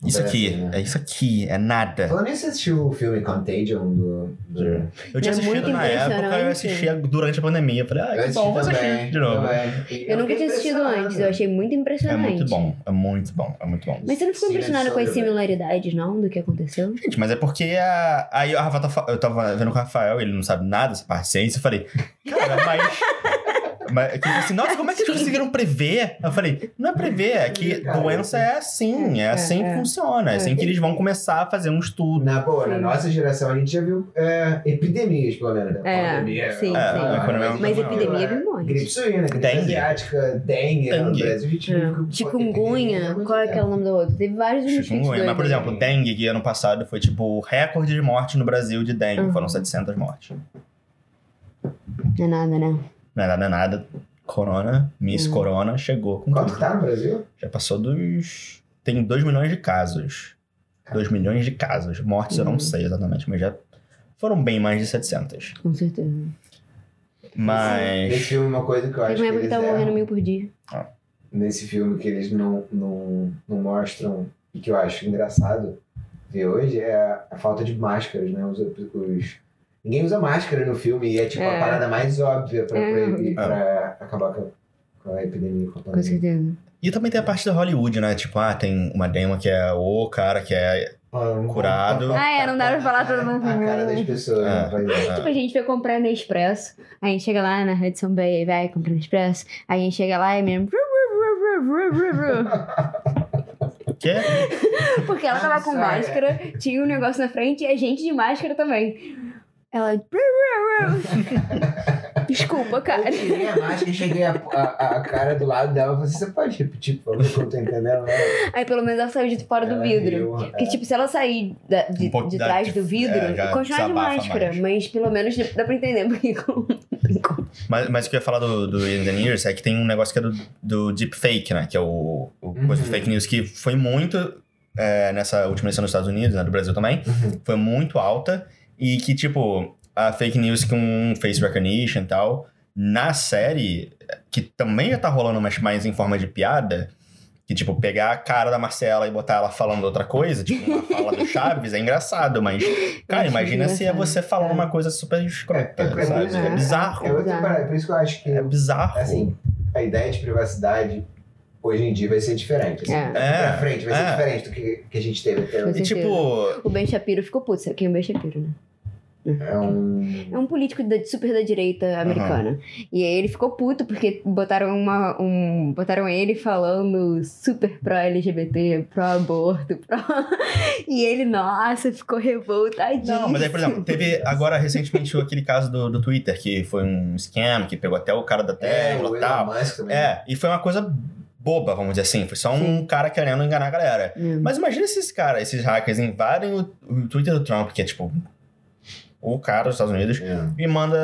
S3: Isso
S1: Parece,
S3: aqui,
S1: né?
S3: é isso aqui, é nada.
S1: Falando nisso, você assistiu o filme Contagion do. do...
S3: Sim. Eu tinha
S2: É
S3: assistido
S2: muito
S3: na época, eu
S2: impressionante.
S3: assistia durante a pandemia. Eu falei, ah, que
S1: assisti
S3: bom, vou assistir
S1: também,
S3: de novo.
S1: também. E
S2: Eu nunca
S1: fiquei
S2: tinha assistido
S1: impressionado.
S2: antes, eu achei muito
S3: É
S2: impressionante.
S3: muito bom, é muito bom, é muito bom.
S2: Mas você não ficou
S1: Sim,
S2: impressionado com as
S1: sobre-
S2: similaridades, não, do que aconteceu?
S3: Gente, mas é porque a... aí o Rafael tá fa- eu tava vendo com o Rafael, ele não sabe nada dessa parte de ciência, eu falei, cara, mas... mas ele falou assim, nossa, como é que eles conseguiram prever? Eu falei, não é prever, é que
S1: Cara,
S3: doença é assim, é
S2: É,
S3: assim que
S2: é.
S3: funciona, é assim que eles vão começar a fazer um estudo.
S1: Na boa, na
S2: Sim.
S1: nossa geração a gente já viu é, epidemias, pelo menos. Né?
S2: É,
S1: Pandemia,
S2: sim,
S3: É,
S2: sim.
S3: a economia é uma
S2: Mas
S3: coisa maior.
S2: epidemia vem
S1: Gripe
S2: muito.
S1: suína, gripe
S3: Dengue.
S1: asiática, dengue, né, no
S3: Dengue.
S1: Brasil. A gente viu que-
S2: É. Chikungunya,
S1: Epidemia,
S2: qual é que é o nome do outro? Teve vários mosquitos
S3: Chikungunya. Tipo, Mas, por
S2: doidos.
S3: exemplo, dengue, que ano passado foi, tipo, o recorde de morte no Brasil de dengue.
S2: Uhum.
S3: Foram 700 mortes.
S2: Não é nada, né?
S3: Não é nada, não é nada. Corona, Miss
S2: Hum.
S3: Corona, chegou com
S1: Quanto
S3: tudo.
S1: tá no Brasil?
S3: Já passou dos. Tem 2 milhões de casos. 2 milhões de casos. Mortes eu não
S1: Hum.
S2: Uhum.
S3: sei exatamente, mas já foram bem mais de 700.
S2: Com certeza.
S1: Nesse
S3: Mas.
S1: filme, é uma coisa que eu acho
S2: Teve
S1: que
S2: uma época que
S1: eles um
S2: tava
S1: erram,
S2: morrendo mil por dia.
S1: nesse filme que eles não, não, não mostram, e que eu acho engraçado ver hoje, é a- a falta de máscaras, né? Os, os- ninguém usa máscara no filme e é tipo a
S2: É.
S1: parada mais óbvia pra,
S2: É.
S1: proibir, pra acabar com, com a epidemia. Com a
S2: Com
S1: pandemia.
S2: certeza.
S3: E também tem a parte da Hollywood, né? Tipo, ah, tem uma dema que é o cara que é.
S1: Ah, não-
S3: Curado.
S2: Ah, é, não dá pra falar todo mundo.
S1: A cara das pessoas.
S3: É.
S1: né? Pois é.
S2: Tipo, a gente foi comprar Nespresso, aí a gente chega lá na Hudson Bay, aí vai comprar Nespresso, aí a gente chega lá e é mesmo...
S3: Que é
S2: Porque ela tava com
S1: Nossa,
S2: máscara, tinha um negócio na frente e a gente de máscara também. Ela. Desculpa, cara.
S1: Eu tirei a máscara e cheguei a, a- a cara do lado dela e falei assim, você pode repetir, por favor, que eu não tô entendendo nada.
S2: Aí pelo menos ela saiu de fora do
S1: Ela
S2: vidro.
S1: riu,
S2: Porque,
S1: é.
S2: tipo, se ela sair da- de,
S3: Um pouco
S2: de
S3: da-
S2: trás
S3: de-
S2: do vidro,
S3: é, já
S2: continuar de
S3: desabafa
S2: máscara.
S3: mais.
S2: Mas pelo menos dá pra entender porque. com- com-
S3: mas, mas o que eu ia falar do, do In The Nears é que tem um negócio que é do, do deepfake, né? Que é o, o coisa do
S1: Uhum.
S3: fake news que foi muito é, nessa última eleição nos Estados Unidos, né? Do Brasil também.
S1: Uhum.
S3: foi muito alta e que, tipo, a fake news com um face recognition e tal, na série, que também já tá rolando, mas mais em forma de piada, que, tipo, pegar a cara da Marcela e botar ela falando outra coisa, tipo, uma fala do Chaves, é engraçado, mas, cara,
S2: acho
S3: imagina se é
S2: engraçado,
S3: você falando
S2: cara.
S3: uma coisa super escrota,
S1: É, é
S3: sabe?
S1: bizarro.
S3: É bizarro.
S1: É
S2: Tá.
S1: outra parada, por isso que eu acho que,
S3: É bizarro.
S1: assim, a ideia de privacidade hoje em dia vai ser diferente. Assim,
S2: É.
S1: daqui
S3: É,
S1: pra frente vai ser
S3: é.
S1: diferente do que, que a gente teve até hoje.
S3: E, tipo,
S2: O Ben Shapiro ficou puto, sabe quem é o Ben Shapiro, né?
S1: É um...
S2: É um político da- super da direita americana. E aí ele ficou puto porque botaram uma. Um, botaram ele falando super pró-LGBT, pró-aborto, pró. E ele, nossa, ficou revoltadinho.
S3: Não, mas aí, por exemplo, teve agora recentemente aquele caso do, do Twitter, que foi um scam, que pegou até o cara da
S1: É, o
S3: Tesla e tal.
S1: Elon Musk também.
S3: É, e foi uma coisa boba, vamos dizer assim. Foi só um cara querendo enganar a galera.
S2: Hum.
S3: Mas imagina esses caras, esses hackers invadem o, o Twitter do Trump, que é tipo o cara dos Estados Unidos,
S1: É.
S3: e manda.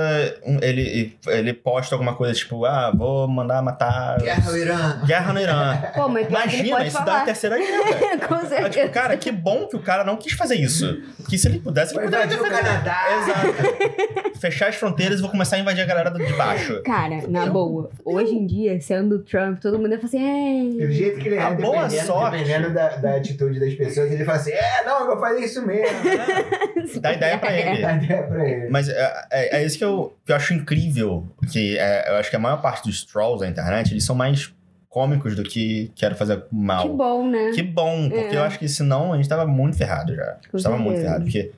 S3: um- ele, ele posta alguma coisa tipo, ah, vou mandar matar.
S1: Guerra ao Irã.
S3: Guerra no Irã.
S2: Pô, mas pior que ele
S3: Imagina,
S2: pode
S3: isso dá
S2: falar.
S3: a terceira guerra.
S2: Com
S3: É,
S2: certeza.
S3: tipo, cara, que bom que o cara não quis fazer isso. Que se ele pudesse, ele
S1: Vai
S3: poderia
S1: invadir
S3: ter
S1: o
S3: feito.
S1: Canadá.
S2: é.
S3: Exato. Fechar as fronteiras e vou começar a invadir a galera do- de baixo.
S2: Cara, na boa, hoje em dia, sendo o Trump, todo mundo ia falar assim,
S1: E o jeito que ele é,
S3: A boa
S1: dependendo,
S3: sorte.
S1: dependendo da, da atitude das pessoas, ele fala assim, é, não, eu vou fazer isso mesmo.
S2: é.
S3: Dá ideia pra ele.
S1: Dá ideia pra ele.
S3: Mas é, é, é isso que eu, que eu acho incrível. Que é, eu acho que a maior parte dos trolls da internet, eles são mais cômicos do que quero fazer mal.
S2: Que bom, né?
S3: Que bom, porque
S2: É.
S3: eu acho que senão a gente tava muito ferrado já. a gente tava
S2: certeza.
S3: muito ferrado, porque...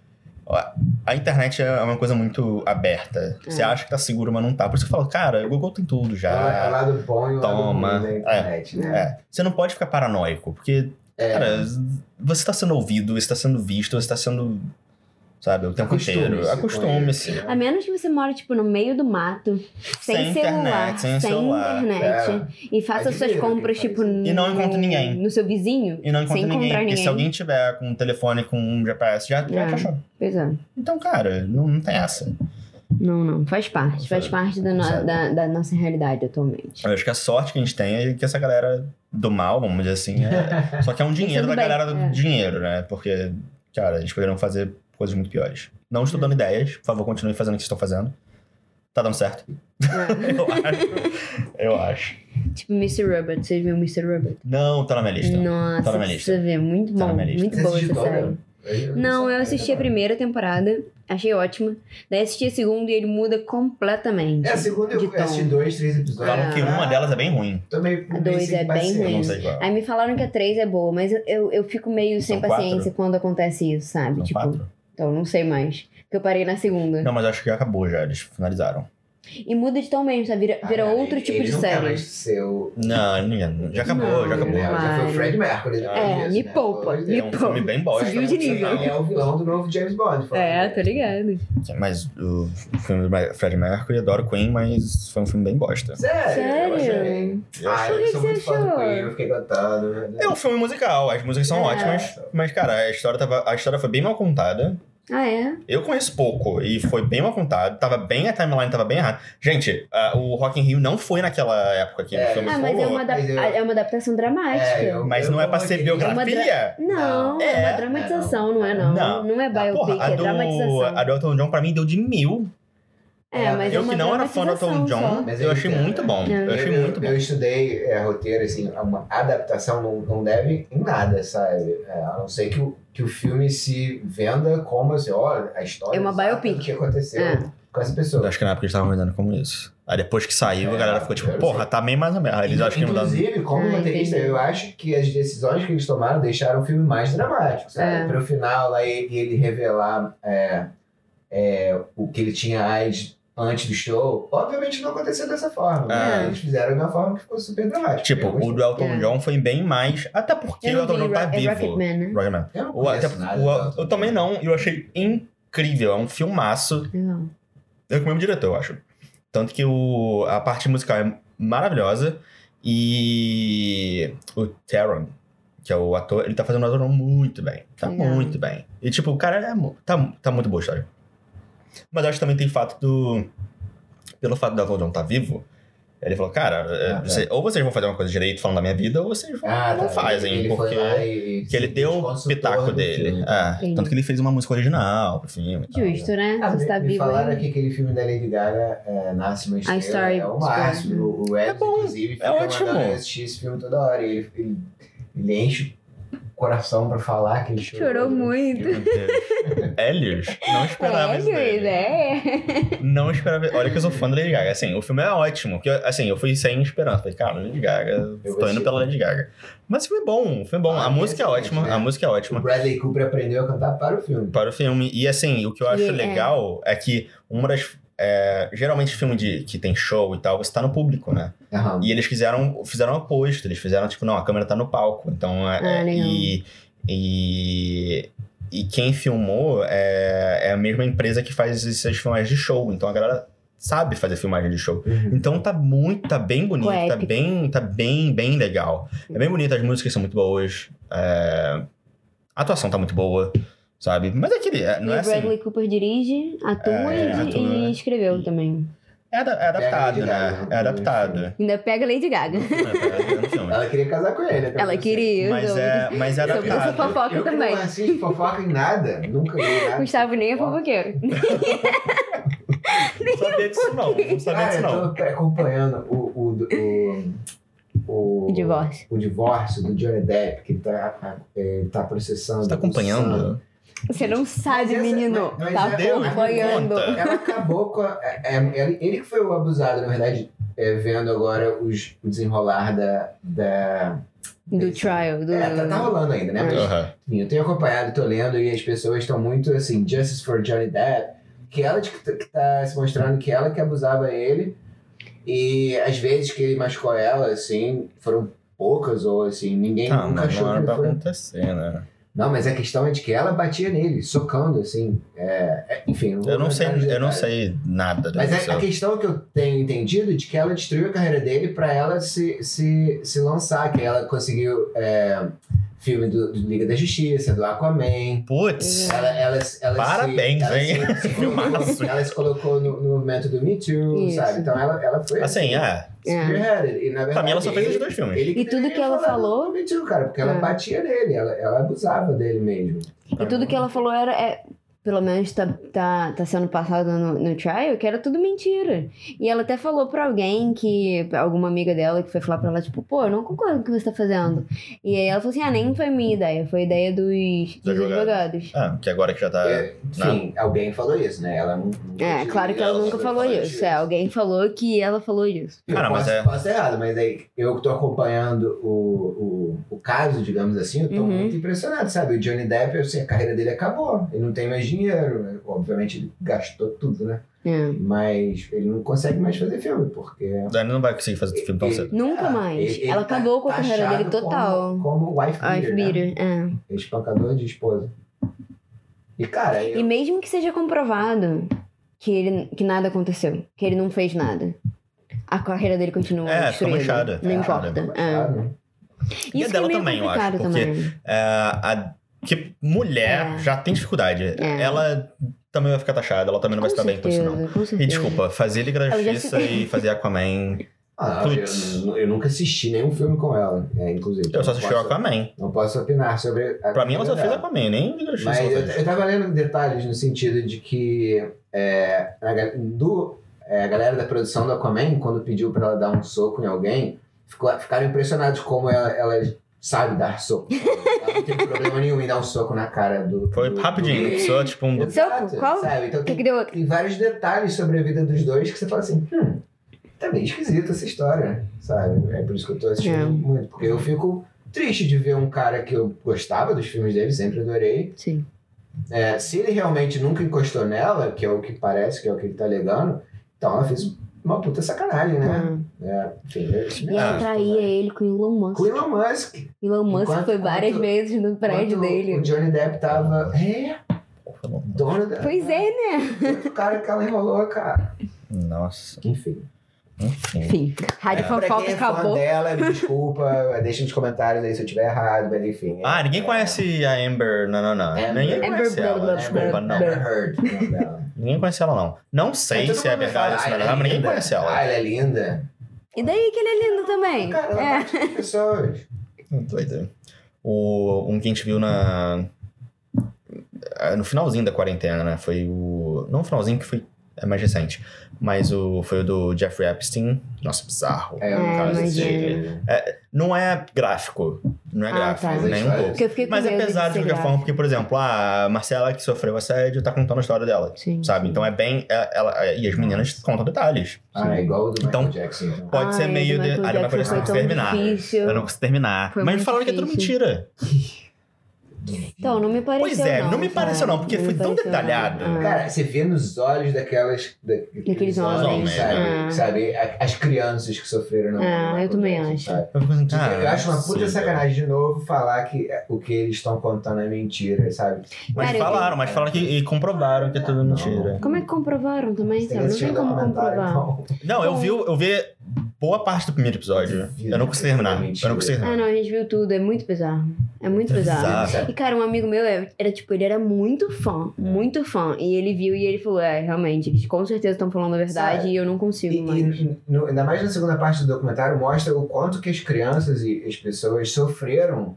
S3: ó, a- A internet é uma coisa muito aberta. Você
S2: É.
S3: acha que tá seguro, mas não tá. Por isso que eu falo, cara, o Google tem tudo já.
S1: É o lado bom e o
S3: Toma.
S1: lado ruim da internet, né?
S3: É, você não pode ficar paranoico, porque,
S1: É.
S3: cara, você tá sendo ouvido, você tá sendo visto, você tá sendo, sabe, o tempo
S1: Acostume-se
S3: inteiro.
S1: com
S3: Acostume-se.
S1: isso.
S2: A menos que você mora, tipo, no meio do mato, sem,
S3: Sem
S2: celular,
S3: internet, sem celular,
S2: internet, e faça
S1: É
S2: suas
S1: dinheiro que
S2: compras,
S1: faz
S2: tipo,
S1: isso.
S3: E não
S2: no-
S3: encontra ninguém.
S2: No seu vizinho.
S3: E não encontra
S2: Sem
S3: ninguém,
S2: encontrar
S3: porque
S2: ninguém.
S3: se alguém tiver com um telefone, com um GPS, já, já
S2: É.
S3: te achou.
S2: Pois é.
S3: Então, cara, não, não tem essa.
S2: Não, não. Faz parte. Faz
S3: Sabe?
S2: parte da, no-
S3: Sabe?
S2: da, da nossa realidade atualmente. É.
S3: Eu acho que a sorte que a gente tem é que essa galera do mal, vamos dizer assim, é- só que é um dinheiro
S2: Pensando
S3: da
S2: bem,
S3: galera do
S2: é.
S3: dinheiro, né? Porque, cara, eles poderiam fazer coisas muito piores. Não estou dando ideias, por favor, continue fazendo o que vocês estão fazendo. Tá dando certo.
S2: É.
S3: Eu acho. Eu acho.
S2: tipo, Mr. Robert. Vocês viram Mr. Robert?
S3: Não, tá na minha lista.
S2: Nossa,
S3: Tá na minha lista.
S2: precisa ver. Muito
S3: Tá na
S2: bom.
S3: minha lista.
S2: Muito
S1: Você
S2: boa essa
S1: assistiu
S2: série.
S1: toda?
S2: Não, eu assisti a primeira temporada, achei ótima. Daí assisti a segunda e ele muda completamente.
S1: É, a segunda
S2: de
S1: eu assisti
S2: tom.
S1: dois, três episódios. Ah,
S3: Falam que uma delas é bem ruim.
S1: Também
S2: A dois é bem ruim.
S3: Não sei qual.
S2: Aí me falaram que a 3 é boa, mas eu, eu, eu fico meio
S3: São
S2: sem
S3: quatro?
S2: paciência quando acontece isso, sabe?
S3: São
S2: tipo,
S3: quatro?
S2: então não sei mais. Porque eu parei na segunda.
S3: Não, mas acho que acabou já, eles finalizaram.
S2: E muda de tom mesmo, sabe? Vira,
S3: Ah,
S1: Ah,
S2: vira outro tipo de série.
S1: Seu...
S3: Não, não- já acabou,
S2: Não,
S3: já acabou.
S2: né?
S1: Já foi o
S2: Mas-
S1: Fred Mercury. depois
S2: É,
S1: disso,
S2: me
S1: né?
S2: poupa,
S1: Foi-
S2: me
S3: É um filme bem bosta. né?
S2: Subiu de nível.
S1: Ele é o vilão do novo James Bond. falando.
S2: É, tô ligado.
S3: Mas o filme do Fred Mercury, adoro Queen, mas foi um filme bem bosta.
S1: Sério?
S2: Sério?
S1: Eu achei- Ah,
S2: Por que
S1: eu sou
S2: que você
S1: muito fã do
S2: achou?
S1: Queen, eu fiquei cantando.
S3: É um filme musical, as músicas são
S2: É.
S3: ótimas, mas, cara, a história, tava, a história foi bem mal contada.
S2: Ah, é?
S3: Eu conheço pouco e foi bem mal contado, tava bem, a timeline tava bem errada. Gente, a- o Rock in Rio não foi naquela época que o
S1: É.
S3: filme
S2: Ah, mas é
S3: rolou.
S2: uma, adap-
S1: Mas eu-
S2: é uma adaptação dramática.
S1: É, eu-
S3: Mas não é pra ser
S1: É uma
S3: biografia.
S2: Não, é,
S3: É.
S2: uma dramatização, não é não.
S3: Não. Ah,
S2: Não, é biopic,
S3: Porra, a
S2: é
S3: do,
S2: dramatização.
S3: a do Elton John pra mim deu de mil.
S2: É, mas é
S3: eu
S2: uma
S3: que não era fã do
S2: dramatização
S3: Elton John,
S2: só.
S1: Mas
S3: eu
S1: eu
S3: achei
S1: entendo,
S3: muito
S1: né?
S3: bom. Eu achei
S1: eu,
S3: muito bom.
S1: eu estudei é, roteiro, assim, uma adaptação não, não deve em nada, sabe? É, a não ser que o, que o filme se venda como, assim, olha, a história
S2: É uma
S1: exata
S2: biopic.
S1: do que aconteceu
S2: É.
S1: com essa
S3: Eu
S1: pessoa.
S3: acho que na época eles estavam vendendo como isso. Aí depois que saiu, a
S1: É,
S3: galera ficou tipo,
S1: eu
S3: porra,
S1: sei.
S3: tá meio mais ou menos. Aí eles acham que não dá.
S1: Inclusive, como
S2: Ah,
S1: roteirista,
S2: entendi.
S1: eu acho que as decisões que eles tomaram deixaram o filme mais
S2: É.
S1: dramático, sabe? Para o final, lá, ele, ele revelar é, é, o que ele tinha AIDS antes do show, obviamente não aconteceu dessa forma.
S2: É.
S1: Né? Eles fizeram de uma forma que ficou super dramática.
S3: Tipo,
S1: Eu
S3: o do Elton
S2: É.
S3: John foi bem mais. Até porque
S2: Eu
S3: o
S2: não
S3: Elton
S2: vi
S3: John tá
S2: Rock- é
S3: vivo.
S2: Rocketman, né?
S3: Rocketman.
S1: Eu não
S3: O- até-
S1: conheço nada
S3: o-
S1: do Elton
S3: eu
S1: John.
S3: também não, eu achei incrível. É um filmaço.
S2: Legal.
S3: É com o mesmo diretor, eu acho. Tanto que o, a parte musical é maravilhosa. E o Taron, que é o ator, ele tá fazendo o ator muito bem. Tá
S2: Legal.
S3: muito bem. E tipo, o cara é, mu- tá, tá muito boa a história. Mas eu acho que também tem fato do. Pelo fato do Elton John estar vivo, ele falou, cara, é,
S1: Ah, tá.
S3: você- ou vocês vão fazer uma coisa direito falando da minha vida, ou vocês vão,
S1: Ah,
S3: não
S1: tá.
S3: fazem,
S1: Ele foi
S3: porque.
S1: lá e-
S3: Que ele
S1: e-
S3: deu o
S1: consultor
S3: pitaco
S1: do
S3: dele.
S1: filme.
S3: É,
S2: Entendi.
S3: tanto que ele fez uma música original pro filme. e tal.
S2: Justo, né?
S1: Ah,
S2: Você
S1: me,
S2: tá
S1: me
S2: vivo
S1: falaram
S2: ainda.
S1: que aquele filme da Lady Gaga, é, Nasce uma Estrela,
S2: Star
S1: é o
S2: Is
S1: máximo. O- O Ed,
S3: bom,
S1: inclusive, fica
S3: é ótimo.
S1: mandando eu assistir esse filme toda hora. E ele, ele, ele enche o coração pra falar que ele
S2: Chorou
S1: chorou.
S2: muito.
S3: Meu Deus. Helios? Não esperava isso dele.
S2: é.
S3: Não esperava. Olha que eu sou fã da Lady Gaga. Assim, o filme é ótimo. Porque, assim, eu fui sem esperança. Falei, cara, Lady Gaga.
S1: Eu
S3: Tô indo
S1: gostei.
S3: pela Lady Gaga. Mas foi bom, foi bom.
S1: Ah,
S3: a música é
S1: excelente,
S3: ótima,
S1: né?
S3: a música é
S1: O
S3: ótima.
S1: Bradley Cooper aprendeu a cantar para o filme.
S3: Para o filme. E, assim, o que eu acho
S2: E é.
S3: legal é que uma das... é, geralmente filme de, que tem show e tal, você tá no público, né?
S1: Aham.
S3: E eles fizeram, fizeram o oposto. Eles fizeram, tipo, não, a câmera tá no palco. Então, é,
S2: Ah, legal.
S3: e, e, e quem filmou é, é a mesma empresa que faz essas filmagens de show. Então, a galera sabe fazer filmagem de show.
S1: Uhum.
S3: Então, tá muito, tá bem bonito.
S2: Ficou
S3: Tá
S2: épico.
S3: bem, tá bem, bem legal. É bem bonito, as músicas são muito boas. é, a atuação tá muito boa, sabe? Mas é aquele... é- Não
S2: e
S3: é
S2: o Bradley
S3: assim...
S2: Cooper dirige, atua,
S3: É,
S2: e,
S3: atua,
S2: e
S3: né?
S2: escreveu também.
S3: É, ada- é adaptado,
S1: Lady
S3: né?
S1: Gaga,
S3: É
S1: né?
S3: adaptado.
S2: Ainda pega Lady Gaga.
S3: É, é no filme.
S1: Ela queria casar com ele. né, pra
S2: Ela
S1: você.
S2: queria.
S3: Mas é, mas é
S2: Eu sou
S3: adaptado.
S2: fofoca
S1: eu que
S2: também.
S1: não assisto fofoca em nada. Nunca vi nada.
S2: Gustavo nem é
S1: Fofoca.
S2: fofoqueiro.
S3: Não sabia disso não, não sabia
S1: Cara,
S3: disso não.
S1: Ah, eu tô acompanhando o, o, o,
S2: O divórcio.
S1: o divórcio do Johnny Depp, que ele tá, ele tá processando.
S3: Você tá
S1: processando.
S3: acompanhando?
S2: Você não sabe,
S1: essa-
S2: menino.
S1: mas- mas
S2: tá
S1: é-
S3: Deus, me
S2: acompanhando.
S3: conta.
S1: Ela acabou com. a- é- é- ele, ele que foi o abusado, na verdade, é, vendo agora os, o desenrolar da, da,
S2: Do trial, do.
S1: É, tá, tá rolando ainda, né? Mas,
S3: Aham.
S1: enfim, eu tenho acompanhado, tô lendo e as pessoas estão muito assim, Justice for Johnny Depp, que ela de- que tá se mostrando que ela que abusava ele e as vezes que ele machucou ela, assim, foram poucas ou assim, ninguém
S3: Tá,
S1: nunca
S3: mas
S1: achou
S3: não
S1: que
S3: era
S1: ele
S3: pra
S1: foi
S3: acontecer, né?
S1: Não, mas a questão é de que ela batia nele, socando, assim. É, é, enfim, vou
S3: Eu não sei,
S1: entrar nos
S3: eu não
S1: detalhes.
S3: sei nada da
S1: Mas é a, a
S3: pessoa.
S1: questão que eu tenho entendido é de que ela destruiu a carreira dele pra ela se, se, se lançar, que ela conseguiu é, filme do, do Liga da Justiça, do Aquaman.
S3: Putz!
S1: Ela, ela, ela
S3: Parabéns,
S1: se, ela
S3: hein?
S1: Se, se
S3: Filmaço.
S1: colocou, ela se colocou no, no movimento do Me Too,
S2: Isso.
S1: sabe? Então ela, ela foi.
S3: Assim, é.
S2: É.
S1: spearheaded. E, na verdade,
S3: Pra mim, ela só fez
S1: ele-
S3: os dois filmes.
S1: ele
S2: E tudo que
S1: deveria
S2: ela
S1: falar
S2: falou-
S1: do Me Too, cara, porque ela
S2: É.
S1: batia nele, ela, ela abusava dele mesmo.
S2: E tudo que ela falou era. é, pelo menos tá, tá, tá sendo passado no, no trial, que era tudo mentira. E ela até falou pra alguém que. pra Alguma amiga dela que foi falar pra ela, tipo, pô, eu não concordo com o que você tá fazendo. E aí ela falou assim: ah, nem foi minha ideia, foi ideia dos, dos
S3: advogados.
S2: advogados.
S3: Ah, que agora que já tá.
S1: É, Enfim, alguém falou isso, né? Ela não. não
S2: É,
S1: diz-
S2: claro que ela
S3: Ela
S2: nunca
S3: foi
S2: falou
S3: falar
S2: isso. É, alguém falou que ela falou isso.
S1: Eu
S3: Cara,
S1: posso,
S3: mas é-
S1: posso estar errado, mas aí eu que tô acompanhando o, o, o caso, digamos assim, eu tô
S2: Uhum.
S1: muito impressionado, sabe? O Johnny Depp, assim, a carreira dele acabou. Ele não tem mais dinheiro. né? Obviamente, ele gastou tudo, né?
S2: É.
S1: Mas ele não consegue mais fazer filme, porque.
S3: Dani não vai conseguir fazer filme tá tão
S1: ele-
S3: cedo.
S2: Nunca
S1: é,
S2: mais.
S1: ele- ele
S2: Ela
S1: tá
S2: acabou com a carreira
S1: taxado
S2: dele total.
S1: Como, como wife
S2: Ai,
S1: beater, né?
S2: Peter, é.
S1: Espancador de esposa. E, cara, eu-
S2: E mesmo que seja comprovado que, ele, que nada aconteceu, que ele não fez nada, a carreira dele continua
S3: É, fica
S2: destruída.
S3: manchada.
S2: Não
S1: É,
S2: importa.
S1: tá
S2: É.
S1: manchado, né?
S2: Isso
S3: E a
S2: que
S3: dela
S2: é meio
S3: também, eu acho,
S2: complicado
S3: porque-
S2: também.
S3: É, a, que mulher
S2: É.
S3: já tem dificuldade.
S2: É.
S3: Ela também vai ficar taxada, ela também não vai se
S2: Com
S3: dar bem com isso, não.
S2: certeza, com certeza.
S3: E desculpa, fazer Liga da
S2: Ela já
S3: Justiça
S2: se-
S3: e fazer Aquaman.
S1: Ah,
S3: Putz.
S1: eu, eu nunca assisti nenhum filme com ela, é, inclusive.
S3: Eu
S1: Não
S3: só assisti o
S1: posso-
S3: Aquaman.
S1: Não posso opinar sobre. a
S3: Pra mim, ela só fez
S1: dela.
S3: Aquaman, nem Liga da Justiça.
S1: Mas eu,
S3: ela fez.
S1: eu tava lendo detalhes no sentido de que é, a, ga- do, é, a galera da produção do Aquaman, quando pediu pra ela dar um soco em alguém, ficou, ficaram impressionados como ela, ela sabe dar soco. ela não tem problema nenhum em dar um soco na cara do.
S3: Foi
S1: do-
S3: rapidinho,
S1: do-
S3: só tipo um.
S1: Exato,
S2: Soco, qual?
S1: Sabe? Então
S2: O que, que
S1: tem,
S2: deu outro?
S1: tem vários detalhes sobre a vida dos dois que você fala assim, hum, tá bem esquisita essa história, sabe? É por isso que eu tô assistindo
S2: É.
S1: muito, porque eu fico triste de ver um cara que eu gostava dos filmes dele, sempre adorei.
S2: Sim.
S1: É, se ele realmente nunca encostou nela, que é o que parece, que é o que ele tá alegando, então ela fez uma puta sacanagem, né?
S2: Ah.
S1: É, enfim, eu- isso me
S2: E ela
S3: Ah.
S1: assusta,
S2: traía
S1: né?
S2: ele com o Elon Musk.
S1: Com Elon Musk.
S2: Elon Musk
S1: Enquanto-
S2: foi várias
S1: enquanto-
S2: vezes no prédio
S1: quando
S2: dele.
S1: O Johnny Depp tava. É, dono da.
S2: Pois é, né?
S1: O cara que ela enrolou, cara.
S3: Nossa.
S1: Enfim.
S3: Enfim.
S2: Enfim, Rádio
S1: pra
S2: Fofoca
S1: quem é fã
S2: acabou.
S1: dela, me desculpa, deixa nos comentários aí se eu tiver errado, mas enfim. é-
S3: Ah, ninguém
S1: é-
S3: conhece a Amber. Não, não, não.
S1: Amber.
S3: Ninguém
S1: Amber,
S3: conhece
S2: blá, blá,
S3: ela.
S2: blá,
S3: Desculpa,
S2: blá,
S3: não.
S2: blá.
S1: Never é, heard o nome dela.
S3: Ninguém conhece ela, não. Não sei
S1: Mas todo
S3: se é
S1: mundo
S3: verdade,
S1: fala,
S3: se
S1: "Ah,
S3: não é
S1: ela
S3: verdade, mas ninguém
S1: linda.
S3: conhece
S1: Ah,
S3: ela.
S1: ela é linda. tipo
S2: E daí que ele é lindo também.
S1: Cara, ela
S2: é.
S1: bate nas pessoas.
S3: Doida. O, um que a gente viu na. ah, No finalzinho da quarentena, né? Foi o. Não o finalzinho, que foi. É mais recente. Mas o, foi o do Jeffrey Epstein. Nossa, bizarro.
S1: É, eu não
S2: É,
S1: quero
S2: mas
S1: assistir.
S3: é. Não é gráfico. Não é
S2: Ah,
S3: gráfico,
S2: tá.
S3: nem um pouco.
S2: Porque eu fiquei com
S3: Mas é
S2: medo de
S3: pesado de
S2: ser
S3: qualquer
S2: grave.
S3: forma, porque, por exemplo, a Marcela que sofreu assédio tá contando a história dela.
S2: Sim.
S3: Sabe? Então é bem. é- Ela, e as meninas contam detalhes.
S1: Ah, é igual o do
S3: Então-
S1: Michael Jackson. então.
S3: Pode ser
S2: Ai,
S3: meio.
S2: do
S3: De...
S2: Michael
S3: Ah, não vai
S2: Jackson foi
S3: poder
S2: tão
S3: terminar.
S2: difícil.
S3: Eu não consigo terminar.
S2: Foi
S3: Mas
S2: muito
S3: falaram que é tudo
S2: difícil.
S3: mentira.
S2: Então, não me pareceu.
S3: Pois é,
S2: não,
S3: não me pareceu
S2: cara.
S3: não, porque
S2: me
S3: foi tão
S2: pareceu não.
S3: detalhado.
S2: Ah.
S1: Cara, você vê nos olhos daquelas. da-
S2: Daqueles
S3: homens,
S1: sabe?
S2: é.
S1: Sabe? A- As crianças que sofreram na
S2: Ah,
S1: na
S2: eu também
S1: Covid,
S2: acho.
S1: sabe?
S3: Eu, fico assim,
S1: eu
S3: cara,
S2: Ah,
S1: acho uma puta
S3: sim,
S1: sacanagem de novo falar que é, o que eles estão contando é mentira, sabe?
S3: Mas
S2: Cara, eu-
S3: falaram, mas falaram que e comprovaram que é tudo mentira.
S2: Como é que comprovaram também?
S1: Você
S2: Sabe? Não tem
S1: assistiu
S2: como
S1: o documentário,
S2: comprovar.
S1: tipo então.
S3: Não, eu vi, eu vi boa parte do primeiro episódio. Eu não consegui terminar. Eu não
S1: então?
S3: consegui
S2: Ah,
S3: terminar.
S2: não, a gente viu tudo, é muito bizarro. É muito bizarro.
S3: Bizarro.
S2: E, cara, um amigo meu é- era tipo, ele era muito fã, muito fã. E ele viu e ele falou: é, realmente, eles com certeza estão falando a verdade
S1: Sabe?
S2: e eu não consigo
S1: E,
S2: mais.
S1: e no- ainda mais na segunda parte do documentário mostra o quanto que as crianças e as pessoas sofreram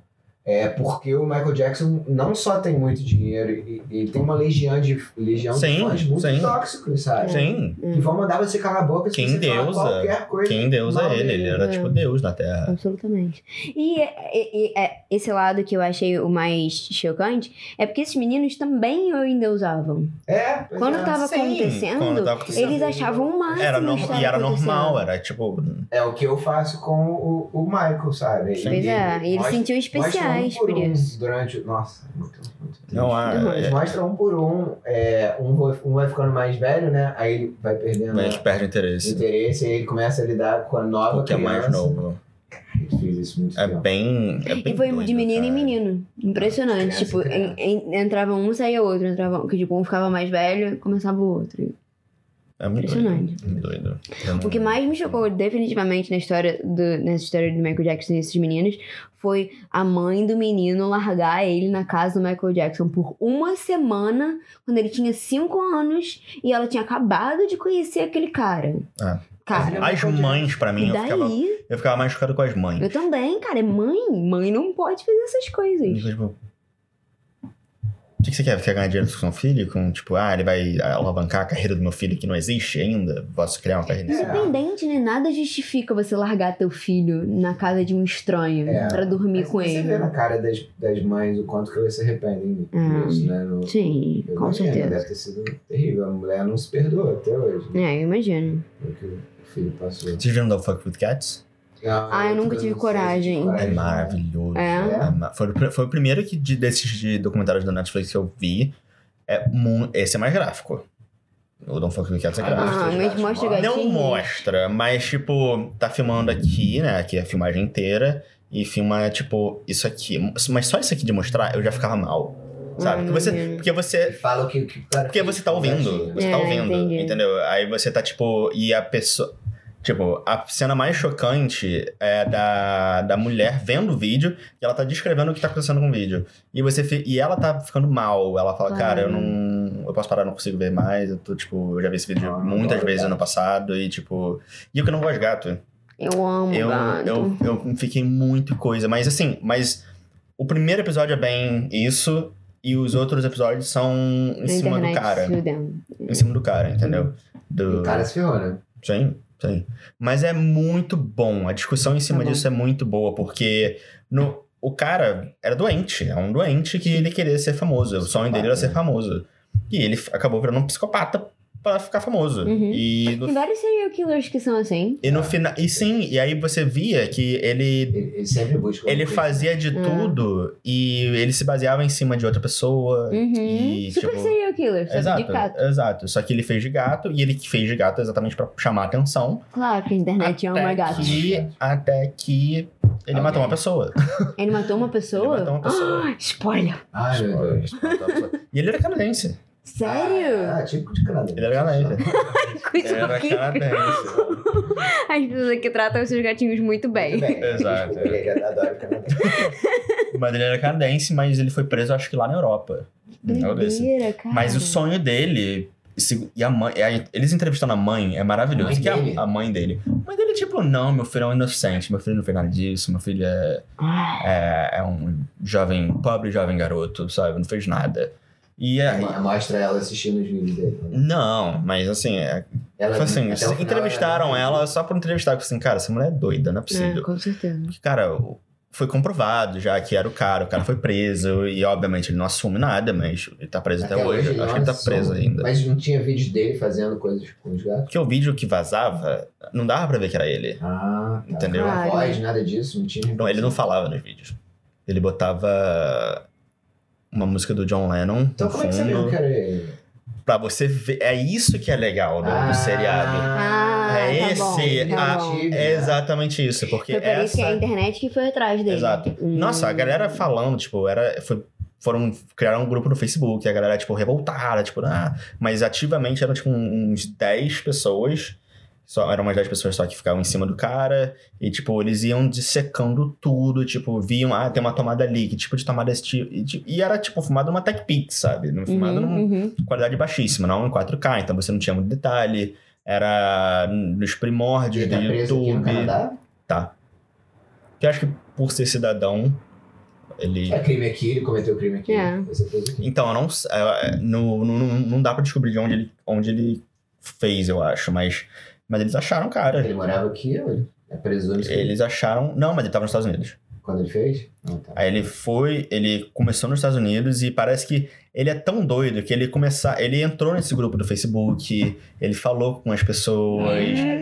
S1: É porque o Michael Jackson não só tem muito dinheiro, e- ele tem uma legião de, legião
S3: Sim,
S1: de fãs muito
S3: sim.
S1: tóxicos, sabe?
S3: Sim.
S1: E vão mandar você calar a boca se
S3: Quem
S1: você falar
S3: deusa?
S1: qualquer coisa.
S3: Quem Deus
S1: Mal
S3: é ele, ele era
S2: dele,
S3: tipo
S2: é.
S3: Deus na Terra.
S2: Absolutamente. E, é- é- é- é esse lado que eu achei o mais chocante é porque esses meninos também o endeusavam.
S1: É, pois
S2: Quando
S1: é.
S2: tava
S3: Sim,
S2: acontecendo,
S3: quando tava acontecendo.
S2: eles achavam o máximo.
S3: Era norm-
S2: estar
S3: E era
S2: acontecendo.
S3: normal, era tipo.
S1: É o que eu faço com o, o Michael, sabe?
S3: Sim.
S2: Pois é, e eles
S1: mostra-
S2: sentiam especiais
S1: mostra um por,
S2: por
S1: um
S2: isso.
S1: durante o. Nossa, muito, muito triste.
S3: Não é. há.
S1: Eles mostram um por um, é, um, vai, um vai ficando mais velho, né? Aí ele vai perdendo
S3: Mas perde o interesse.
S1: interesse, aí ele começa a lidar com a nova
S3: O que é mais
S1: criança.
S3: novo.
S1: Ele fez isso muito
S3: É
S1: tempo.
S3: bem. É bem
S2: E foi
S3: doido,
S2: de menino
S3: cara.
S2: em menino. Impressionante.
S1: né, Criança,
S2: tipo,
S1: criança.
S2: en- en- entrava um, saía outro. Entrava um, que tipo, um ficava mais velho, começava o outro.
S3: É muito
S2: Impressionante.
S3: doido. Muito doido. Eu não-
S2: O que mais me chocou definitivamente na história do, nessa história do Michael Jackson e esses meninos foi a mãe do menino largar ele na casa do Michael Jackson por uma semana, quando ele tinha cinco anos e ela tinha acabado de conhecer aquele cara.
S1: Ah.
S3: É.
S2: Cara,
S3: As mães, pra
S1: é um
S3: mim,
S2: e
S3: eu
S2: daí?
S3: ficava, eu ficava mais chocado com as mães.
S2: Eu também, cara, é mãe. Mãe não pode fazer essas
S3: Eu
S2: coisas.
S3: fico, tipo, O que que você quer? Você quer ganhar dinheiro com seu filho? Com, tipo, ah, ele vai alavancar a carreira do meu filho que não existe ainda? Posso criar uma carreira?
S1: É.
S2: Independente, né? Nada justifica você largar teu filho na casa de um estranho
S1: É.
S2: pra dormir
S1: Mas
S2: com
S1: você
S2: ele.
S1: vê
S3: né?
S1: na cara das, das mães o quanto que elas se arrependem
S2: Hum.
S1: disso, né? No,
S2: Sim,
S1: eu
S2: com
S1: imagino,
S2: certeza.
S1: Deve ter sido terrível. A mulher não se perdoa até hoje. né?
S2: É, eu imagino.
S1: O que o filho passou.
S3: Vocês viram Don't Fuck With Cats?
S2: Ah, eu nunca tive
S1: não sei se
S2: coragem.
S1: tive
S3: É
S1: coragem.
S3: maravilhoso.
S2: É?
S3: É ma- foi, o pr- foi o primeiro que, de- desses de documentários da Netflix que eu vi. É, mu- esse é mais gráfico. O Don't Fuck With Cats é
S1: Ah,
S3: gráfico.
S2: Ah, mas mostra
S1: Não
S2: gatinho.
S3: Não mostra, mas tipo, tá filmando aqui, né? Aqui é a filmagem inteira. E filma, tipo, isso aqui. Mas só isso aqui de mostrar, eu já ficava mal. Sabe?
S2: Ai,
S3: Porque você,
S2: meu
S3: porque
S1: E
S3: você.
S1: Fala o que, o que o cara
S3: Porque
S1: fez
S3: você tá
S1: com
S3: ouvindo.
S1: gatinho.
S3: Você
S2: É,
S3: tá ouvindo.
S2: entendi.
S3: Entendeu? Aí você tá, tipo. E a pessoa. Tipo, a cena mais chocante é da, da mulher vendo o vídeo e ela tá descrevendo o que tá acontecendo com o vídeo. E você fi- e ela tá ficando mal. Ela fala,
S2: Ah.
S3: cara, eu não. Eu posso parar, eu não consigo ver mais. Eu tô, tipo, eu já vi esse vídeo
S1: Ah,
S3: muitas
S1: adoro
S3: vezes
S1: gato.
S3: ano passado. E, tipo. E eu que não gosto de gato.
S2: Eu amo
S3: Eu,
S2: gato.
S3: eu, eu fiquei muito coisa. Mas assim, mas o primeiro episódio é bem isso, e os outros episódios são em
S2: Na
S3: cima
S2: internet,
S3: do cara.
S2: fudendo.
S3: Em cima do cara, entendeu?
S1: E
S3: Do...
S1: O cara se ferrou, né?
S3: Sim, sim. Mas é muito bom. A discussão em cima
S2: Tá bom.
S3: disso é muito boa, porque no... o cara era doente. É um doente que ele queria ser famoso. O sonho dele era ser famoso. E ele f- acabou virando um psicopata pra ficar famoso.
S2: Uhum.
S3: E no...
S2: Tem vários serial killers que são assim.
S3: E no final. E sim, e aí você via que ele
S1: Ele, ele sempre busca.
S3: Ele
S1: alguma coisa.
S3: fazia de
S2: Uhum.
S3: tudo e ele se baseava em cima de outra pessoa.
S2: Uhum.
S3: E,
S2: Super
S3: tipo,
S2: serial killer, sabe?
S3: Exato,
S2: De gato.
S3: exato. Só que ele fez de gato e ele que fez de gato exatamente pra chamar a atenção.
S2: Claro que a internet ama gato.
S3: que, até que ele
S1: Alguém.
S3: matou uma pessoa.
S2: Ele matou uma pessoa?
S3: Ele matou uma pessoa.
S2: Ah, spoiler!
S1: Ai, meu Deus.
S3: Matou uma pessoa. e ele era canadense.
S2: Sério?
S1: Ah, tipo de canadense.
S3: Ele é né? era canadense.
S2: Coisa
S3: Ele Ah, era
S2: horrível.
S3: canadense.
S2: As pessoas aqui é tratam os seus gatinhos muito bem.
S1: Muito
S3: Exato. é.
S1: Desculpa, Ele adora canadense.
S3: mas ele era canadense, mas ele foi preso, acho que lá na Europa. Não, desse.
S2: Doideira, cara.
S3: Mas o sonho dele. se- E a mãe, e a- eles entrevistando a mãe é maravilhoso.
S1: A mãe
S3: que é
S1: dele?
S3: a, a mãe dele. A mãe dele, tipo, não, meu filho é um inocente, meu filho não fez nada disso, meu filho é,
S2: Ah,
S3: é, é um jovem, pobre jovem garoto, sabe? Não fez nada. E é,
S1: Mo- Mostra ela assistindo os vídeos dele. né?
S3: Não, mas assim, é,
S1: Ela,
S3: foi assim,
S1: até o final, né?
S3: entrevistaram ela, só pra entrevistar. porque Assim, cara, essa mulher é doida, não é
S2: é,
S3: possível.
S2: com certeza.
S3: Porque, cara, o- foi comprovado já que era o cara, o cara foi preso, e obviamente ele não assume nada, mas ele tá preso até, hoje.
S1: ele
S3: Eu Acho que ele tá
S1: lançou,
S3: preso ainda.
S1: Mas não tinha vídeo dele fazendo coisas com os gatos?
S3: Porque o vídeo que vazava, não dava pra ver que era ele.
S1: Ah, tá.
S3: Entendeu?
S1: Não
S2: Claro.
S1: voz, nada disso, não tinha.
S3: Não, ele não falava nos vídeos. Ele botava uma música do John Lennon
S1: Então
S3: no
S1: como é que você
S3: fundo.
S1: viu que era ele?
S3: pra você ver. É isso que é legal do, do seriado.
S2: Ah,
S3: É
S2: tá
S3: esse
S2: bom,
S3: a-
S2: tá bom.
S3: É exatamente isso, porque
S2: Foi por isso que a
S3: essa.
S2: internet que foi atrás dele.
S3: Exato.
S2: Hum.
S3: Nossa, a galera falando, tipo, era. Foi, foram criaram um grupo no Facebook, a galera, tipo, revoltada, tipo, ah, mas ativamente eram, tipo, um- uns 10 pessoas. Só, eram umas 10 pessoas só que ficavam em cima do cara. E, tipo, eles iam dissecando tudo. Tipo, viam, ah, tem uma tomada ali. Que tipo de tomada é esse tipo? E, tipo- e era, tipo, filmado numa Tech Pix, sabe? Filmado num,
S2: Uhum, uhum.
S3: qualidade baixíssima, não em 4K, então você não tinha muito detalhe. Era nos primórdios
S1: Ele
S3: do
S1: tá preso aqui no
S3: YouTube.
S1: Canadá?
S3: Tá. Que eu acho que por ser cidadão, Ele.
S1: É crime aqui, ele cometeu crime aqui.
S2: É.
S1: Você fez aqui.
S3: Então, eu não, s- é, é, no, no- no- não dá pra descobrir de onde ele, onde ele fez, eu acho, mas, mas eles acharam, o
S1: Ele
S3: cara.
S1: morava aqui, ou ele é preso onde-
S3: Eles acharam. Não, mas ele tava nos Estados Unidos.
S1: quando ele fez? Não, tá.
S3: Aí ele foi, ele começou nos Estados Unidos e parece que ele é tão doido que ele começar, ele entrou nesse grupo do Facebook, ele falou com as pessoas,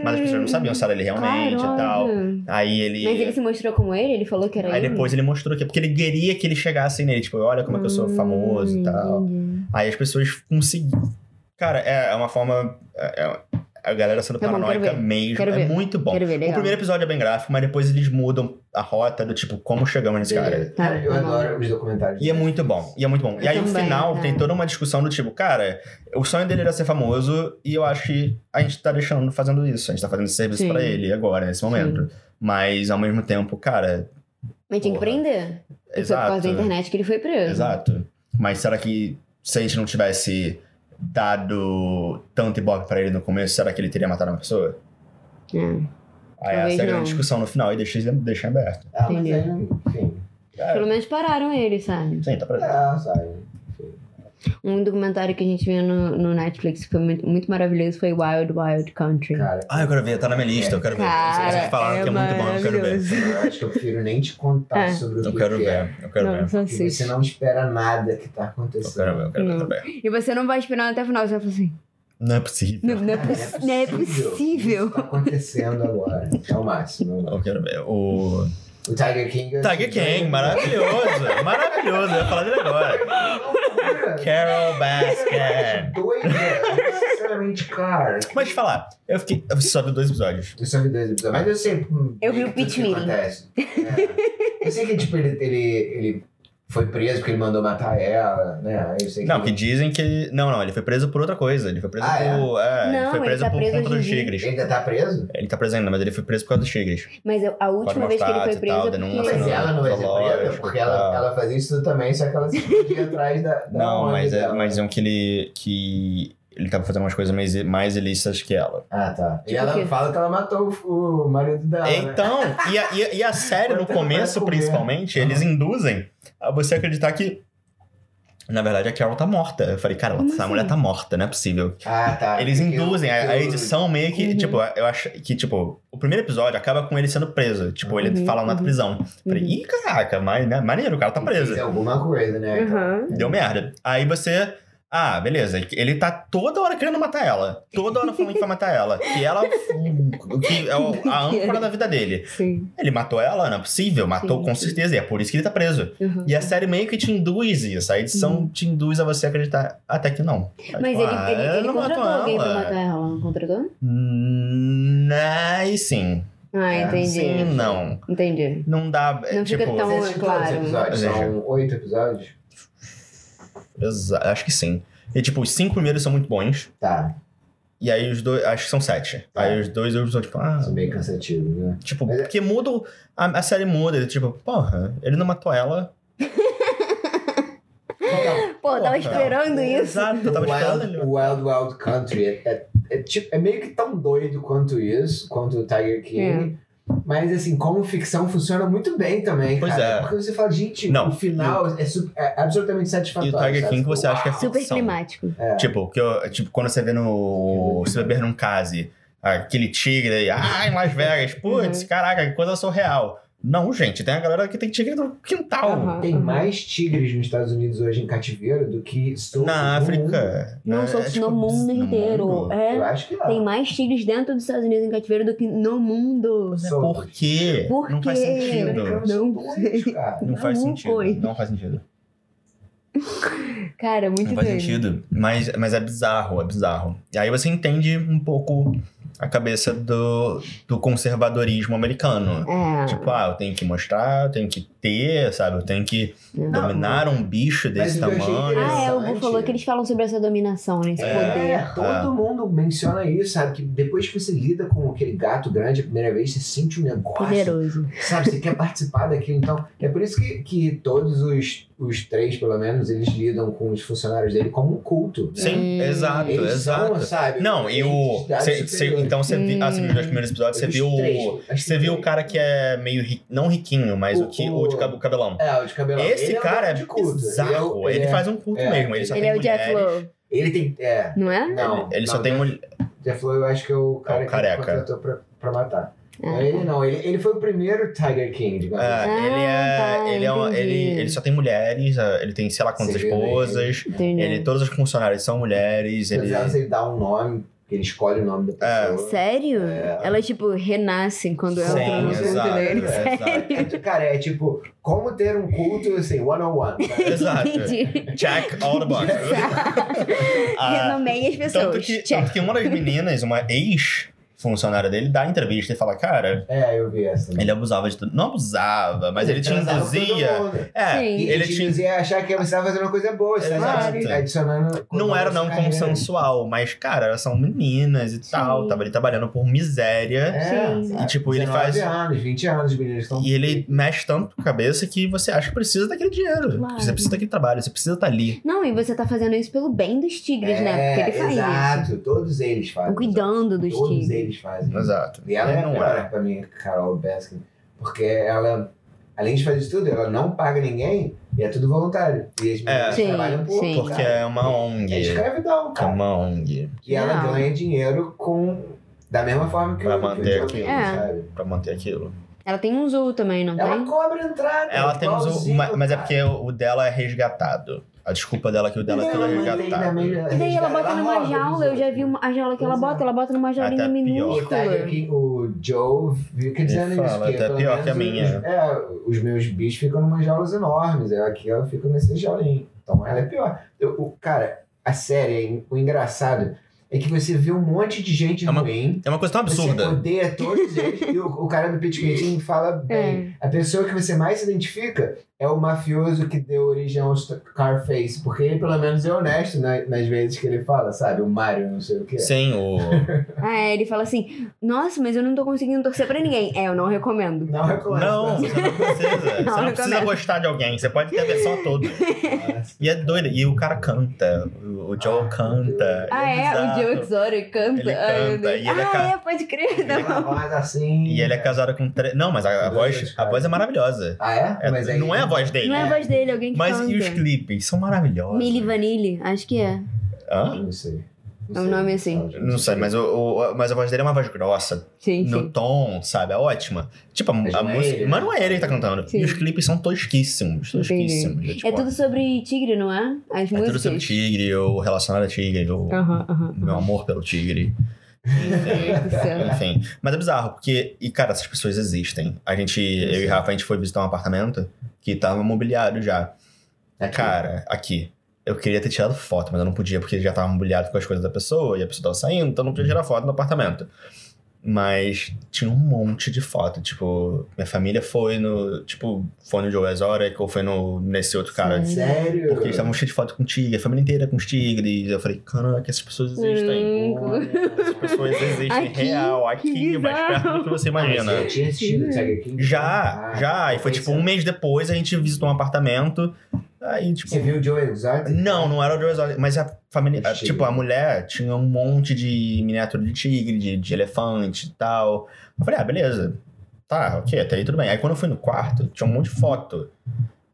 S3: mas as pessoas não sabiam se era ele realmente e tal.
S2: Claro.
S3: Aí ele,
S2: Mas ele se mostrou como ele? Ele falou que era
S3: aí
S2: ele?
S3: depois ele mostrou que é porque ele queria que ele chegasse nele, tipo, olha como é que eu sou
S2: Hum.
S3: famoso e tal.
S2: Entendi.
S3: Aí as pessoas conseguiram. Cara, é, é uma forma. é- é- a galera sendo
S2: Tá bom, quero
S3: paranoica
S2: ver.
S3: mesmo.
S2: Quero
S3: é
S2: ver.
S3: muito bom.
S2: Quero ver, legal.
S3: O primeiro episódio é bem gráfico, mas depois eles mudam a rota do tipo, como chegamos nesse cara.
S1: Beleza.
S2: Tá,
S1: eu
S2: tá bom.
S1: adoro os documentários.
S3: E é muito bom, e é muito bom. E
S2: Eu
S3: aí no
S2: também,
S3: final
S2: tá.
S3: tem toda uma discussão do tipo, cara, o sonho dele era ser famoso e eu acho que a gente tá deixando, fazendo isso, a gente tá fazendo esse serviço
S2: Sim.
S3: pra ele agora, nesse momento. Mas ao mesmo tempo, cara,
S2: Mas tinha que
S3: Porra.
S2: prender. E Foi por
S3: exato.
S2: causa da internet que ele foi preso.
S3: Exato. Mas será que se a gente não tivesse dado tanto ibope pra ele no começo, será que ele teria matado uma pessoa?
S2: É.
S3: Aí
S2: Talvez
S3: essa é a
S2: não.
S3: grande discussão no final e deixa, deixa em aberto.
S1: Ah, mas
S2: Entendi.
S1: aí, enfim.
S3: É,
S2: Pelo menos pararam ele, sabe?
S3: sim, tá pra
S1: Ah, sabe.
S2: Um documentário que a gente viu no, no Netflix que foi muito, muito maravilhoso foi Wild Wild Country.
S1: Cara,
S3: Ah, eu quero ver, tá na minha lista, eu quero ver.
S2: Cara,
S3: Vocês falaram
S2: é
S3: que é muito bom, eu quero ver.
S2: maravilhoso.
S1: eu acho que eu prefiro nem te contar
S2: É.
S1: sobre o
S3: Eu
S1: que
S3: quero
S1: que é.
S3: ver, eu quero ver.
S2: Nossa,
S1: Porque você
S2: assiste.
S1: não espera nada que tá
S3: Eu
S1: acontecendo.
S3: quero ver, eu quero ver
S2: Não.
S3: também.
S2: E você não vai esperar até o final, você vai falar assim.
S3: Não é possível.
S2: Não, não é,
S1: Cara,
S2: possi- não é possível.
S1: Isso tá acontecendo agora. É o máximo.
S3: Eu quero ver. O.
S1: O Tiger King.
S3: Tiger King, maravilhoso! maravilhoso, eu ia falar dele agora.
S1: maravilhoso.
S3: Carol Baskin.
S1: Doida. Sinceramente, cara.
S3: Mas te falar, eu fiquei. Eu só vi é um dois episódios.
S1: Eu só vi dois episódios, mas eu sei. hum,
S2: Eu vi o
S1: tudo
S2: pitch
S1: que
S2: meeting.
S1: acontece. É. Eu sei que tipo, ele, ele, ele foi preso porque ele mandou matar ela, né? Eu sei
S3: Não,
S1: que
S3: que dizem que ele. Não, não, ele foi preso por outra coisa. Ele foi preso
S1: Ah, é?
S3: por. É,
S2: Não,
S3: ele foi
S2: ele
S3: preso
S2: tá
S3: por
S2: preso
S3: conta dos
S2: hoje em dia.
S3: tigres.
S1: ele ainda tá preso?
S3: Ele tá preso ainda, mas ele foi preso por causa dos tigres.
S2: Mas a, a última vez que ele foi
S3: fatos e tal,
S2: preso.
S3: denúncia, né?
S1: Mas
S3: Não,
S1: ela não vai ser presa,
S3: zoológico,
S1: porque ela,
S3: tá.
S1: ela fazia isso tudo também, só que ela se escondia atrás da. da
S3: não,
S1: mãe
S3: mas, é,
S1: dela.
S3: mas diziam que ele. que ele tava fazendo umas coisas mais, mais ilícitas que ela.
S1: Ah, tá. E
S2: Tipo o
S1: ela
S2: quê?
S1: fala que ela matou o, o marido dela. né?
S3: então, e a, e a- e a série, no
S1: Quando ela
S3: começo,
S1: vai comer.
S3: principalmente,
S1: Aham.
S3: eles induzem a você acreditar que. Na verdade, a Carol tá morta. Eu falei, cara,
S2: Como
S3: essa
S2: assim?
S3: mulher tá morta, não é possível.
S1: Ah, tá.
S3: Eles
S1: Porque o-
S3: induzem, a, a
S1: o-
S3: edição meio que,
S2: Uhum.
S3: tipo, eu acho que, tipo, o primeiro episódio acaba com ele sendo preso. Tipo, ele
S2: Uhum,
S3: fala na
S2: uhum.
S3: prisão. Falei, ih, caraca, mas, né, maneiro, o cara tá
S1: Fez
S3: preso.
S1: alguma coisa, né?
S2: Uhum.
S3: Deu merda. Aí você. Ah, beleza. Ele tá toda hora querendo matar ela. Toda hora falando que vai matar ela. Que ela. Que é o- a âncora da vida dele.
S2: Sim.
S3: Ele matou ela? Não é possível. Matou
S2: Sim,
S3: com
S2: sim.
S3: certeza. E é por isso que ele tá preso.
S2: Uhum.
S3: E a série meio que te induz isso. A edição te induz a você acreditar. Até que não. Aí,
S2: Mas
S3: tipo,
S2: ele,
S3: ah,
S2: ele,
S3: ela
S2: ele
S3: não matou
S2: contratou alguém pra
S3: ela.
S2: matar ela, não contratou?
S3: Hum, Aí sim.
S2: Ah, entendi.
S3: É, Sim, não.
S2: Entendi.
S3: Não dá. é,
S2: Não
S3: tipo,
S2: fica tão-
S1: Você assistiu todos os
S2: Claro.
S1: episódios?
S3: Uhum.
S1: São oito episódios?
S3: exa- Acho que sim. E tipo, os cinco primeiros são muito bons.
S1: Tá,
S3: E aí os dois. Acho que são sete.
S2: Tá.
S3: Aí os dois eu sou tipo, ah.
S1: são é meio cansativos, né?
S3: Tipo,
S1: Mas é-
S3: porque muda. o- A, a série muda. Tipo, porra, ele não matou ela.
S2: Pô, eu tava
S3: Porra.
S2: esperando isso.
S3: Exato, eu tava esperando
S1: Wild,
S3: ele.
S1: Wild Wild Country é, é- é tipo- é meio que tão doido quanto isso, quanto o Tiger King.
S2: É.
S1: Mas assim, como ficção funciona muito bem também,
S3: Pois
S1: cara.
S3: é.
S1: Porque você fala, gente,
S3: Não,
S1: o final é, su- é absolutamente
S3: E
S1: satisfatório.
S3: o Tiger
S1: sabe? É.
S3: King você acha que é ficção.
S2: Super climático.
S3: Tipo, que eu- tipo, quando você vê no. Se beber num case, aquele tigre aí, ah, em Las
S2: Uhum.
S3: Vegas, putz, caraca, que coisa surreal. Não, gente, tem a galera que tem tigre no quintal.
S2: Aham.
S1: Tem mais tigres nos Estados Unidos hoje em cativeiro do que soltos
S3: Na
S1: no mundo.
S3: África.
S2: Não,
S3: né?
S2: só
S3: É, tipo,
S2: no mundo inteiro.
S3: mundo.
S2: É.
S1: Eu acho que é.
S2: Tem mais tigres dentro dos Estados Unidos em cativeiro do que no mundo.
S1: Soltos.
S3: Por quê?
S2: Por
S3: Não faz
S2: quê?
S3: sentido.
S1: Americanos
S2: Não
S1: doidos,
S2: sei.
S1: cara.
S3: Não faz
S2: Não
S3: sentido.
S2: foi.
S3: Não faz sentido.
S2: Cara, muito
S3: Não faz
S2: doido.
S3: sentido. Mas, mas é bizarro, é bizarro. E aí você entende um pouco a cabeça do, do conservadorismo americano.
S2: É.
S3: Tipo, ah, eu tenho que mostrar, eu tenho que ter, sabe? Eu tenho que dominar um bicho desse
S1: Mas eu achei
S3: tamanho.
S2: Ah, é, o
S1: interessante.
S2: Bu falou que eles falam sobre essa dominação, né? Esse
S1: É,
S2: poder.
S1: todo
S3: É.
S1: mundo menciona isso, sabe? Que depois que você lida com aquele gato grande a primeira vez, você sente um negócio,
S2: Poderoso.
S1: sabe? Você quer participar daquilo. Então, é por isso que, que todos os, os três, pelo menos, eles lidam com os funcionários dele como um culto. né?
S3: Sim, exato,
S1: Eles
S3: exato.
S1: são, sabe?
S3: Não, e o.
S1: entidades
S3: cê- cê-
S1: superiores.
S3: então você viu. Ah, você viu os dois primeiros episódios, você
S1: Os
S3: viu o.
S1: três, acho que
S3: Você viu o
S1: três.
S3: cara que é meio ri- não riquinho, mas o, que o, de cab- cabelão.
S1: É, o de cabelão.
S3: Esse
S1: ele
S3: cara
S1: é,
S3: é
S1: um de culto.
S3: bizarro. Ele,
S1: é-
S3: faz um culto
S1: é.
S3: mesmo. Ele só
S2: Ele
S3: tem
S2: é o Jeff
S3: mulheres.
S2: Lowe,
S1: Ele tem. É.
S2: não é?
S1: Não.
S3: Ele só
S1: não,
S3: tem
S1: Jeff-
S3: mulher.
S1: Jeff Flow, eu acho que é o cara
S3: careca.
S1: que contratou pra, pra matar.
S2: Ah,
S1: Não, Ele não, ele, ele foi o primeiro Tiger King, digamos
S3: É,
S1: assim.
S3: ele é.
S2: tá,
S3: ele, é um-
S2: entendi.
S3: ele, ele só tem mulheres, é, ele tem sei lá quantas
S1: Sim,
S3: esposas.
S2: Entendi.
S3: Ele, todas as funcionárias são mulheres. Ele,
S1: Apesar de ele dar um nome, que ele escolhe o nome da
S3: Ah,
S1: pessoa.
S2: Sério?
S1: tá- É.
S2: Elas, tipo, renascem quando é ela
S1: Sim,
S2: entra no né?
S1: exato,
S2: culto dele.
S1: é,
S2: Sério?
S1: É, cara, é tipo, como ter um culto assim, one-on-one. sabe?
S3: Exato.
S2: Entendi.
S3: Check all the boxes. Ah,
S2: Renomeia as
S3: tanto,
S2: pessoas.
S3: que,
S2: Check.
S3: tanto que uma das meninas, uma ex-funcionária dele, dá entrevista e fala: Cara,
S1: É, eu vi essa.
S3: ele abusava de tudo. Não abusava, mas ele te
S1: Transava com todo
S3: induzia.
S1: mundo.
S3: É,
S2: Sim.
S1: E
S3: ele
S1: te
S3: te
S1: induzia a achar que você estava fazendo uma coisa boa, você estava
S3: Exato.
S1: adicionando.
S3: Não era não
S1: carreira.
S3: consensual, mas, cara, elas são meninas e tal.
S2: Sim.
S3: Tava ali trabalhando por miséria.
S1: É,
S2: Sim.
S1: sabe?
S3: né? E, tipo, ele
S1: 19
S3: faz-
S1: anos, 20 anos, os meninos estão.
S3: E
S2: Uhum.
S3: ele mexe tanto com a cabeça que você acha que precisa daquele dinheiro.
S2: Claro.
S3: Você precisa daquele trabalho, você precisa estar ali.
S2: Não, e você tá fazendo isso pelo bem dos tigres, né?
S1: É,
S2: Porque ele faz isso.
S1: Exato, todos eles fazem.
S2: Estão cuidando dos
S1: Todos
S2: tigres.
S1: eles fazem.
S3: Exato.
S1: E ela é a
S3: não
S1: pior
S3: era.
S1: pra mim, Carol Baskin. Porque ela, além de fazer de tudo, ela não paga ninguém e é tudo voluntário. E as meninas
S2: Sim,
S1: trabalham por
S2: sim.
S3: É. Porque
S1: cara.
S3: é uma ONG.
S1: É escravidão,
S3: É
S1: cara.
S3: uma ONG.
S1: E ela
S2: Não.
S1: ganha dinheiro com. Da mesma forma que
S3: Pra
S1: o- que o
S3: manter
S1: John
S3: aquilo.
S1: Lennon,
S2: É.
S1: sabe?
S3: Pra manter aquilo.
S2: Ela tem um zoo também, não
S1: Ela
S2: tem?
S1: cobra entrada.
S3: Ela tem uns.
S1: É igualzinho,
S3: Mas, mas é
S1: cara.
S3: porque o, o dela é resgatado. A desculpa dela é que o dela é
S1: Ela mantém né? na
S3: resgatado.
S1: mesma-
S2: E daí ela bota numa
S1: roda dos
S2: jaula, eu já vi
S1: outros.
S2: uma- a jaula que ela
S1: Exato.
S2: bota, ela bota numa jaulinha
S3: Até pior.
S1: tá O Tiger
S2: minúscula.
S1: King, o Joe fica dizendo
S3: fala,
S1: isso. que
S3: até
S1: pelo
S3: pior que a
S1: menos
S3: minha.
S1: Os, é, os meus bichos ficam numas jaulas enormes. Eu aqui eu fico nesse jaulinho. Então ela é pior. Eu- o, cara, a série, o engraçado é que você vê um monte de gente
S3: É uma
S1: ruim.
S3: É uma coisa tão
S1: Você
S3: absurda.
S1: odeia todos eles. e o, o cara do Pit Quentin fala
S2: É.
S1: bem. A pessoa que você mais se identifica é o mafioso que deu origem ao St- Carface. Porque ele, pelo menos, é honesto na- nas vezes que ele fala, sabe? O Mario, não sei o que.
S3: Sim, o.
S2: Ah, é, ele fala assim, nossa, mas eu não tô conseguindo torcer pra ninguém. É, eu não recomendo.
S1: Não reconhece.
S3: Não, você não precisa. Você
S2: Não,
S3: não
S2: não
S3: precisa
S2: começa.
S3: gostar de alguém. Você pode ter a versão a todos. E é doido. E o cara canta. O o Joe
S1: Ah,
S3: canta.
S2: Ah, é? O
S3: bizarro.
S2: Joe Exotic canta.
S3: Ele
S2: Ai, meu
S3: canta,
S2: Deus.
S3: e ele é
S2: ah,
S3: ca-
S2: é, pode crer.
S1: Tem uma
S2: Não.
S1: voz assim.
S3: E ele é casado com três. Não, mas a, a
S1: Doido,
S3: voz, a
S1: cara.
S3: voz é maravilhosa.
S1: Ah, é?
S3: É-
S1: Mas aí-
S3: não é a voz dele.
S2: Não é a voz dele, alguém que
S3: mas
S2: canta.
S3: e os clipes? São maravilhosos.
S2: Milli Vanilli, acho que é.
S3: Hã?
S1: Não sei.
S2: É um nome assim.
S3: Não sei, mas, o, o- mas a voz dele é uma voz grossa.
S2: Sim, sim.
S3: No tom, sabe? É ótima. Tipo, a,
S1: Mas
S3: a
S1: não é
S3: música.
S1: ele, né?
S3: mas não é ele que tá cantando.
S2: Sim.
S3: E os clipes são tosquíssimos. Tosquíssimos. É, tipo,
S2: É tudo sobre tigre, não é? As
S3: é
S2: músicas.
S3: tudo sobre tigre, ou relacionado a tigre, ou
S2: Aham, aham.
S3: meu amor pelo tigre.
S2: Meu Deus do céu.
S3: Enfim. Mas é bizarro, porque. E, cara, essas pessoas existem. A gente, eu e o Rafa, a gente foi visitar um apartamento que tava mobiliado já.
S1: É
S3: Cara, aqui. Eu queria ter tirado foto, mas eu não podia, porque já tava mobiliado com as coisas da pessoa e a pessoa tava saindo, então eu não podia tirar foto no apartamento. Mas tinha um monte de foto. Tipo, minha família foi no. Tipo, foi no Joe Exotic ou foi no, nesse outro cara.
S2: Sim.
S1: é Sério?
S3: Porque é eles estavam cheios de foto com tigre, a família inteira com os tigres. Eu falei, caraca, essas pessoas existem.
S2: Hum,
S3: Essas pessoas existem
S2: Aqui,
S3: real,
S2: que
S3: aqui, mais
S2: bizarro.
S3: perto do que você imagina.
S1: Imagina. Eu tinha assistido o Tiger King.
S3: Já,
S1: Ah,
S3: já. E foi tipo um mês depois, a gente visitou um apartamento. Aí, tipo.
S1: Você viu o Joe Exotic?
S3: Não, não era o Joe Exotic, mas a família.
S1: Tigre.
S3: a- tipo, a mulher tinha um monte de miniatura de tigre, de, de elefante e tal. Eu falei, ah, beleza. Tá, ok, até aí tudo bem. Aí quando eu fui no quarto, tinha um monte de foto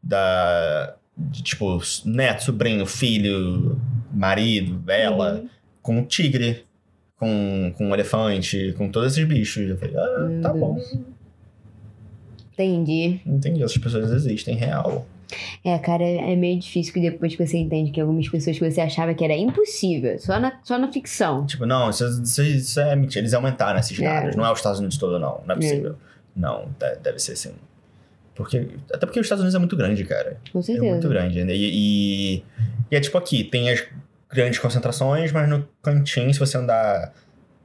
S3: da. de, tipo, s- neto, sobrinho, filho, marido, ela,
S2: Uhum.
S3: com um tigre, com, com elefante, com todos esses bichos. Eu falei, ah,
S2: Meu
S3: tá bom.
S2: Entendi.
S3: Entendi, essas pessoas existem, real.
S2: É, cara, é meio difícil que depois que você entende que algumas pessoas que você achava que era impossível, só na, só na ficção.
S3: Tipo, não, isso, isso- isso é mentira. Eles aumentaram esses
S2: É.
S3: dados. Não é os Estados Unidos todo, não. Não é
S2: É.
S3: possível. Não, de- deve ser sim. Porque, até porque os Estados Unidos é muito grande, cara.
S2: Com
S3: É muito
S2: certeza.
S3: grande. né? E, e, e é tipo aqui, tem as grandes concentrações, mas no cantinho, se você andar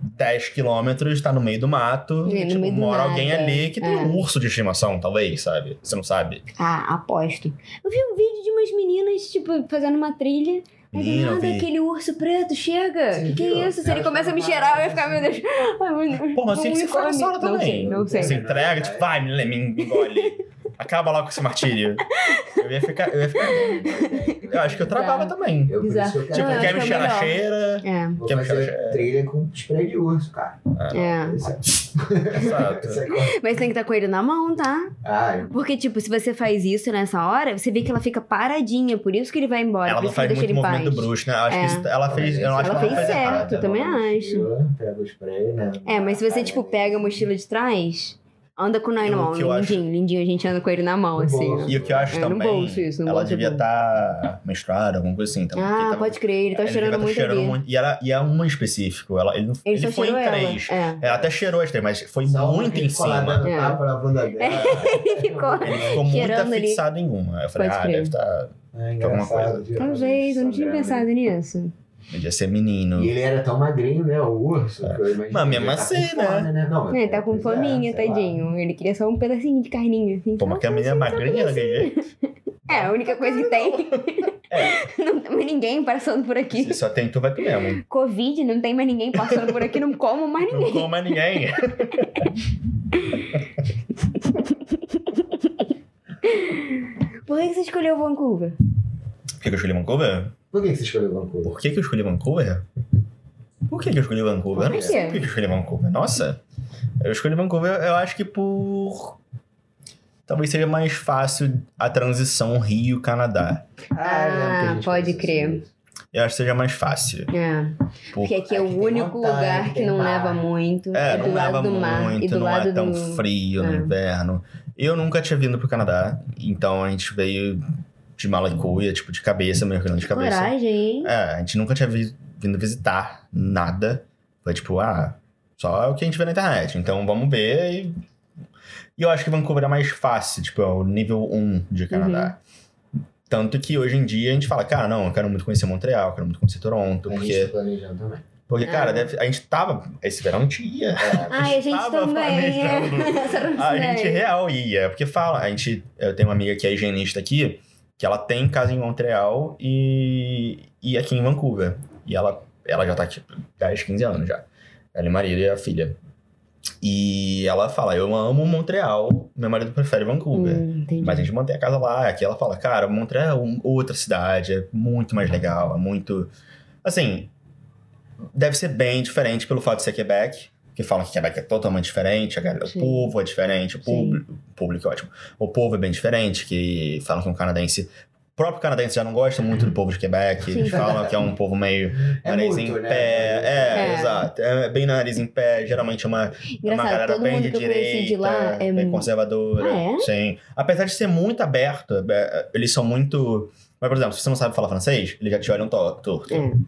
S3: 10 quilômetros, tá no meio do mato.
S2: É,
S3: e,
S2: no
S3: tipo,
S2: meio do
S3: mora
S2: nada,
S3: alguém ali que tem
S2: é.
S3: um urso de estimação, talvez, sabe? Você não sabe.
S2: ah, aposto. Eu vi um vídeo de umas meninas, tipo, fazendo uma trilha. Aí do
S3: Menina, eu
S2: nada,
S3: vi.
S2: aquele urso preto chega.
S1: Você
S2: que que
S1: viu?
S2: é isso? Se ele
S1: Elas
S2: começa a me
S1: estavam
S2: cheirar, eu ia
S1: paradas,
S2: ficar, meu Deus. Ai, meu Deus.
S3: Pô, mas o assim. que
S2: um
S3: que você faz
S2: uniforme.
S3: nessa hora
S2: Não
S3: também? Assim,
S2: sei, não sei.
S3: Você entrega, tipo, vai, me, me engole. Acaba logo com esse martírio. Eu ia ficar. Eu, ia ficar... eu acho que eu travava também.
S1: Eu, por isso que eu quero,
S3: Tipo,
S2: eu
S3: quero
S2: acho que é
S3: cheirar
S2: melhor.
S3: cheira.
S2: É,
S1: vou
S3: quero
S1: fazer trilha com spray de urso, cara.
S2: é.
S1: Isso é-
S3: Exato.
S1: isso é coisa.
S2: Mas tem que estar com ele na mão, tá?
S1: Ah, eu-
S2: Porque, tipo, se você faz isso nessa hora, você vê que ela fica paradinha, por isso que ele vai embora.
S3: Ela
S2: por
S3: não
S2: isso que
S3: faz
S2: deixa
S3: muito
S2: ele em paz.
S3: movimento bruxo, né? Eu Acho
S2: É.
S3: que isso- ela fez. Eu não acho
S2: Ela
S3: que ela
S2: fez
S3: fez errado.
S2: certo, eu também acho.
S1: Pega o spray, né?
S2: É, mas se você, tipo, pega a mochila de trás, anda com o nó
S3: Eu-
S2: na mão.
S3: É o que eu
S2: Lindinho,
S3: acho-
S2: lindinho, a gente anda com ele na mão,
S1: No
S2: assim. né?
S1: bolso.
S3: E o que eu acho
S2: É, no
S3: também.
S2: bolso isso, no
S3: ela
S2: bolso é
S3: devia
S2: bom.
S3: estar menstruada, alguma coisa assim. Então, porque
S2: Ah,
S3: tava-
S2: pode crer, ele tá
S3: ela devia
S2: cheirando
S3: tá
S2: muito
S3: cheirando
S2: ali.
S3: muito- E, era, e é uma em específico. Ela, ele não,
S2: Ele,
S3: ele
S2: só
S3: foi em
S2: cheirou ela.
S3: três.
S2: É.
S3: Ela até cheirou as três, mas foi
S1: Só um
S3: muito
S1: que
S3: em
S1: ficou lá
S3: cima.
S1: dando
S2: É.
S1: tapa na bunda dela.
S2: Ele ficou-
S3: Ele ficou muito
S2: Cheirando ali.
S3: fixado em uma. Eu falei,
S2: Pode
S3: ah,
S2: crer.
S3: deve estar.
S1: É
S3: Alguma coisa.
S1: engraçado. viu? é
S2: Talvez, eu não tinha pensado nisso.
S3: Podia ser menino.
S1: E ele era tão magrinho, né? O urso. que eu imagino
S3: É. Mas mesmo
S1: que ele tá
S3: assim,
S1: com fome, Não, mas-
S2: É, ele tá com
S1: pois é,
S2: fominha,
S1: sei lá.
S2: tadinho. Ele queria só um pedacinho de carninha, assim.
S3: Como que a menina é magrinha daquele jeito?
S2: É, a única coisa que tem.
S3: É.
S2: Não tem mais ninguém passando por aqui.
S3: né? Se só tem tu, vai tu mesmo.
S2: Covid, não tem mais ninguém passando por aqui, não como mais
S3: Não
S2: ninguém.
S3: coma ninguém.
S2: Por que que você escolheu Vancouver?
S3: Por que, que eu escolhi Vancouver?
S1: Por que que você escolheu Vancouver?
S3: Por que, que eu escolhi Vancouver? Por que, que eu escolhi Vancouver? Eu não
S2: Por quê?
S3: sei por que que eu escolhi Vancouver. Nossa, eu escolhi Vancouver, eu acho que por. Talvez seja mais fácil a transição Rio-Canadá.
S1: eu lembro que a
S2: Ah,
S1: gente
S2: pode
S1: conversou
S2: crer.
S1: sobre isso.
S3: Eu acho que seja mais fácil.
S2: É. Porque aqui é o
S1: Aqui tem
S2: único
S1: montanha,
S2: lugar
S1: aqui
S2: que
S1: tem
S2: não
S1: mar.
S2: leva muito.
S3: É,
S2: do
S3: não
S2: lado
S3: leva
S2: do mar
S3: muito,
S2: e do
S3: não
S2: lado
S3: é tão
S2: do.
S3: frio
S2: É.
S3: no inverno. Eu nunca tinha vindo pro Canadá, então a gente veio de malacuia, tipo, de cabeça, mergulhando de cabeça.
S2: Coragem, hein?
S3: É, a gente nunca tinha vi- vindo visitar nada. Foi tipo, ah, só o que a gente vê na internet. Então vamos ver e. E eu acho que Vancouver é mais fácil, tipo, é o nível 1 de Canadá. Tanto que hoje em dia a gente fala, cara, não, eu quero muito conhecer Montreal, eu quero muito conhecer Toronto,
S1: A
S3: porque.
S1: gente tá planejando também.
S3: Porque, cara,
S2: Ah.
S3: deve- a gente tava. Esse verão a gente ia.
S1: É,
S2: Ai, a gente
S3: Tava
S2: também. é.
S3: planejando.
S2: Essa era
S3: A
S2: ideia.
S3: gente é real ia. Porque fala, a gente. Eu tenho uma amiga que é higienista aqui, que ela tem casa em Montreal e, e aqui em Vancouver. E ela, ela já tá aqui 10, 15 anos já. Ela e o marido e a filha. E ela fala: Eu amo Montreal, meu marido prefere Vancouver.
S2: Hum, entendi.
S3: Mas a gente mantém a casa lá. Aqui ela fala, cara, Montreal é um- outra cidade, é muito mais legal, é muito. Assim, deve ser bem diferente pelo fato de ser Quebec, que falam que Quebec é totalmente diferente, a galera-
S2: Sim.
S3: o povo é diferente, o público, o público é ótimo. O povo é bem diferente, que falam que um canadense. O próprio canadense já não gosta muito do povo de Quebec, eles
S2: Sim.
S3: falam que é um povo meio
S1: É
S3: nariz
S1: muito,
S3: em
S1: né?
S3: pé. É,
S2: É.
S3: exato. É bem nariz em pé, geralmente é uma uma
S2: Engraçado,
S3: galera
S2: todo
S3: bem
S2: mundo que
S3: de
S2: eu conheci
S3: direita,
S2: de lá é
S3: bem
S2: mu-
S3: conservadora.
S2: Ah, é?
S3: Sim. Apesar de ser muito aberto, é, eles são muito. Mas, por exemplo, se você não sabe falar francês, eles já te olham to- torto.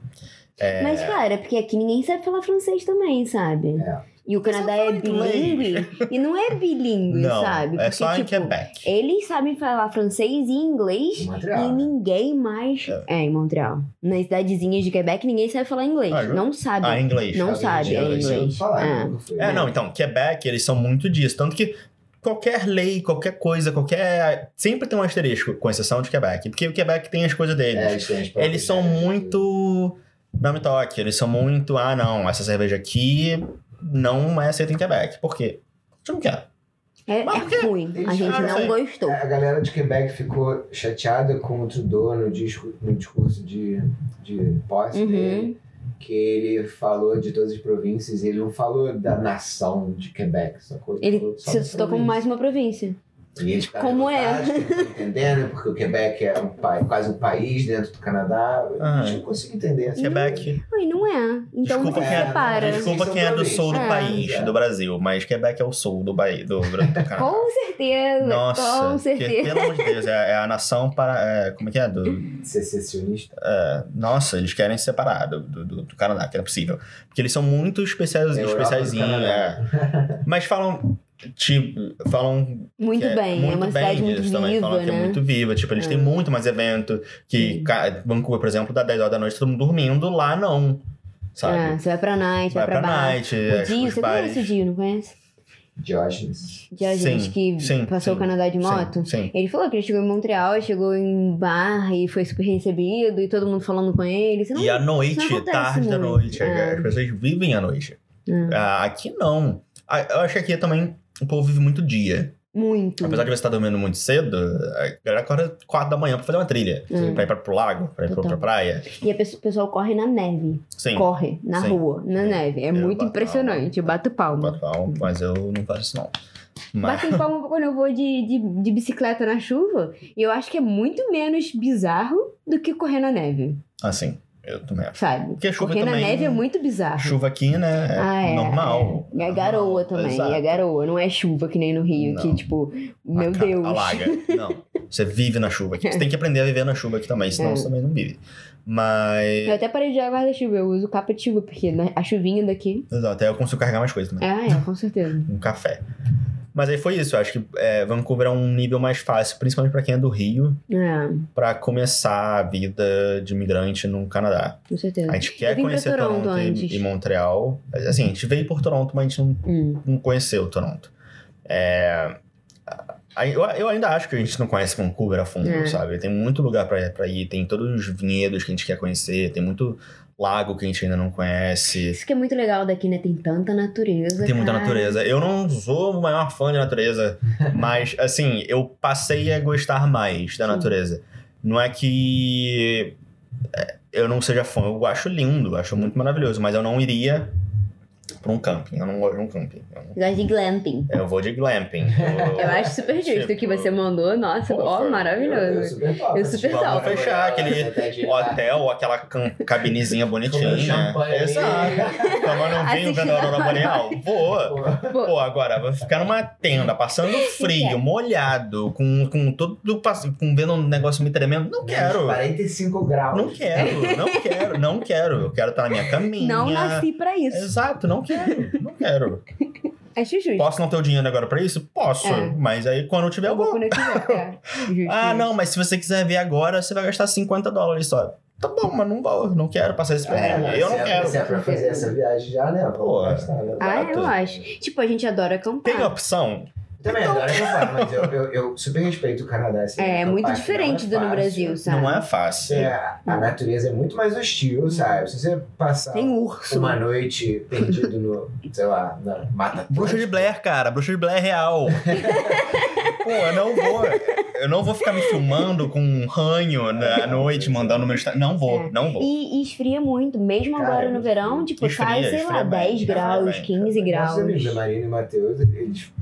S2: É. Mas, cara, é porque aqui ninguém sabe falar francês também, sabe?
S1: É.
S2: E o Canadá
S3: só
S2: é
S3: fala inglês.
S2: bilíngue. E não é bilíngue,
S3: Não,
S2: sabe?
S3: é
S2: Porque,
S3: só em
S2: tipo,
S3: Quebec.
S2: Eles sabem falar francês e
S3: é.
S2: inglês.
S1: Montreal.
S2: E ninguém mais. É. em Montreal. Nas cidadezinhas de Quebec, ninguém sabe falar inglês.
S3: Ah, jura?
S2: não sabe.
S3: Ah, inglês.
S2: Não sabe, é
S1: Deixa eu
S2: inglês.
S1: falar, né?
S2: É.
S1: nunca fui.
S3: É, não, então, Quebec, eles são muito disso. Tanto que qualquer lei, qualquer coisa, qualquer. Sempre tem um asterisco, com exceção de Quebec. Porque o Quebec tem as coisas deles.
S1: É, eles têm as próprias
S3: Eles são
S1: regras.
S3: muito. Não me toque, eles são muito. Ah, não, essa cerveja aqui não é aceita em Quebec. Por quê? Porque eu não quero.
S2: É,
S3: Mas
S2: é
S3: por quê?
S2: ruim. A
S1: Eles-
S2: gente
S3: Ah,
S2: não
S3: sei.
S2: gostou.
S1: É, A galera de Quebec ficou chateada com o Trudeau no, disco, no discurso de, de posse
S2: Uhum.
S1: dele, que ele falou de todas as províncias e ele não falou da nação de Quebec, sacou?
S2: Ele
S1: falou só
S2: se
S1: da
S2: citou como
S1: província.
S2: mais uma província.
S1: E tá eles ficaram
S2: Como é?
S1: revoltados, não Entendendo, porque o Quebec é um pai, quase um país dentro do Canadá.
S3: Ah.
S1: A gente não consegue entender essa
S3: Quebec.
S2: Ai, não é. Então
S3: Desculpa,
S2: não
S1: quem é-
S2: separa.
S1: Desculpa.
S3: Desculpa quem é do sul do
S2: É.
S3: país, do Brasil, mas Quebec é o sul do, Bahia, do, do Canadá.
S2: Com certeza.
S3: Nossa,
S2: com
S3: que-
S2: certeza.
S3: pelo amor de Deus, é, é a nação para. é, como é que é? Do,
S1: secessionista.
S3: é, nossa, eles querem se separar do, do, do- do Canadá, que não é possível. Porque eles são muito especiais,
S1: É a Europa do
S3: especiaizinhos. É.
S1: Canadá.
S3: Mas falam. Tipo, falam
S2: Muito
S3: que é
S2: bem. é
S3: muito
S2: uma
S3: bem
S2: cidade muito
S3: disso também.
S2: viva,
S3: Falam que é
S2: né?
S3: muito viva. Tipo, eles têm muito mais evento. Que ca- Vancouver, por exemplo, dá 10 horas da noite, tá todo mundo dormindo. Lá não. Sabe?
S2: É, você vai pra night, vai,
S3: Vai pra
S2: bar.
S3: night.
S2: O
S3: as-
S2: Dio,
S3: os
S2: você
S3: bares.
S2: conhece o Dio, não conhece?
S1: Diógenes.
S2: De a
S3: Sim,
S2: gente que
S3: sim,
S2: passou
S3: sim,
S2: o Canadá de
S3: Sim,
S2: moto.
S3: Sim.
S2: Ele falou que ele chegou em Montreal, chegou em bar e foi super recebido e todo mundo falando com ele. Você não
S3: E à noite,
S2: isso não acontece
S3: tarde da
S2: muito.
S3: noite.
S2: É.
S3: As pessoas vivem à noite.
S2: É.
S3: Ah, Aqui não. Ah, Eu acho que aqui também o povo vive muito dia.
S2: Muito.
S3: Apesar de você estar dormindo muito cedo, a galera acorda 4 da manhã pra fazer uma trilha.
S2: Hum.
S3: Pra ir pra, pro lago, pra ir pra,
S2: Total.
S3: pra praia.
S2: E a pessoa- o pessoal corre na neve.
S3: Sim.
S2: Corre na
S3: Sim.
S2: rua, na
S3: É.
S2: neve. É
S3: Eu
S2: muito
S3: bato
S2: impressionante. Eu bato palma.
S3: Bato palma, um, mas eu não faço isso não. Mas,
S2: Batem palma quando eu vou de, de, de bicicleta na chuva. E eu acho que é muito menos bizarro do que correr na neve,
S3: assim, eu também acho.
S2: sabe?
S3: Porque a chuva
S2: Correr na
S3: também...
S2: neve é muito bizarro.
S3: Chuva aqui, né? É
S2: Ah, é,
S3: normal.
S2: E a garoa
S3: Normal,
S2: também.
S3: exato.
S2: E a garoa. Não é chuva que nem no Rio,
S3: Não. tá
S2: que tipo, meu
S3: Aca-
S2: Deus.
S3: Alaga. Não. Você vive na chuva aqui. Você tem que aprender a viver na chuva aqui também, senão
S2: É.
S3: você também não vive. Mas.
S2: Eu até parei de usar guarda-chuva. Eu uso capa de chuva, porque na- a chuvinha daqui.
S3: Exato, aí eu consigo carregar mais coisas também.
S2: Ah, é, com certeza.
S3: Um café. Mas aí foi isso. Eu acho que é, Vancouver é um nível mais fácil, principalmente pra quem é do Rio,
S2: É,
S3: pra começar a vida de imigrante no Canadá.
S2: com certeza.
S3: A gente quer
S2: Eu vim pra
S3: conhecer
S2: Toronto
S3: Toronto,
S2: antes.
S3: e, e Montreal. Mas, Assim, a gente veio por Toronto, mas a gente não
S2: Hum,
S3: não conheceu Toronto. É, a- eu, eu ainda acho que a gente não conhece Vancouver a fundo,
S2: É.
S3: sabe? Tem muito lugar pra, pra ir, tem todos os vinhedos que a gente quer conhecer, tem muito lago que a gente ainda não conhece.
S2: Isso que é muito legal daqui, né? Tem tanta natureza.
S3: Tem muita
S2: cara.
S3: natureza. Eu não sou o maior fã de natureza, mas assim, eu passei a gostar mais da
S2: Sim.
S3: natureza. Não é que é, eu não seja fã, eu acho lindo, acho muito maravilhoso, mas eu não iria pra um camping. Eu não gosto de um camping. Eu não
S2: Eu gosto de glamping.
S3: eu vou de glamping. vou-
S2: Eu acho super justo o que
S3: Tipo,
S2: você mandou. Nossa,
S3: Pô,
S2: ó,
S3: foi-
S1: Eu
S2: maravilhoso.
S1: super top.
S2: Eu super
S3: Vamos
S2: top.
S3: fechar aquele
S1: Até de- tá,
S3: o Hotel, aquela cam- cabinezinha bonitinha.
S1: Tomando champanhe.
S3: Exato. Tomando um vinho vendo a Aurora Boreal. Vou. Pô, agora, vou ficar numa tenda, passando
S2: é.
S3: frio, molhado, com, com todo pass- com vendo um negócio me tremendo. Não quero.
S1: 45 graus.
S3: Não quero, não quero, não quero. Eu quero estar na minha caminha.
S2: Não nasci pra isso.
S3: Exato, não quero, não quero.
S2: Acho justo.
S3: Posso não ter o dinheiro agora pra isso? Posso,
S2: É.
S3: mas aí quando eu tiver,
S2: Eu
S3: eu
S2: vou
S3: vou.
S2: quando eu quiser, cara. Justo,
S3: Ah,
S2: justo.
S3: não, mas se você quiser ver agora, você vai gastar 50 dólares só. Tá bom, mas não vou, não quero passar esse perrengue.
S1: É,
S3: eu
S1: se
S3: não
S1: é-
S3: quero.
S1: Se é pra fazer essa viagem já, né? Vamos
S3: Pô.
S1: gastar, né?
S2: Ah,
S3: Exato.
S2: eu acho. Tipo, a gente adora acampar.
S3: Tem opção?
S1: Também,
S3: Então-
S1: adoro acampar, mas eu, eu, eu super respeito o Canadá. assim,
S2: É, é
S1: acampar,
S2: muito
S1: que não
S2: diferente do no
S1: fácil.
S2: Brasil, sabe?
S3: Não é fácil.
S1: É, a natureza é muito mais hostil, sabe? Se você passar
S2: Uhum. Tem né? urso.
S3: é
S1: uma noite perdido no, sei lá, na Mata
S3: Bruxa de
S1: Atlântica,
S3: Blair, cara, bruxa de Blair é real. Pô, eu não vou. Eu não vou ficar me filmando com um ranho na à noite, mandando no meu Instagram. Não vou,
S2: É.
S3: não vou.
S2: E, e esfria muito, mesmo
S1: Cara,
S2: agora no
S1: eu-
S2: verão, tipo,
S3: esfria,
S2: cai, sei
S3: esfria
S2: lá,
S3: bem,
S2: 10
S3: esfria
S2: graus,
S3: bem,
S2: 15
S1: Nossos amigos, a
S2: graus.
S1: Marina e o Matheus, eles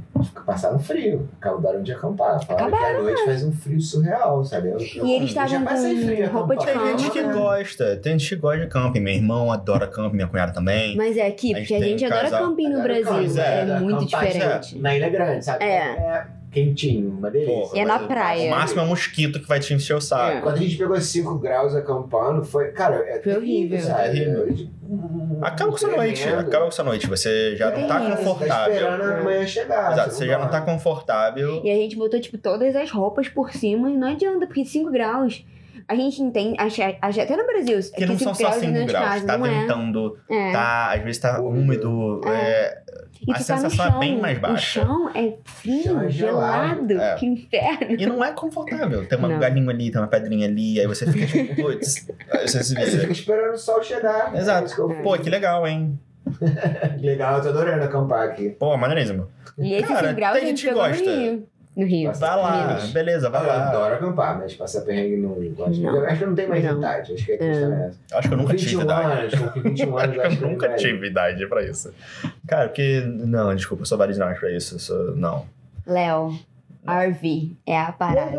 S1: passaram frio. Acabaram de acampar. Falaram que à noite faz um frio surreal, sabe? Eu- eu-
S2: E eles
S1: eu
S2: estavam
S1: já passei
S2: com
S1: frio
S2: roupa de
S1: acampar.
S2: cama.
S3: Tem gente que gosta, tem gente que gosta de camping. Meu irmão adora camping, minha cunhada também.
S2: Mas é aqui,
S3: A gente
S2: porque a
S3: tem um
S2: gente adora
S3: casal-
S2: camping no
S1: Agora,
S2: Brasil.
S1: pois
S2: É,
S1: é,
S2: muito
S1: acampar,
S2: diferente.
S1: Na Ilha Grande, sabe?
S2: É.
S1: quentinho, uma delícia.
S3: Porra,
S2: E é na
S3: mas
S2: praia.
S3: O máximo é um mosquito que vai te encher o saco.
S1: Quando a gente pegou 5 graus acampando, foi. Cara, é
S2: Foi horrível.
S1: Sabe?
S3: Horrível.
S1: Hum,
S3: Acaba com sua noite,
S1: tremendo.
S3: acaba com sua noite. Você já não tá
S2: Tem isso,
S1: Tá
S3: confortável.
S1: esperando amanhã chegar.
S3: Exato, você já não tá
S1: vai.
S3: confortável.
S2: E a gente botou, tipo, todas as roupas por cima e não adianta, porque 5 graus. A gente entende, acho- acho- até no Brasil,
S3: Porque não são só 5 graus, tá ventando,
S2: é.
S3: tá, às vezes tá
S1: Úmido.
S3: úmido. é,
S2: E
S3: a
S2: tu
S3: sensação
S2: tá no
S3: é
S2: chão.
S3: bem mais
S2: O
S3: baixa.
S2: chão é
S1: Chão
S2: frio, gelado,
S1: é gelado,
S3: é.
S2: que inferno.
S3: E não é confortável. Tem uma
S2: Não.
S3: galinha ali, tem uma pedrinha ali, aí você fica tipo, putz, aí você se
S1: Aí Você
S3: vira.
S1: fica esperando o sol chegar.
S3: Exato.
S1: É isso que eu fiz.
S3: Pô, que legal, hein?
S1: Legal, eu tô adorando acampar aqui.
S3: Pô, maneirismo.
S2: E esses
S3: Cara,
S2: 5 graus a
S3: tem
S2: gente
S3: gente que
S2: pegou
S3: gosta.
S2: no Rio. No Rio.
S1: Nossa,
S3: Vai lá,
S1: Meninos.
S3: beleza, vai
S1: Eu
S3: lá.
S1: adoro acampar, mas passar perrengue não gosto.
S2: Não.
S1: Eu acho que não tem mais
S2: Não.
S1: idade. Acho que a questão é essa.
S3: Acho que eu nunca tive
S1: 21
S3: idade.
S1: anos, com 21 anos,
S3: Acho que
S1: acho
S3: eu nunca tive idade pra isso. Cara, porque. Não, desculpa, eu sou varizinais pra isso. eu sou- não.
S2: Léo, RV é a parada.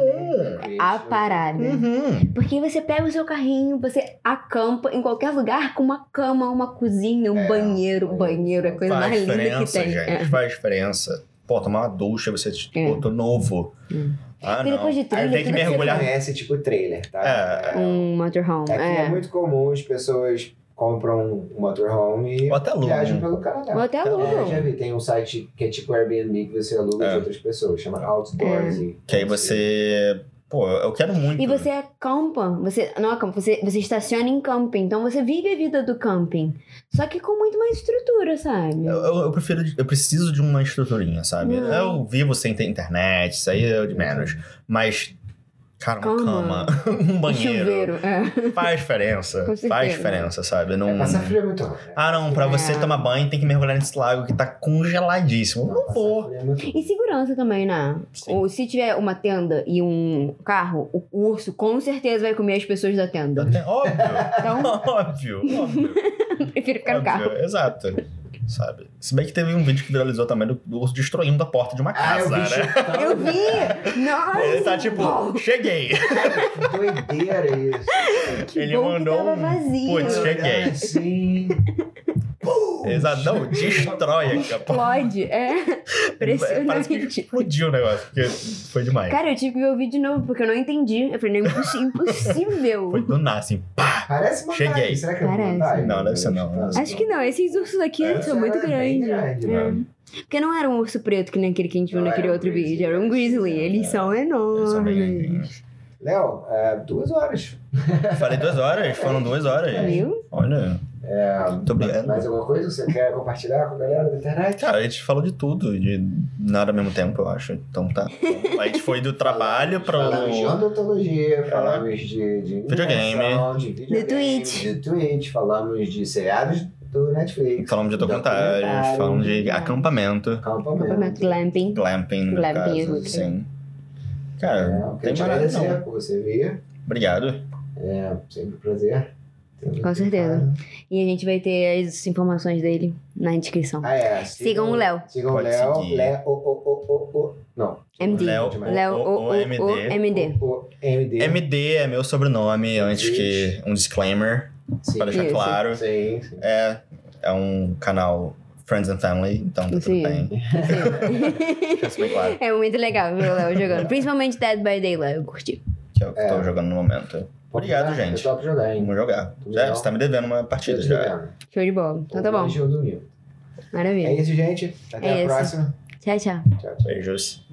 S2: A parada.
S3: Uhum.
S2: Porque você pega o seu carrinho, você acampa em qualquer lugar com uma cama, uma cozinha, um
S1: É.
S2: banheiro. Banheiro é a coisa mais
S3: Faz
S2: linda que
S3: diferença,
S2: tem.
S3: gente.
S2: É.
S3: Faz diferença. Pô, tomar uma ducha, você
S2: É.
S3: pô, tô novo.
S2: Hum.
S3: Ah,
S2: Porque
S3: não.
S2: depois de
S3: Aí
S2: trilha,
S3: tem que
S2: tudo que você
S3: mergulhar.
S1: Conhece tipo trailer, tá?
S3: É.
S2: Um motorhome.
S1: Aqui é.
S2: É.
S1: muito comum as pessoas compram um motorhome
S3: Ou até
S1: e viajam
S3: aluno.
S1: pelo
S2: Ou
S1: Canadá.
S2: até
S1: É, já
S2: alugam.
S1: vi, tem um site que é tipo Airbnb que você aluga
S3: É.
S1: de outras pessoas, chama
S2: É.
S1: Outdoors. e-
S3: Que aí você. Pô, eu quero muito.
S2: E você acampa, você não acampa, você, você estaciona em camping, então você vive a vida do camping. Só que com muito mais estrutura, sabe?
S3: Eu, eu- eu prefiro. Eu preciso de
S2: Hum.
S3: uma estruturinha, sabe?
S2: Não.
S1: É,
S3: Eu vivo sem ter internet, isso aí eu de menos. é Mas Cara, uma
S2: Cama.
S3: cama, um
S2: Um
S3: banheiro.
S2: Chuveiro, é.
S3: Faz diferença.
S2: Com certeza.
S3: Faz diferença, sabe? Não...
S1: É passar frio é muito ruim. né?
S3: Ah, não, pra você
S2: É.
S3: tomar banho tem que mergulhar nesse lago que tá congeladíssimo. Não
S1: passar
S3: vou.
S1: frio é muito ruim.
S2: E segurança também, né?
S3: Sim.
S2: Ou se tiver uma tenda e um carro, o urso com certeza vai comer as pessoas da tenda.
S3: Até- Óbvio.
S2: Então,
S3: Óbvio, óbvio.
S2: prefiro ficar no carro.
S3: óbvio. Exato. Sabe? Se bem que teve um vídeo que viralizou também do, do urso destruindo a porta de uma
S1: Ah, eu
S3: casa,
S1: vi
S3: né?
S1: chutando.
S2: Eu vi!
S3: Ele
S2: Nossa!
S3: tá tipo, cheguei.
S1: Que doideira isso.
S2: Que
S3: Ele
S2: bom
S3: mandou
S2: que tava
S3: um-
S2: vazio.
S3: Putz, cheguei.
S1: Ah, sim.
S3: Exato. Não, destrói a porta.
S2: Explode, é.
S3: Parece que
S2: Impressionante.
S3: explodiu o negócio, porque foi demais.
S2: Cara, eu tive que ver o vídeo de novo, porque eu não entendi. Eu falei, não é impossi- impossível.
S3: Foi do nada, assim.
S1: Parece uma
S3: Cheguei.
S1: vontade. Será que é uma
S2: Parece.
S1: vontade?
S3: Não, deve ser não.
S1: Chutando.
S2: Acho que não, esses ursos aqui
S3: É,
S2: são muito
S1: Era bem
S2: grandes.
S1: grande,
S2: É.
S1: né?
S2: Porque não era um urso preto que nem aquele que a gente viu
S1: Não,
S2: naquele
S1: era um
S2: outro
S1: grizzly.
S2: vídeo, era um grizzly. Eles
S3: É.
S2: são
S3: Eles são
S2: enormes.
S3: bem grandinhos.
S1: Léo, é, duas horas.
S3: Eu Falei duas horas, foram duas horas.
S2: Viu?
S3: Olha,
S1: É,
S3: muito obrigado.
S1: mais alguma coisa que você quer compartilhar com a galera da internet?
S3: Cara, a gente falou de tudo, de nada ao mesmo tempo, eu acho. Então tá. A gente foi do trabalho pro.
S1: Falamos de odontologia, falamos de, de
S3: Videogame.
S1: inovação, de videogame,
S2: Do Twitch.
S1: de Twitch, falamos de seriados do Netflix,
S3: Falamos de documentários,
S1: Documentário.
S3: falamos de acampamento,
S1: acampamento.
S2: Glamping.
S3: glamping, no meu
S2: Glamping é
S3: caso,
S2: muito
S3: sim.
S1: É,
S3: Cara,
S1: eu
S3: tem
S1: queria te
S3: parada não.
S1: agradecer por você vir,
S3: Obrigado.
S1: é sempre um prazer.
S2: Com certeza. E a gente vai ter as informações dele na descrição.
S1: Ah, é.
S2: Sigam o Léo.
S1: Sigam o
S3: Pode
S1: Léo,
S3: seguir.
S1: Léo, o, o, o, o, o, não.
S2: MD.
S3: Léo,
S1: Demais.
S2: Léo
S3: O-
S2: o,
S3: O-
S2: o, o,
S3: MD.
S2: MD.
S1: O MD.
S3: MD é meu sobrenome, antes que
S1: Gente.
S3: um disclaimer,
S1: Sim.
S3: pra deixar
S2: Isso.
S3: claro.
S1: Sim, sim.
S3: É, é um canal Friends and Family, então tá tudo
S2: Sim.
S3: bem. Deixa isso bem claro,
S2: É muito legal ver o Léo jogando. Principalmente Dead by Daylight, eu curti.
S3: que é o que eu tô
S1: É.
S3: jogando no momento. Obrigado,
S1: Pode jogar,
S3: gente.
S1: Tá, Eu topo jogar, hein?
S3: Vamos jogar.
S1: Tudo
S3: Já,
S1: bom.
S3: você tá me devendo uma partida já.
S2: Show de bola. Então tá bom.
S1: Hoje eu domingo.
S2: Maravilha.
S1: É isso, gente. Até
S2: É
S1: a
S2: isso.
S1: próxima.
S2: Tchau, tchau.
S1: Tchau, tchau.
S3: Beijos.